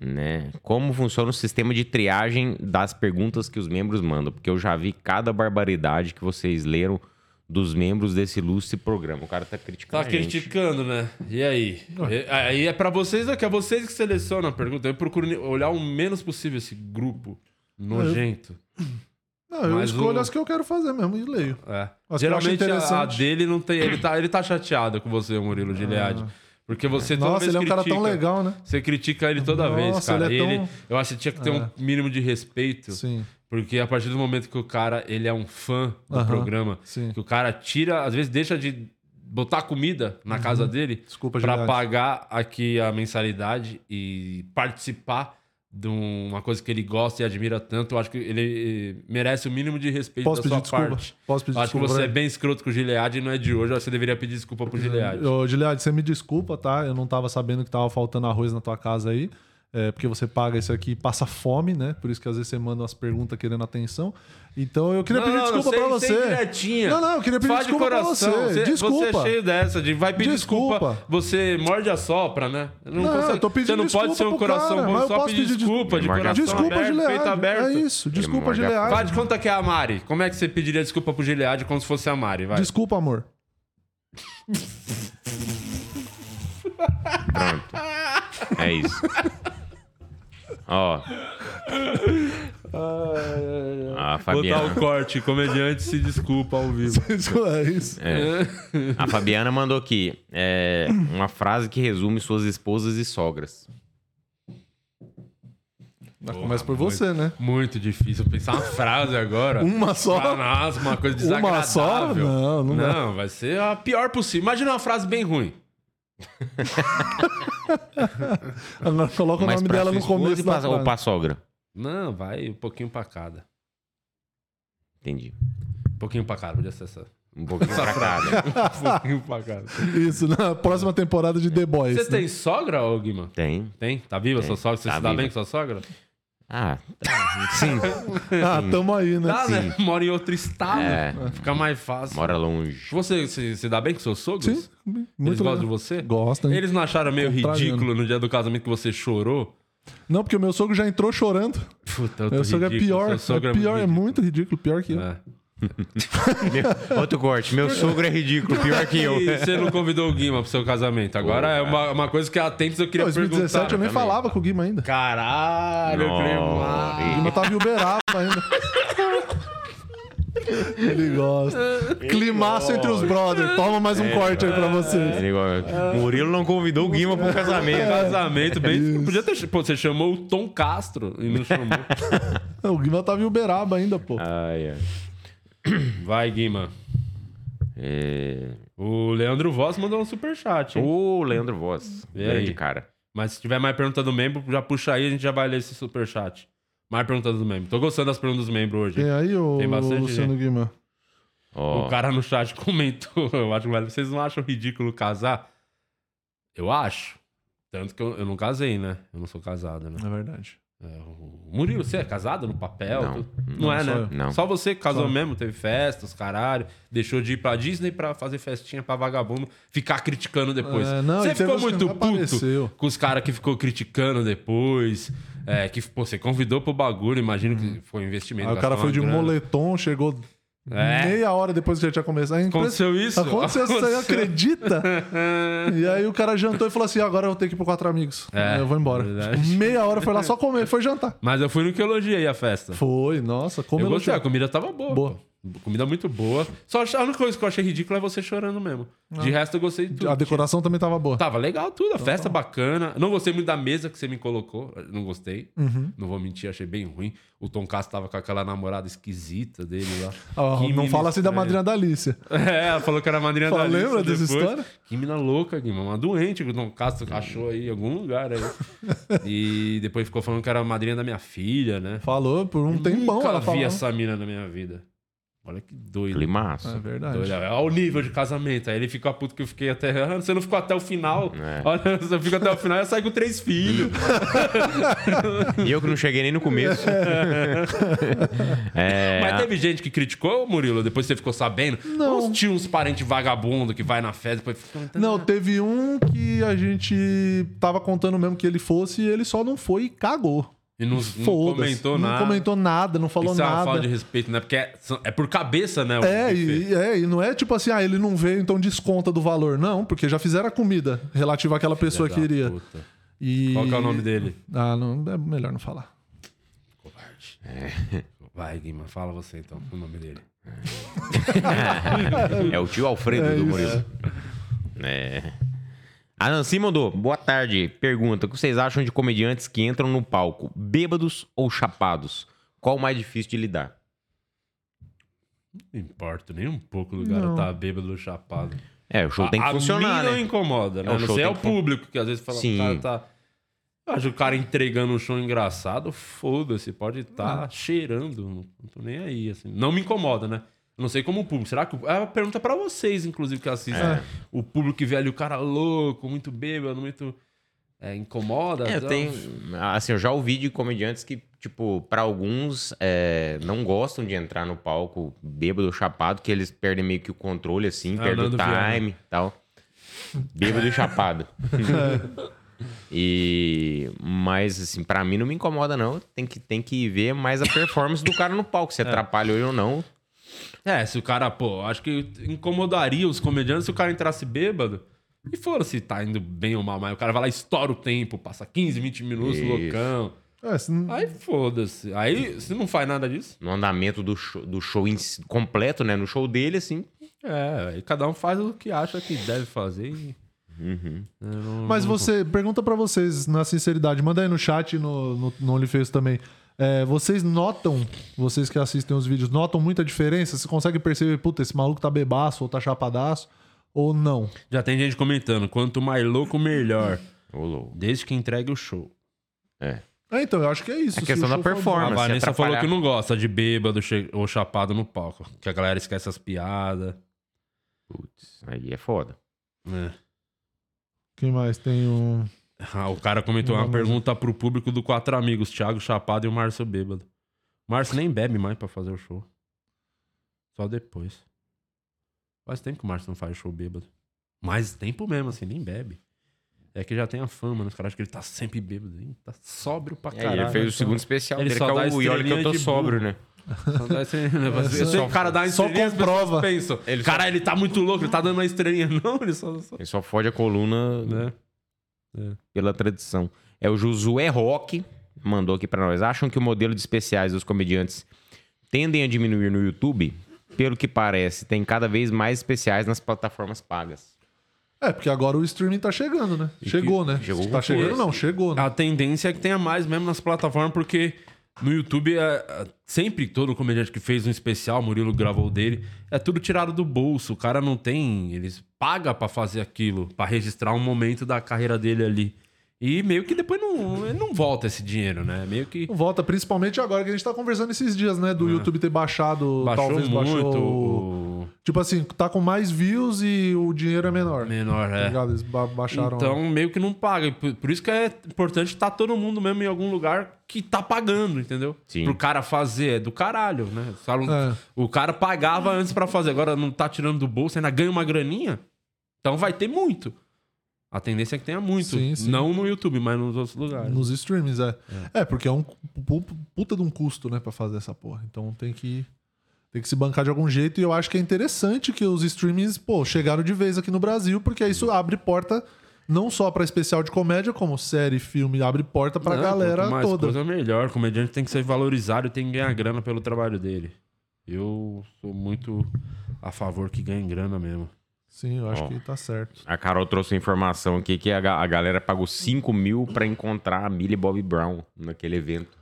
Speaker 3: Né? Como funciona o sistema de triagem das perguntas que os membros mandam? Porque eu já vi cada barbaridade que vocês leram dos membros desse ilustre programa. O cara tá
Speaker 1: É
Speaker 3: criticando.
Speaker 2: Tá
Speaker 3: a gente.
Speaker 2: criticando, né? E aí? E- aí é pra vocês, é que é vocês que selecionam a pergunta. Eu procuro ne- olhar o menos possível esse grupo nojento.
Speaker 1: Não, eu
Speaker 2: Mas
Speaker 1: escolho
Speaker 2: o-
Speaker 1: as que eu quero fazer mesmo e leio.
Speaker 2: É.
Speaker 1: Mas que eu acho
Speaker 2: Geralmente a, a
Speaker 1: interessante.
Speaker 2: dele não tem. Ele tá, ele tá chateado com você, Murilo Gilead. Porque você toda
Speaker 1: Ah. Nossa,
Speaker 2: vez
Speaker 1: ele é um cara
Speaker 2: critica.
Speaker 1: tão legal, né?
Speaker 2: Você critica ele toda
Speaker 1: Nossa,
Speaker 2: vez, cara.
Speaker 1: ele é
Speaker 2: Ele-
Speaker 1: tão- É.
Speaker 2: eu acho que tinha que ter um mínimo de respeito.
Speaker 1: Sim.
Speaker 2: Porque a partir do momento que o cara ele é um fã do
Speaker 1: Aham,
Speaker 2: programa,
Speaker 1: sim.
Speaker 2: que o cara tira, às vezes deixa de botar comida na casa dele
Speaker 1: Uhum. Desculpa,
Speaker 2: para
Speaker 1: Gilead.
Speaker 2: pagar aqui a mensalidade e participar de uma coisa que ele gosta e admira tanto, eu acho que ele eh, merece o mínimo de respeito
Speaker 1: Posso
Speaker 2: da
Speaker 1: pedir
Speaker 2: sua
Speaker 1: desculpa?
Speaker 2: parte.
Speaker 1: Posso pedir
Speaker 2: Eu acho que
Speaker 1: desculpa
Speaker 2: você
Speaker 1: pra
Speaker 2: é
Speaker 1: ele?
Speaker 2: bem escroto com o Gilead e não é de hoje, eu acho que você deveria pedir desculpa pro Gilead.
Speaker 1: Ô, Gilead, você me desculpa, tá? Eu não tava sabendo que tava faltando arroz na tua casa aí. É, porque você paga isso aqui e passa fome, né? Por isso que às vezes você manda umas perguntas querendo atenção. Então eu queria pedir desculpa
Speaker 2: sei- sei
Speaker 1: pra você.
Speaker 2: direitinho.
Speaker 1: Não, não, eu queria pedir
Speaker 2: Faz de
Speaker 1: desculpa pra
Speaker 2: coração.
Speaker 1: você. Desculpa.
Speaker 2: Você é cheio dessa, de vai pedir desculpa.
Speaker 1: Desculpa.
Speaker 2: Você morde a sopra, né? Eu
Speaker 1: Não,
Speaker 2: consigo-
Speaker 1: eu tô pedindo
Speaker 2: Você não pode
Speaker 1: desculpa
Speaker 2: ser um
Speaker 1: pro
Speaker 2: coração
Speaker 1: cara,
Speaker 2: bom,
Speaker 1: mas eu
Speaker 2: só
Speaker 1: posso
Speaker 2: pedir
Speaker 1: pedir
Speaker 2: desculpa, de
Speaker 3: Morde a
Speaker 2: coração
Speaker 1: Desculpa,
Speaker 2: aberto, peito
Speaker 1: Gilead.
Speaker 2: aberto.
Speaker 1: É isso, desculpa,
Speaker 3: morde a-
Speaker 1: Gilead.
Speaker 2: Faz de conta que é a Mari. Como é que você pediria desculpa pro Gilead como se fosse a Mari, vai?
Speaker 1: Desculpa, amor.
Speaker 3: É isso. Ó. A
Speaker 2: Botar
Speaker 3: Fabiana.
Speaker 2: o corte, comediante se desculpa ao vivo.
Speaker 1: é isso.
Speaker 3: A Fabiana mandou aqui é, uma frase que resume suas esposas e sogras.
Speaker 1: Mas começa por você, né?
Speaker 2: Muito difícil pensar uma frase agora.
Speaker 1: Uma só?
Speaker 2: Ah, nossa, uma coisa desagradável.
Speaker 1: Uma só? Não, não dá.
Speaker 2: Não, vai ser a pior possível. Imagina uma frase bem ruim.
Speaker 1: Agora coloca o
Speaker 3: Mas
Speaker 1: nome
Speaker 3: pra
Speaker 1: dela no
Speaker 3: sua esposa
Speaker 1: começo
Speaker 3: e pra-
Speaker 1: da
Speaker 3: ou
Speaker 1: frase.
Speaker 3: pra sogra.
Speaker 2: Não, vai um pouquinho pra cada.
Speaker 3: Entendi.
Speaker 2: Um pouquinho pra cara, podia ser essa.
Speaker 3: Um pouquinho pra cada.
Speaker 2: Um pouquinho pra cara.
Speaker 1: Isso, na próxima temporada de The Boys. né?
Speaker 2: Você tem sogra, ô Guima?
Speaker 3: Tem.
Speaker 2: Tem? Tá viva sua sogra? Você
Speaker 3: Tá
Speaker 2: se dá
Speaker 3: viva.
Speaker 2: bem com sua sogra?
Speaker 3: Ah, tá. sim.
Speaker 1: Ah, tamo aí, né?
Speaker 2: Tá, né? Mora em outro estado.
Speaker 3: É.
Speaker 2: Fica mais fácil.
Speaker 3: Mora longe.
Speaker 2: Você se, se dá bem com seus sogros?
Speaker 1: Sim, muito
Speaker 2: Eles
Speaker 1: legal.
Speaker 2: gostam de você?
Speaker 1: Gostam.
Speaker 2: Eles não acharam meio
Speaker 1: Contrariando.
Speaker 2: ridículo no dia do casamento que você chorou?
Speaker 1: Não, porque o meu sogro já entrou chorando.
Speaker 2: Puta, eu tô
Speaker 1: Meu sogro é
Speaker 2: ridículo,
Speaker 1: pior.
Speaker 2: seu sogro
Speaker 1: é pior, é
Speaker 2: ridículo.
Speaker 1: muito ridículo, pior que eu.
Speaker 2: É.
Speaker 3: Meu- outro corte. Meu sogro é ridículo, pior que eu.
Speaker 2: E você não convidou o Guima pro seu casamento. Agora é uma, uma coisa que há tempos eu
Speaker 1: Em
Speaker 2: queria
Speaker 1: 2017 eu
Speaker 2: perguntar.
Speaker 1: nem falava com o Guima ainda.
Speaker 2: Caralho, eu queria-
Speaker 3: Nossa.
Speaker 1: O Guima tava em Uberaba ainda. Ele gosta. Climaço entre os brothers. Toma mais
Speaker 2: É.
Speaker 1: um corte aí pra vocês.
Speaker 3: Ele
Speaker 1: Ah.
Speaker 3: igual- Murilo não convidou o Guima pro
Speaker 2: É.
Speaker 3: casamento.
Speaker 2: Casamento bem. Podia ter. Pô, você chamou o Tom Castro e não chamou.
Speaker 1: O Guima tava em Uberaba ainda, pô.
Speaker 2: Ah.
Speaker 3: Ai, ai.
Speaker 2: Vai, Guima.
Speaker 3: É...
Speaker 2: O Leandro Voz mandou um superchat. hein?
Speaker 3: O Leandro Voz.
Speaker 2: E aí?
Speaker 3: Grande cara.
Speaker 2: Mas se tiver mais pergunta do membro, já puxa aí, a gente já vai ler esse superchat. Mais pergunta do membro. Tô gostando das perguntas dos membros hoje.
Speaker 1: Tem aí o
Speaker 2: Tem bastante
Speaker 1: Luciano Guima.
Speaker 3: Ó,
Speaker 2: O cara no chat comentou. Eu acho que vale- vocês não acham ridículo casar? Eu acho. Tanto que eu, eu não casei, né? Eu não sou casado, né?
Speaker 1: É verdade.
Speaker 2: É, o Murilo, você é casado no papel?
Speaker 3: Não.
Speaker 2: Tudo? não, é,
Speaker 1: só
Speaker 2: né?
Speaker 1: eu.
Speaker 3: Não.
Speaker 2: Só você que casou mesmo, teve festas, caralho. Deixou de ir pra Disney pra fazer festinha pra vagabundo ficar criticando depois.
Speaker 1: É, não,
Speaker 2: você
Speaker 1: e teve
Speaker 2: ficou
Speaker 1: uns que
Speaker 2: muito
Speaker 1: não
Speaker 2: puto
Speaker 1: apareceu.
Speaker 2: com os caras que ficou criticando depois. É, que pô, você convidou pro bagulho, imagino que foi um investimento.
Speaker 1: Aí Ah, o cara
Speaker 2: gastou
Speaker 1: foi
Speaker 2: uma
Speaker 1: de
Speaker 2: grana.
Speaker 1: moletom, chegou
Speaker 2: É.
Speaker 1: meia hora depois que já tinha começado. É impress-
Speaker 2: Aconteceu isso?
Speaker 1: Aconteceu isso aí, acredita? e aí o cara jantou e falou assim: agora eu vou ter que ir pro Quatro Amigos.
Speaker 2: É,
Speaker 1: eu vou embora.
Speaker 2: verdade.
Speaker 1: Tipo, meia hora foi lá só comer, foi jantar.
Speaker 2: Mas eu fui no que elogiei a festa.
Speaker 1: Foi, nossa, como
Speaker 2: eu gostei,
Speaker 1: elogiar.
Speaker 2: a comida tava boa.
Speaker 1: Boa.
Speaker 2: pô. Comida muito boa. Só a única coisa que eu achei ridícula é você chorando mesmo. De
Speaker 1: Ah.
Speaker 2: resto, eu gostei de tudo.
Speaker 1: A decoração também tava boa.
Speaker 2: Tava legal tudo, a
Speaker 1: Então tá.
Speaker 2: festa bacana. Não gostei muito da mesa que você me colocou. Não gostei.
Speaker 1: Uhum.
Speaker 2: Não vou mentir, achei bem ruim. O Tom Castro tava com aquela namorada esquisita dele lá.
Speaker 1: Ó,
Speaker 2: Que
Speaker 1: não
Speaker 2: mina
Speaker 1: fala assim da
Speaker 2: estranha.
Speaker 1: madrinha da Alicia.
Speaker 2: É, ela falou que era a madrinha
Speaker 1: Fala,
Speaker 2: da Alice
Speaker 1: lembra dessa
Speaker 2: depois.
Speaker 1: história?
Speaker 2: Que mina louca, Guima. Uma doente que o Tom Castro achou aí em algum lugar aí. e depois ficou falando que era a madrinha da minha filha, né?
Speaker 1: Falou por um tempão,
Speaker 2: Nunca
Speaker 1: ela
Speaker 2: vi
Speaker 1: falou.
Speaker 2: essa mina na minha vida. Olha que doido.
Speaker 1: É
Speaker 3: Climaço.
Speaker 1: verdade.
Speaker 2: Doido, Então Olha o nível de casamento. Aí ele fica puto que eu fiquei até. "Ah, Você não ficou até o final.
Speaker 3: É.
Speaker 2: Olha, você fica até o final e sai com três filhos.
Speaker 1: Ah.
Speaker 3: E eu que não cheguei nem no começo. É,
Speaker 2: Mas teve gente que criticou, Murilo, depois você ficou sabendo.
Speaker 1: Não.
Speaker 2: Uns tinha uns parentes vagabundo que vai na festa depois fica.
Speaker 1: Não, teve um que a gente tava contando mesmo que ele fosse e ele só não foi e cagou.
Speaker 2: E não, não
Speaker 1: Foda-se.
Speaker 2: comentou
Speaker 1: não
Speaker 2: nada.
Speaker 1: comentou nada, não falou
Speaker 2: Isso é uma
Speaker 1: nada.
Speaker 2: falta de respeito, né? Porque é, são- é por cabeça, né? o
Speaker 1: É
Speaker 2: buffet.
Speaker 1: e, é, e não é tipo assim, ah, ele não veio, então desconta do valor. Não, porque já fizeram a comida relativa àquela pessoa que
Speaker 2: Da
Speaker 1: iria.
Speaker 2: puta.
Speaker 1: E-
Speaker 2: Qual que é o nome dele?
Speaker 1: Ah, não, é melhor não falar.
Speaker 2: Vai, Guima, fala você então, o nome dele.
Speaker 3: é o tio Alfredo do Murilo. É. A Nancy mandou. Boa tarde. Pergunta: o que vocês acham de comediantes que entram no palco, bêbados ou chapados? Qual o mais difícil de lidar?
Speaker 2: Não importa nem um pouco do cara tá bêbado ou chapado.
Speaker 3: É, o show tem que
Speaker 2: a
Speaker 3: funcionar,
Speaker 2: mina não
Speaker 3: né?
Speaker 2: incomoda, né?
Speaker 3: É, o
Speaker 2: A não
Speaker 3: show
Speaker 2: ser é
Speaker 3: tem
Speaker 2: o
Speaker 3: que fun-
Speaker 2: público que às vezes fala,
Speaker 3: Sim.
Speaker 2: o cara tá. Eu acho que o cara entregando um show engraçado, foda-se, pode estar
Speaker 3: Ah.
Speaker 2: cheirando, não, não tô nem aí, assim. Não me incomoda, né? Eu Não sei como o público. Será que. o- É uma pergunta pra vocês, inclusive, que assistem.
Speaker 3: É.
Speaker 2: O público que vê ali o cara louco, muito bêbado, muito. É, incomoda.
Speaker 3: É, eu
Speaker 2: então-
Speaker 3: tenho. Assim, eu já ouvi de comediantes que, tipo, pra alguns é, não gostam de entrar no palco bêbado ou chapado, que eles perdem meio que o controle, assim,
Speaker 2: Ah,
Speaker 3: perdem o
Speaker 2: Nando Viana.
Speaker 3: time e tal. Bêbado e chapado. e. Mas, assim, pra mim não me incomoda, não. Tem que, tem que ver mais a performance do cara no palco, se atrapalha ele ou não.
Speaker 2: É, se o cara, pô, acho que incomodaria os comediantes se o cara entrasse bêbado. E fora se tá indo bem ou mal, mas o cara vai lá, e estoura o tempo, passa 15, 20 minutos,
Speaker 3: Isso.
Speaker 2: loucão.
Speaker 1: É, se não-
Speaker 2: Aí foda-se. Aí você não faz nada disso.
Speaker 3: No andamento do show, do show em si- completo, né? No show dele, assim.
Speaker 2: É, aí cada um faz o que acha que deve fazer. e-
Speaker 1: Mas você, pergunta pra vocês, na sinceridade, manda aí no chat e no, no, no OnlyFans também. É, vocês notam, vocês que assistem os vídeos, notam muita diferença? Você consegue perceber, puta, esse maluco tá bebaço ou tá chapadaço? Ou não?
Speaker 2: Já tem gente comentando: quanto mais louco, melhor.
Speaker 3: Ô, louco.
Speaker 2: Desde que entregue o show.
Speaker 3: É.
Speaker 1: É, então, eu acho que é isso.
Speaker 3: É
Speaker 1: Se
Speaker 3: questão
Speaker 1: o
Speaker 3: da
Speaker 1: show for bom.
Speaker 2: A
Speaker 3: performance. Mas se
Speaker 2: Vanessa falou
Speaker 3: atrapalhar-
Speaker 2: que não gosta de bêbado che- ou chapado no palco. Que a galera esquece as piadas.
Speaker 3: Putz, aí é foda.
Speaker 2: né?
Speaker 1: Quem mais tem um.
Speaker 2: Ah, o cara comentou uma
Speaker 1: Vamos.
Speaker 2: pergunta pro público do Quatro Amigos, Thiago Chapado e o Márcio Bêbado. Márcio nem bebe mais pra fazer o show. Só depois. Faz tempo que o Márcio não faz show bêbado. Mais tempo mesmo, assim, nem bebe. É que já tem a fama, né? Os caras acham que ele tá sempre bêbado. Hein? Tá sóbrio pra
Speaker 3: E aí
Speaker 2: caralho.
Speaker 3: ele fez
Speaker 2: né?
Speaker 3: o segundo especial
Speaker 2: Ele
Speaker 3: dele,
Speaker 2: só
Speaker 3: que
Speaker 2: dá
Speaker 3: é o E olha que eu
Speaker 2: estrelinha
Speaker 3: tô
Speaker 2: de
Speaker 3: sóbrio, né?
Speaker 2: Só dá esse- Eu
Speaker 1: só-
Speaker 2: sei que o cara dá uma
Speaker 1: só
Speaker 2: estrelinha, as pessoas
Speaker 1: comprova.
Speaker 2: pensam,
Speaker 3: Ele só-
Speaker 2: Caralho, ele tá muito louco, ele tá dando uma estrelinha. Não, ele só... só-
Speaker 3: Ele só fode a coluna
Speaker 2: né?
Speaker 3: pela tradição. É o Josué Roque, mandou aqui pra nós. Acham que o modelo de especiais dos comediantes tendem a diminuir no YouTube? Pelo que parece, tem cada vez mais especiais nas plataformas pagas.
Speaker 1: É, porque agora o streaming tá chegando, né? chegou, né?
Speaker 3: chegou com
Speaker 1: tá chegando,
Speaker 3: força.
Speaker 1: não, chegou, né?
Speaker 2: A tendência é que tenha mais mesmo nas plataformas, porque no YouTube é, é, sempre todo comediante que fez um especial, Murilo gravou o dele, é tudo tirado do bolso. O cara não tem. Eles pagam pra fazer aquilo, pra registrar um momento da carreira dele ali. E meio que depois não, ele não volta esse dinheiro, né? Meio que.
Speaker 1: Não Volta, principalmente agora que a gente tá conversando esses dias, né? Do YouTube ter baixado,
Speaker 2: Baixou
Speaker 1: talvez
Speaker 2: muito
Speaker 1: baixou. o-
Speaker 2: o
Speaker 1: Tipo assim, tá com mais views e o dinheiro é menor.
Speaker 2: menor,
Speaker 1: Tá
Speaker 2: é.
Speaker 1: ligado? Eles ba- baixaram.
Speaker 2: Então, meio que não paga. E Por, por isso que é importante estar todo mundo mesmo em algum lugar que tá pagando, entendeu?
Speaker 3: Sim.
Speaker 2: Pro cara fazer. É do caralho, né? O cara,
Speaker 1: É.
Speaker 2: o cara pagava antes pra fazer, agora não tá tirando do bolso, ainda ganha uma graninha. Então vai ter muito. A tendência é que tenha muito.
Speaker 1: Sim, sim.
Speaker 2: Não no YouTube, mas nos outros lugares.
Speaker 1: Nos streamings, é. é. porque é um pu- pu- puta de um custo, né, pra fazer essa porra. Então tem que. Tem que se bancar de algum jeito. E eu acho que é interessante que os streamings, pô, chegaram de vez aqui no Brasil, porque isso abre porta não só pra especial de comédia, como série, filme, abre porta pra
Speaker 2: Não,
Speaker 1: galera
Speaker 2: quanto mais
Speaker 1: toda.
Speaker 2: coisa melhor. O comediante tem que ser valorizado e tem que ganhar grana pelo trabalho dele. Eu sou muito a favor que ganhe grana mesmo.
Speaker 1: Sim, eu acho
Speaker 3: Ó.
Speaker 1: que tá certo.
Speaker 3: A Carol trouxe a informação aqui que a, ga- a galera pagou 5 mil pra encontrar a Millie Bobby Brown naquele evento.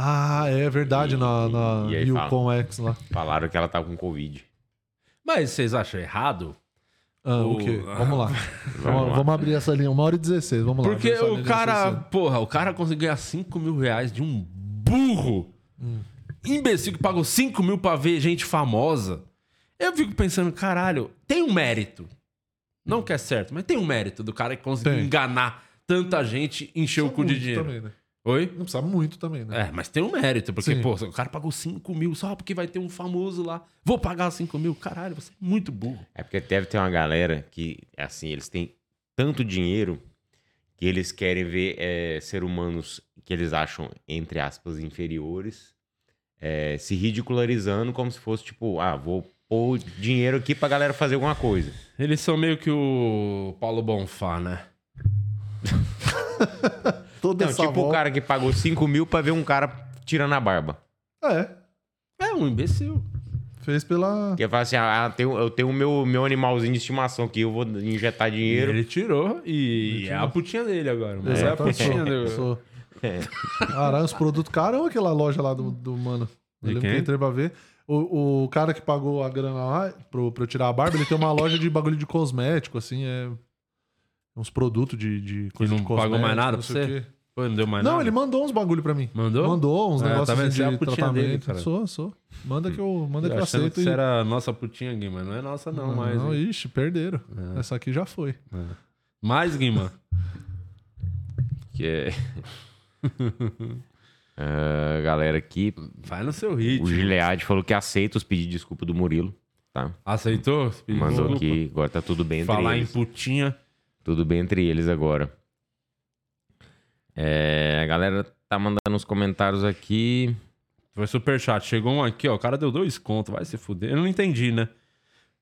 Speaker 1: Ah, é verdade, na, na
Speaker 3: E aí fala.
Speaker 1: Yukon X lá.
Speaker 3: Falaram que ela tava com Covid.
Speaker 2: Mas vocês acham errado?
Speaker 1: Ah,
Speaker 2: O-
Speaker 1: o quê? Vamos lá. vamos,
Speaker 3: lá.
Speaker 1: vamos abrir essa linha. Uma hora e 16, vamos lá.
Speaker 2: Porque
Speaker 1: Abrir essa linha
Speaker 2: o
Speaker 1: de
Speaker 2: cara,
Speaker 1: 16.
Speaker 2: porra, o cara conseguiu ganhar 5 mil reais de um burro. Imbecil que pagou 5 mil pra ver gente famosa. Eu fico pensando, caralho, tem um mérito. Não que é certo, mas tem um mérito do cara que conseguiu
Speaker 1: Tem.
Speaker 2: enganar tanta gente e encher
Speaker 1: Não
Speaker 2: o cu de
Speaker 1: muito
Speaker 2: dinheiro.
Speaker 1: Também, né?
Speaker 2: Oi?
Speaker 1: Não precisa muito também, né?
Speaker 2: É, mas tem um mérito, porque,
Speaker 1: Sim.
Speaker 2: pô, o cara pagou 5 mil só porque vai ter um famoso lá. Vou pagar 5 mil? Caralho, você é muito burro.
Speaker 3: É porque deve ter uma galera que, assim, eles têm tanto dinheiro que eles querem ver é, ser humanos que eles acham, entre aspas, inferiores, é, se ridicularizando como se fosse, tipo, ah, vou pôr dinheiro aqui pra galera fazer alguma coisa.
Speaker 2: Eles são meio que o Paulo Bonfá, né?
Speaker 1: Toda
Speaker 3: Não,
Speaker 1: essa
Speaker 3: tipo o
Speaker 1: volta-
Speaker 3: cara que pagou 5 mil pra ver um cara tirando a barba.
Speaker 1: É,
Speaker 2: É um imbecil.
Speaker 1: fez pela...
Speaker 3: Que ele fala assim, ah, eu tenho, eu tenho o meu, meu animalzinho de estimação aqui, eu vou injetar dinheiro.
Speaker 2: Ele tirou e é a putinha dele agora. Mas é a
Speaker 1: Exatamente.
Speaker 2: putinha dele.
Speaker 1: Sou- sou-
Speaker 3: É.
Speaker 1: Caralho, os produtos caros aquela loja lá do, do mano. Eu
Speaker 2: De
Speaker 1: lembro que
Speaker 2: quem?
Speaker 1: eu entrei pra ver. O, o cara que pagou a grana lá pro, pra eu tirar a barba, ele tem uma loja de bagulho de cosmético, assim, é... Uns produtos de, de coisa
Speaker 2: não
Speaker 1: de
Speaker 2: pagou
Speaker 1: cosmético,
Speaker 2: mais nada
Speaker 1: não
Speaker 2: pra
Speaker 1: sei o
Speaker 2: você?
Speaker 1: quê.
Speaker 2: Pô, não deu mais
Speaker 1: não,
Speaker 2: nada.
Speaker 1: ele mandou uns bagulho pra mim.
Speaker 2: Mandou?
Speaker 1: Mandou uns
Speaker 2: Ah,
Speaker 1: negócios
Speaker 2: tá vendo? Você é
Speaker 1: de
Speaker 2: a putinha
Speaker 1: tratamento.
Speaker 2: dele, cara.
Speaker 1: sou, sou. Manda que eu, manda
Speaker 2: Eu
Speaker 1: que eu
Speaker 2: achando
Speaker 1: aceito.
Speaker 2: que
Speaker 1: e-
Speaker 2: você era a nossa putinha, Guima. Não é nossa, não,
Speaker 1: Não,
Speaker 2: mais.
Speaker 1: não,
Speaker 2: hein? É.
Speaker 1: ixi, perderam. Essa aqui já foi.
Speaker 2: Mais, Guima.
Speaker 3: Que é... Ah, galera aqui,
Speaker 2: Vai no seu
Speaker 3: O
Speaker 2: ritmo.
Speaker 3: Gilead falou que aceita os pedidos de desculpa do Murilo. Tá?
Speaker 2: Aceitou? Pediu
Speaker 3: Mandou
Speaker 2: desculpa.
Speaker 3: aqui, agora tá tudo bem entre
Speaker 2: Falar em
Speaker 3: eles.
Speaker 2: putinha.
Speaker 3: Tudo bem entre eles agora. É, a galera tá mandando uns comentários aqui.
Speaker 2: Foi superchat. Chegou um aqui, ó. O cara deu dois contos. Vai se fuder. Eu não entendi, né?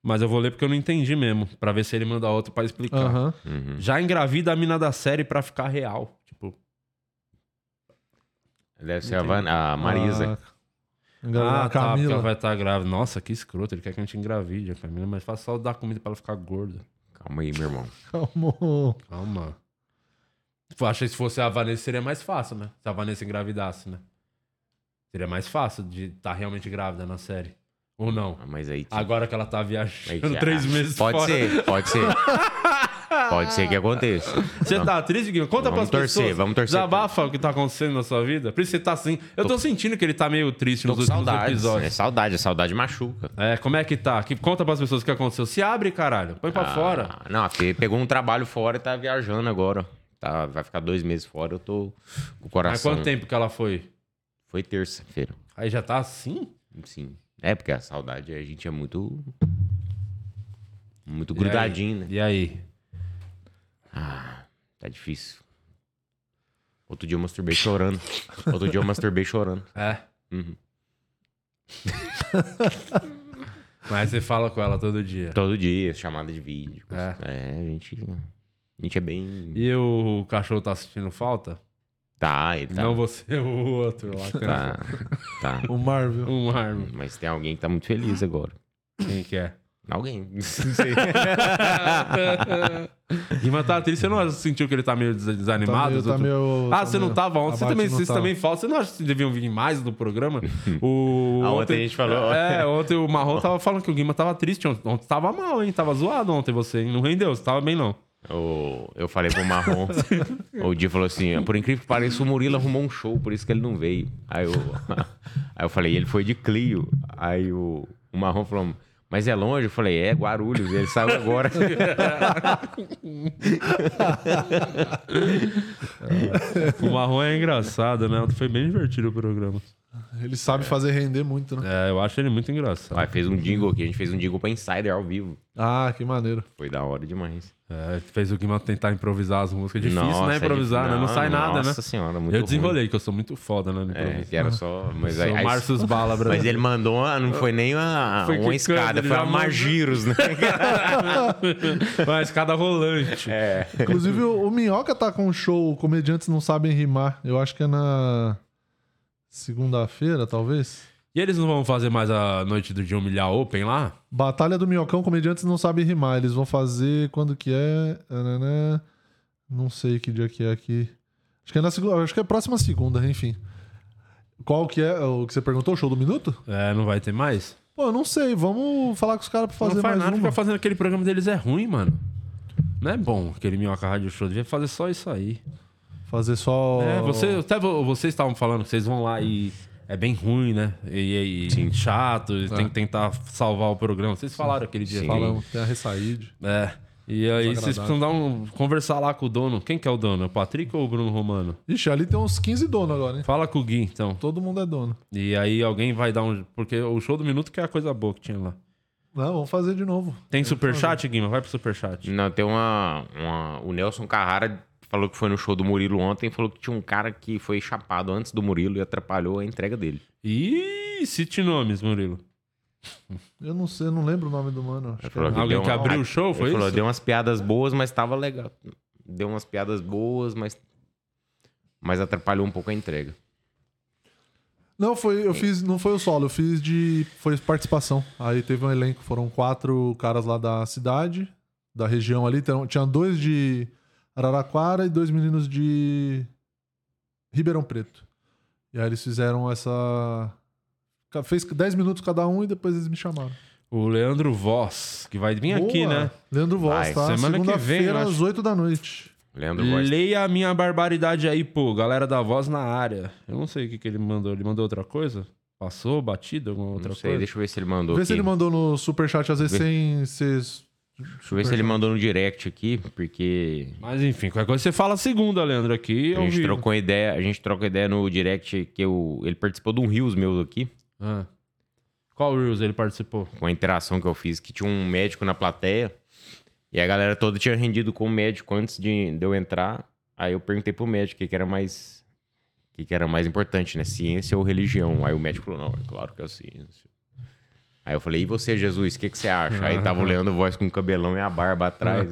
Speaker 2: Mas eu vou ler porque eu não entendi mesmo. Pra ver se ele manda outro pra explicar.
Speaker 1: Aham.
Speaker 3: Uhum.
Speaker 2: Já engravida a mina da série pra ficar real. Tipo,
Speaker 3: Deve ser a, Van- a Marisa.
Speaker 1: Ah, engravidar a
Speaker 2: ah, tá, porque
Speaker 1: Camila.
Speaker 2: ela vai estar grávida. Nossa, que escroto. Ele quer que a gente engravide a Camila, mas faz só dar comida pra ela ficar gorda.
Speaker 3: Calma aí, meu irmão.
Speaker 1: Calma.
Speaker 2: Calma. Tipo, Eu Achei que se fosse a Vanessa seria mais fácil, né? Se a Vanessa engravidasse, né? Seria mais fácil de estar realmente grávida na série. Ou não?
Speaker 3: Ah, Mas aí.
Speaker 2: Agora que ela tá
Speaker 3: aí
Speaker 2: viajando
Speaker 3: que-
Speaker 2: três
Speaker 3: ah,
Speaker 2: meses
Speaker 3: Pode
Speaker 2: fora.
Speaker 3: ser, pode ser. Pode ser que aconteça.
Speaker 2: Você tá triste, Guilherme? Conta
Speaker 3: Vamos
Speaker 2: pras
Speaker 3: torcer,
Speaker 2: pessoas.
Speaker 3: vamos torcer.
Speaker 2: Desabafa o que tá acontecendo na sua vida. Por isso você tá assim. Eu tô, sentindo que ele tá meio triste
Speaker 3: Tô
Speaker 2: nos
Speaker 3: com
Speaker 2: últimos
Speaker 3: saudades. né? É
Speaker 2: episódios.
Speaker 3: saudade, a saudade machuca.
Speaker 2: É, como é que tá? Que, conta pras pessoas o que aconteceu. Se abre, caralho. Põe pra fora.
Speaker 3: Ah, Não, a Fê pegou um trabalho fora e tá viajando agora. Tá, vai ficar dois meses fora, eu tô com o
Speaker 2: Há
Speaker 3: coração.
Speaker 2: quanto tempo que ela foi?
Speaker 3: Foi terça-feira.
Speaker 2: Aí já tá assim?
Speaker 3: Sim. É porque a saudade a gente é muito. Muito grudadinho, né?
Speaker 2: E aí?
Speaker 3: Tá difícil. Outro dia eu masturbei chorando. Outro dia eu masturbei chorando.
Speaker 2: É.
Speaker 3: Uhum.
Speaker 2: Mas você fala com ela todo dia.
Speaker 3: Todo dia, chamada de vídeo.
Speaker 2: É.
Speaker 3: É, a gente. A gente é bem.
Speaker 2: E o cachorro tá sentindo falta?
Speaker 3: Tá, ele tá.
Speaker 2: Não você, o outro lá. cara.
Speaker 3: tá, tá.
Speaker 1: O Marvel.
Speaker 2: Um arma.
Speaker 3: Mas tem alguém que tá muito feliz agora.
Speaker 2: Quem que é?
Speaker 3: Alguém. Não sei.
Speaker 2: Guima tá triste. Você não sentiu que ele tá meio des-
Speaker 1: Tá
Speaker 2: desanimado?
Speaker 1: meio, tá meio-
Speaker 2: Ah,
Speaker 1: tá
Speaker 2: você não
Speaker 1: meio-
Speaker 2: tava ontem. Você
Speaker 1: abate
Speaker 2: também,
Speaker 1: não
Speaker 2: vocês
Speaker 1: tava.
Speaker 2: também falam. Você não acha que deviam vir mais no programa? O,
Speaker 3: Ah, ontem a gente falou.
Speaker 2: É, ontem o Marrom tava falando que o Guima tava triste. Ontem, ontem tava mal, hein? Tava zoado ontem você, hein? Não rendeu, você tava bem, não.
Speaker 3: O- eu falei pro Marrom. o Di falou assim: por incrível que pareça, o Murilo arrumou um show, por isso que ele não veio. Aí eu, aí eu falei: ele foi de Clio. Aí o, o Marrom falou: mas é longe? Eu falei: é, Guarulhos. Ele saiu agora.
Speaker 2: O Marrom é engraçado, né? Ontem foi bem divertido o programa.
Speaker 1: Ele sabe fazer render muito, né?
Speaker 2: É, eu acho ele muito engraçado.
Speaker 3: Aí fez um jingle aqui, a gente fez um jingle pra Insider ao vivo.
Speaker 1: Ah, que maneiro.
Speaker 3: Foi da hora demais.
Speaker 2: É, fez o Guima tentar improvisar as músicas. Difícil,
Speaker 3: Nossa,
Speaker 2: né?
Speaker 3: é
Speaker 2: Improvisar,
Speaker 3: difícil.
Speaker 2: né? Não sai nada, né?
Speaker 3: Nossa senhora, muito
Speaker 2: eu
Speaker 3: ruim.
Speaker 2: desenrolei, que eu sou muito foda, né? no
Speaker 3: É,
Speaker 2: improviso.
Speaker 3: que era só. Mas, aí,
Speaker 2: sou
Speaker 3: aí-
Speaker 2: Márcio Bala,
Speaker 3: mas é-
Speaker 2: brasileiro.
Speaker 3: ele mandou, uma- não foi nem uma,
Speaker 2: Foi
Speaker 3: uma
Speaker 2: quicando,
Speaker 3: escada,
Speaker 2: ele
Speaker 3: foi
Speaker 2: já
Speaker 3: uma
Speaker 2: mandou.
Speaker 3: margiros, né?
Speaker 2: Uma escada rolante.
Speaker 3: É.
Speaker 1: Inclusive, o, o Minhoca tá com um show, Comediantes Não Sabem Rimar. Eu acho que é na segunda-feira, talvez.
Speaker 2: E eles não vão fazer mais a noite do de humilhar open lá?
Speaker 1: Batalha do Minhocão, Comediantes Não Sabem Rimar. Eles vão fazer quando que é. Ananã. Não sei que dia que é aqui. Acho que é na segunda. Acho que é próxima segunda, enfim. Qual que é o que você perguntou? O show do minuto?
Speaker 2: É, não vai ter mais?
Speaker 1: Pô, eu não sei. Vamos falar com os caras pra fazer
Speaker 2: não faz
Speaker 1: mais
Speaker 2: nada,
Speaker 1: uma.
Speaker 2: ficar fazendo aquele programa deles é ruim, mano. Não é bom aquele Minhoca Rádio Show, devia fazer só isso aí.
Speaker 1: Fazer só.
Speaker 2: É, você, até vo- vocês estavam falando que vocês vão lá e é bem ruim, né? E, e- e chato, e tem que tentar salvar o programa. Vocês falaram aquele dia.
Speaker 3: É. Sim.
Speaker 2: Falaram.
Speaker 1: Falamos, tem a um ressaíde.
Speaker 2: É. E aí
Speaker 1: Desagradável.
Speaker 2: vocês precisam dar um, conversar lá com o dono. Quem que é o dono? É o Patrick ou o Bruno Romano?
Speaker 1: Ixi, ali tem uns 15 donos agora, hein?
Speaker 2: Fala com o Gui, então.
Speaker 1: Todo mundo é dono.
Speaker 2: E aí alguém vai dar um... Porque o show do Minuto que é a coisa boa que tinha lá.
Speaker 1: Não, vamos fazer de novo.
Speaker 3: É,
Speaker 2: Tem superchat, Guima? Vai pro superchat.
Speaker 3: Não, tem uma, uma- O Nelson Carrara falou que foi no show do Murilo ontem, falou que tinha um cara que foi chapado antes do Murilo e atrapalhou a entrega dele.
Speaker 2: Ih, cite nomes, Murilo.
Speaker 1: Eu não sei, eu não lembro o nome do mano. Acho
Speaker 3: Ele
Speaker 1: que é-
Speaker 3: falou
Speaker 2: Alguém
Speaker 3: deu
Speaker 2: que
Speaker 3: uma-
Speaker 2: abriu o show,
Speaker 3: Ele
Speaker 2: foi
Speaker 3: falou,
Speaker 2: isso?
Speaker 3: deu umas piadas boas, mas tava legal. Deu umas piadas boas, mas. Mas atrapalhou um pouco a entrega.
Speaker 1: Não, foi, eu fiz, não foi o solo, eu fiz de. Foi participação. Aí teve um elenco, foram quatro caras lá da cidade, da região ali. Então, tinha dois de Araraquara e dois meninos de Ribeirão Preto. E aí eles fizeram essa. ca- Fez 10 minutos cada um e depois eles me chamaram.
Speaker 2: O Leandro Voz, que vai vir
Speaker 1: Boa!
Speaker 2: aqui, né?
Speaker 1: Leandro Voz,
Speaker 3: Vai,
Speaker 1: tá?
Speaker 2: semana que vem, eu
Speaker 1: Segunda-feira,
Speaker 2: acho.
Speaker 1: às 8 da noite.
Speaker 3: Leandro Voz.
Speaker 2: Leia a minha barbaridade aí, pô. Galera da Voz na área. Eu não sei o que, que ele mandou. Ele mandou outra coisa? Passou, batido, alguma outra
Speaker 3: Não sei,
Speaker 2: coisa?
Speaker 3: deixa eu ver se ele mandou.
Speaker 1: Vê
Speaker 3: aqui.
Speaker 1: se ele mandou no superchat, às vezes
Speaker 3: Vê.
Speaker 1: sem ser
Speaker 3: Deixa eu ver se ele mandou no direct aqui, porque
Speaker 2: Mas enfim, qualquer coisa você fala a segunda, Leandro, aqui. é
Speaker 3: a
Speaker 2: Eu
Speaker 3: gente
Speaker 2: vi.
Speaker 3: trocou ideia, a gente troca ideia no direct que eu, ele participou de um rios meus aqui,
Speaker 2: Ah. Qual Reels ele participou?
Speaker 3: com a interação que eu fiz, que tinha um médico na plateia, e a galera toda tinha rendido com o médico antes de, de eu entrar. Aí eu perguntei pro médico o que, que era mais o que, que era mais importante, né? Ciência ou religião? Aí o médico falou: não, é claro que é a ciência. Aí eu falei, e você, Jesus, o que, que você acha? Aí tava olhando voz com o cabelão e a barba atrás.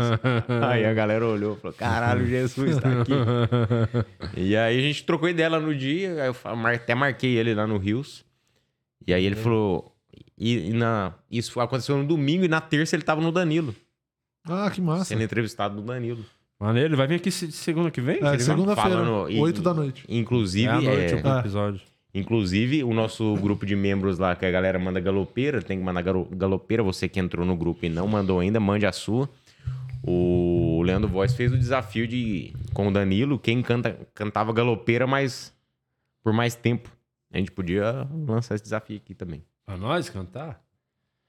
Speaker 3: Aí a galera olhou e falou: caralho, Jesus tá aqui. E aí a gente trocou ideia lá no dia, aí eu fa- mar- até marquei ele lá no Rios. E aí
Speaker 2: Uhum.
Speaker 3: ele falou. E, e na, isso aconteceu no domingo e na terça ele tava no Danilo.
Speaker 1: Ah, que massa.
Speaker 3: Sendo entrevistado no Danilo.
Speaker 2: Maneiro, ele vai vir aqui se- segunda que vem?
Speaker 1: É,
Speaker 2: Ele vai-
Speaker 1: segunda-feira,
Speaker 3: falando e-
Speaker 1: 8 da noite.
Speaker 3: Inclusive,
Speaker 2: É à noite
Speaker 3: é,
Speaker 2: o episódio.
Speaker 3: inclusive, o nosso grupo de membros lá, que a galera manda galopeira, tem que mandar galo- galopeira. Você que entrou no grupo e não mandou ainda, mande a sua. O Leandro Voz fez o desafio de com o Danilo, quem canta, cantava galopeira mais por mais tempo. A gente podia lançar esse desafio aqui também.
Speaker 2: Pra nós cantar?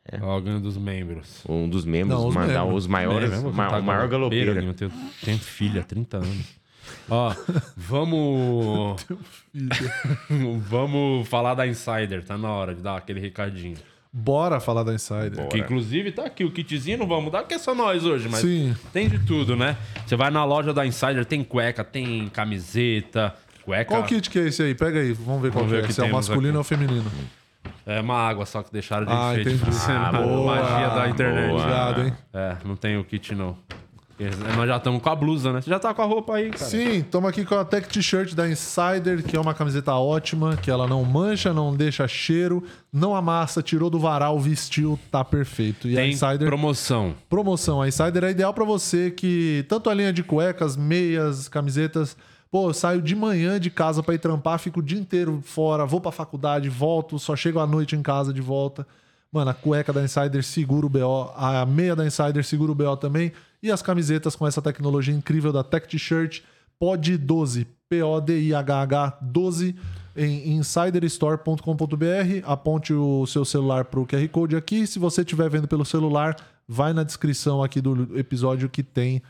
Speaker 2: É. Alguém dos membros.
Speaker 3: Um dos membros
Speaker 1: Não, os
Speaker 3: mandar
Speaker 1: membros.
Speaker 3: os maiores,
Speaker 2: É, vamos
Speaker 3: ma-
Speaker 2: cantar
Speaker 3: o maior
Speaker 2: galopeira,
Speaker 3: galopeira.
Speaker 2: Guinho, Eu tenho, tenho filha, 30 anos. Ó, vamos. vamos falar da Insider, tá na hora de dar aquele recadinho.
Speaker 1: Bora falar da Insider.
Speaker 3: Bora.
Speaker 2: Que inclusive tá aqui o kitzinho, não vamos dar, porque é só nós hoje, mas
Speaker 1: Sim.
Speaker 2: tem de tudo, né? Você vai na loja da Insider, tem cueca, tem camiseta, cueca.
Speaker 1: Qual kit que é esse aí? Pega aí, vamos ver qual
Speaker 2: Vamos
Speaker 1: que
Speaker 2: ver o
Speaker 1: é.
Speaker 2: que
Speaker 1: Se é o
Speaker 2: temos
Speaker 1: masculino ou feminino.
Speaker 2: É uma água só que deixaram de
Speaker 1: Ah,
Speaker 2: enfeite.
Speaker 1: entendi.
Speaker 2: pra você,
Speaker 1: Ah,
Speaker 2: né?
Speaker 1: boa,
Speaker 2: magia da internet.
Speaker 3: boa.
Speaker 1: Obrigado, hein?
Speaker 2: É, não tem o kit não. Eles- Nós já estamos com a blusa, né? Você já tá com a roupa aí, cara.
Speaker 1: Sim, estamos aqui com a Tech T-shirt da Insider, que é uma camiseta ótima, que ela não mancha, não deixa cheiro, não amassa, tirou do varal, vestiu, tá perfeito. E a
Speaker 2: Tem
Speaker 1: Insider
Speaker 2: promoção.
Speaker 1: promoção. A Insider é ideal pra você que tanto a linha de cuecas, meias, camisetas. Pô, eu saio de manhã de casa pra ir trampar, fico o dia inteiro fora, vou pra faculdade, volto, só chego à noite em casa de volta. Mano, a cueca da Insider segura o BO, a meia da Insider segura o BO também. E as camisetas com essa tecnologia incrível da Tech T-Shirt POD 12, P-O-D-I-H-H 12, em insiderstore.com.br. Aponte o seu celular para o QR Code aqui. Se você estiver vendo pelo celular, vai na descrição aqui do episódio que tem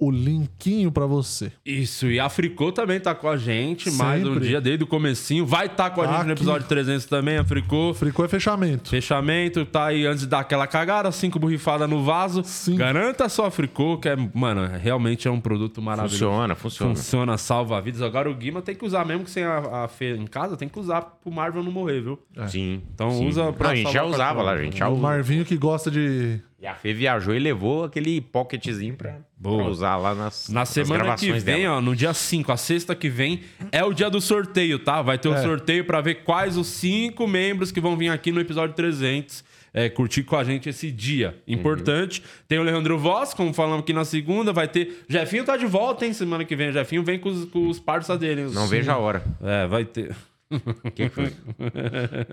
Speaker 1: o linkinho para você.
Speaker 2: Isso, e a Fricô também tá com a gente mais um
Speaker 1: Sempre.
Speaker 2: dia, desde o comecinho. Vai estar tá com a
Speaker 1: Tá
Speaker 2: gente no
Speaker 1: aqui.
Speaker 2: episódio 300 também, a Fricô.
Speaker 1: Fricô é fechamento.
Speaker 2: Fechamento, tá aí antes de dar aquela cagada, cinco borrifadas no vaso.
Speaker 1: Cinco.
Speaker 2: Garanta a sua Fricô, que é, mano, realmente é um produto maravilhoso.
Speaker 3: Funciona, funciona.
Speaker 2: Funciona, salva vidas. Agora o Guima tem que usar, mesmo que sem a, a Fê em casa, tem que usar pro Marvel não morrer, viu?
Speaker 3: Sim.
Speaker 2: Então
Speaker 3: sim.
Speaker 2: usa pra
Speaker 3: Não, a gente já
Speaker 2: salvar
Speaker 3: usava lá,
Speaker 2: cartão. né?
Speaker 3: a gente já
Speaker 1: é. O
Speaker 3: usava.
Speaker 1: Marvinho que gosta de.
Speaker 3: E a Fê viajou e levou aquele pocketzinho pra,
Speaker 2: Boa.
Speaker 3: pra usar lá nas,
Speaker 2: Na
Speaker 3: nas
Speaker 2: semana que
Speaker 3: gravações
Speaker 2: vem,
Speaker 3: dela.
Speaker 2: ó, no dia 5, a sexta que vem, é o dia do sorteio, tá? Vai
Speaker 3: É.
Speaker 2: ter um sorteio pra ver quais os cinco membros que vão vir aqui no episódio 300 é, curtir com a gente esse dia.
Speaker 3: Uhum.
Speaker 2: Importante. Tem o Leandro Voz, como falamos aqui na segunda, vai ter... Jefinho tá de volta, hein, semana que vem. Jefinho vem com os, com os parça dele. os-
Speaker 3: Não vejo a hora.
Speaker 2: É, vai ter...
Speaker 3: Que que foi?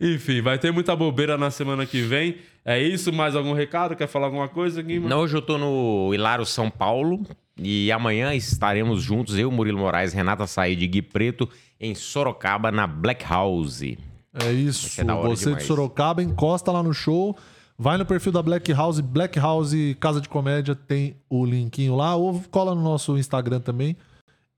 Speaker 2: Enfim, vai ter muita bobeira na semana que vem. É isso, mais algum recado? Quer falar alguma coisa, Guima?
Speaker 3: Não, hoje eu tô no Hilário São Paulo e amanhã estaremos juntos, eu, Murilo Moraes, Renata Said e Gui Preto, em Sorocaba, na Black House.
Speaker 1: É isso.
Speaker 3: ser da hora
Speaker 1: você
Speaker 3: demais.
Speaker 1: de Sorocaba, encosta lá no show. Vai no perfil da Black House, Black House Casa de Comédia, tem o linkinho lá. Ou cola no nosso Instagram também.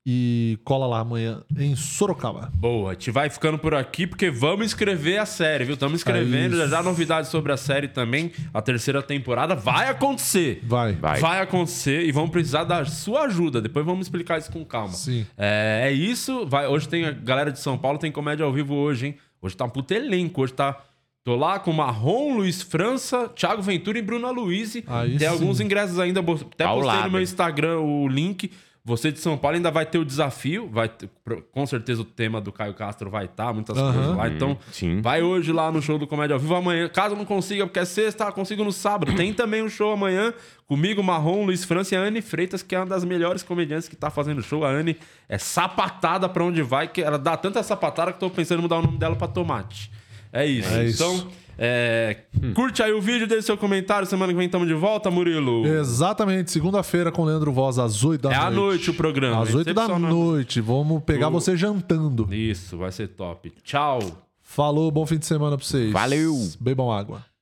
Speaker 1: E cola lá amanhã em Sorocaba.
Speaker 2: Boa, a gente vai ficando por aqui porque vamos escrever a série, viu? Estamos escrevendo,
Speaker 1: Aí.
Speaker 2: já já novidades sobre a série também. A terceira temporada vai acontecer.
Speaker 1: Vai.
Speaker 3: Vai.
Speaker 2: acontecer e vamos precisar da sua ajuda. Depois vamos explicar isso com calma.
Speaker 1: Sim.
Speaker 2: É, é isso. Vai, hoje tem a galera de São Paulo, tem comédia ao vivo hoje, hein? Hoje tá um puto elenco. Hoje tá. Tô lá com Marrom, Luiz França, Thiago Ventura e Bruna Luiz.
Speaker 1: Aí
Speaker 2: Tem
Speaker 1: sim.
Speaker 2: alguns ingressos ainda. bo- Até
Speaker 3: Ao
Speaker 2: postei no
Speaker 3: lado,
Speaker 2: meu
Speaker 3: hein?
Speaker 2: Instagram o link. Você de São Paulo ainda vai ter o desafio. Vai ter- pro- com certeza o tema do Caio Castro vai estar, muitas
Speaker 1: Aham.
Speaker 2: coisas lá. Então,
Speaker 3: Sim.
Speaker 2: vai hoje lá no show do Comédia ao Vivo amanhã. Caso não consiga, porque é sexta, consigo no sábado. Tem também um show amanhã comigo, Marrom, Luiz França e a Anne Freitas, que é uma das melhores comediantes que tá fazendo show. A Anne é sapatada pra onde vai, que ela dá tanta sapatada que tô pensando em mudar o nome dela pra Tomate. É isso.
Speaker 1: É isso. Hum.
Speaker 2: então, é, curte aí o vídeo, deixa seu comentário. Semana que vem estamos de volta, Murilo.
Speaker 1: É. Exatamente, segunda-feira com o Leandro Voz, às 8
Speaker 2: É
Speaker 1: da noite.
Speaker 2: à noite o programa.
Speaker 1: Às
Speaker 2: hein?
Speaker 1: 8 da
Speaker 2: Excepcional.
Speaker 1: noite. Vamos pegar você jantando.
Speaker 2: Isso, vai ser top. Tchau.
Speaker 1: Falou, bom fim de semana pra vocês.
Speaker 3: Valeu.
Speaker 1: Bebam água.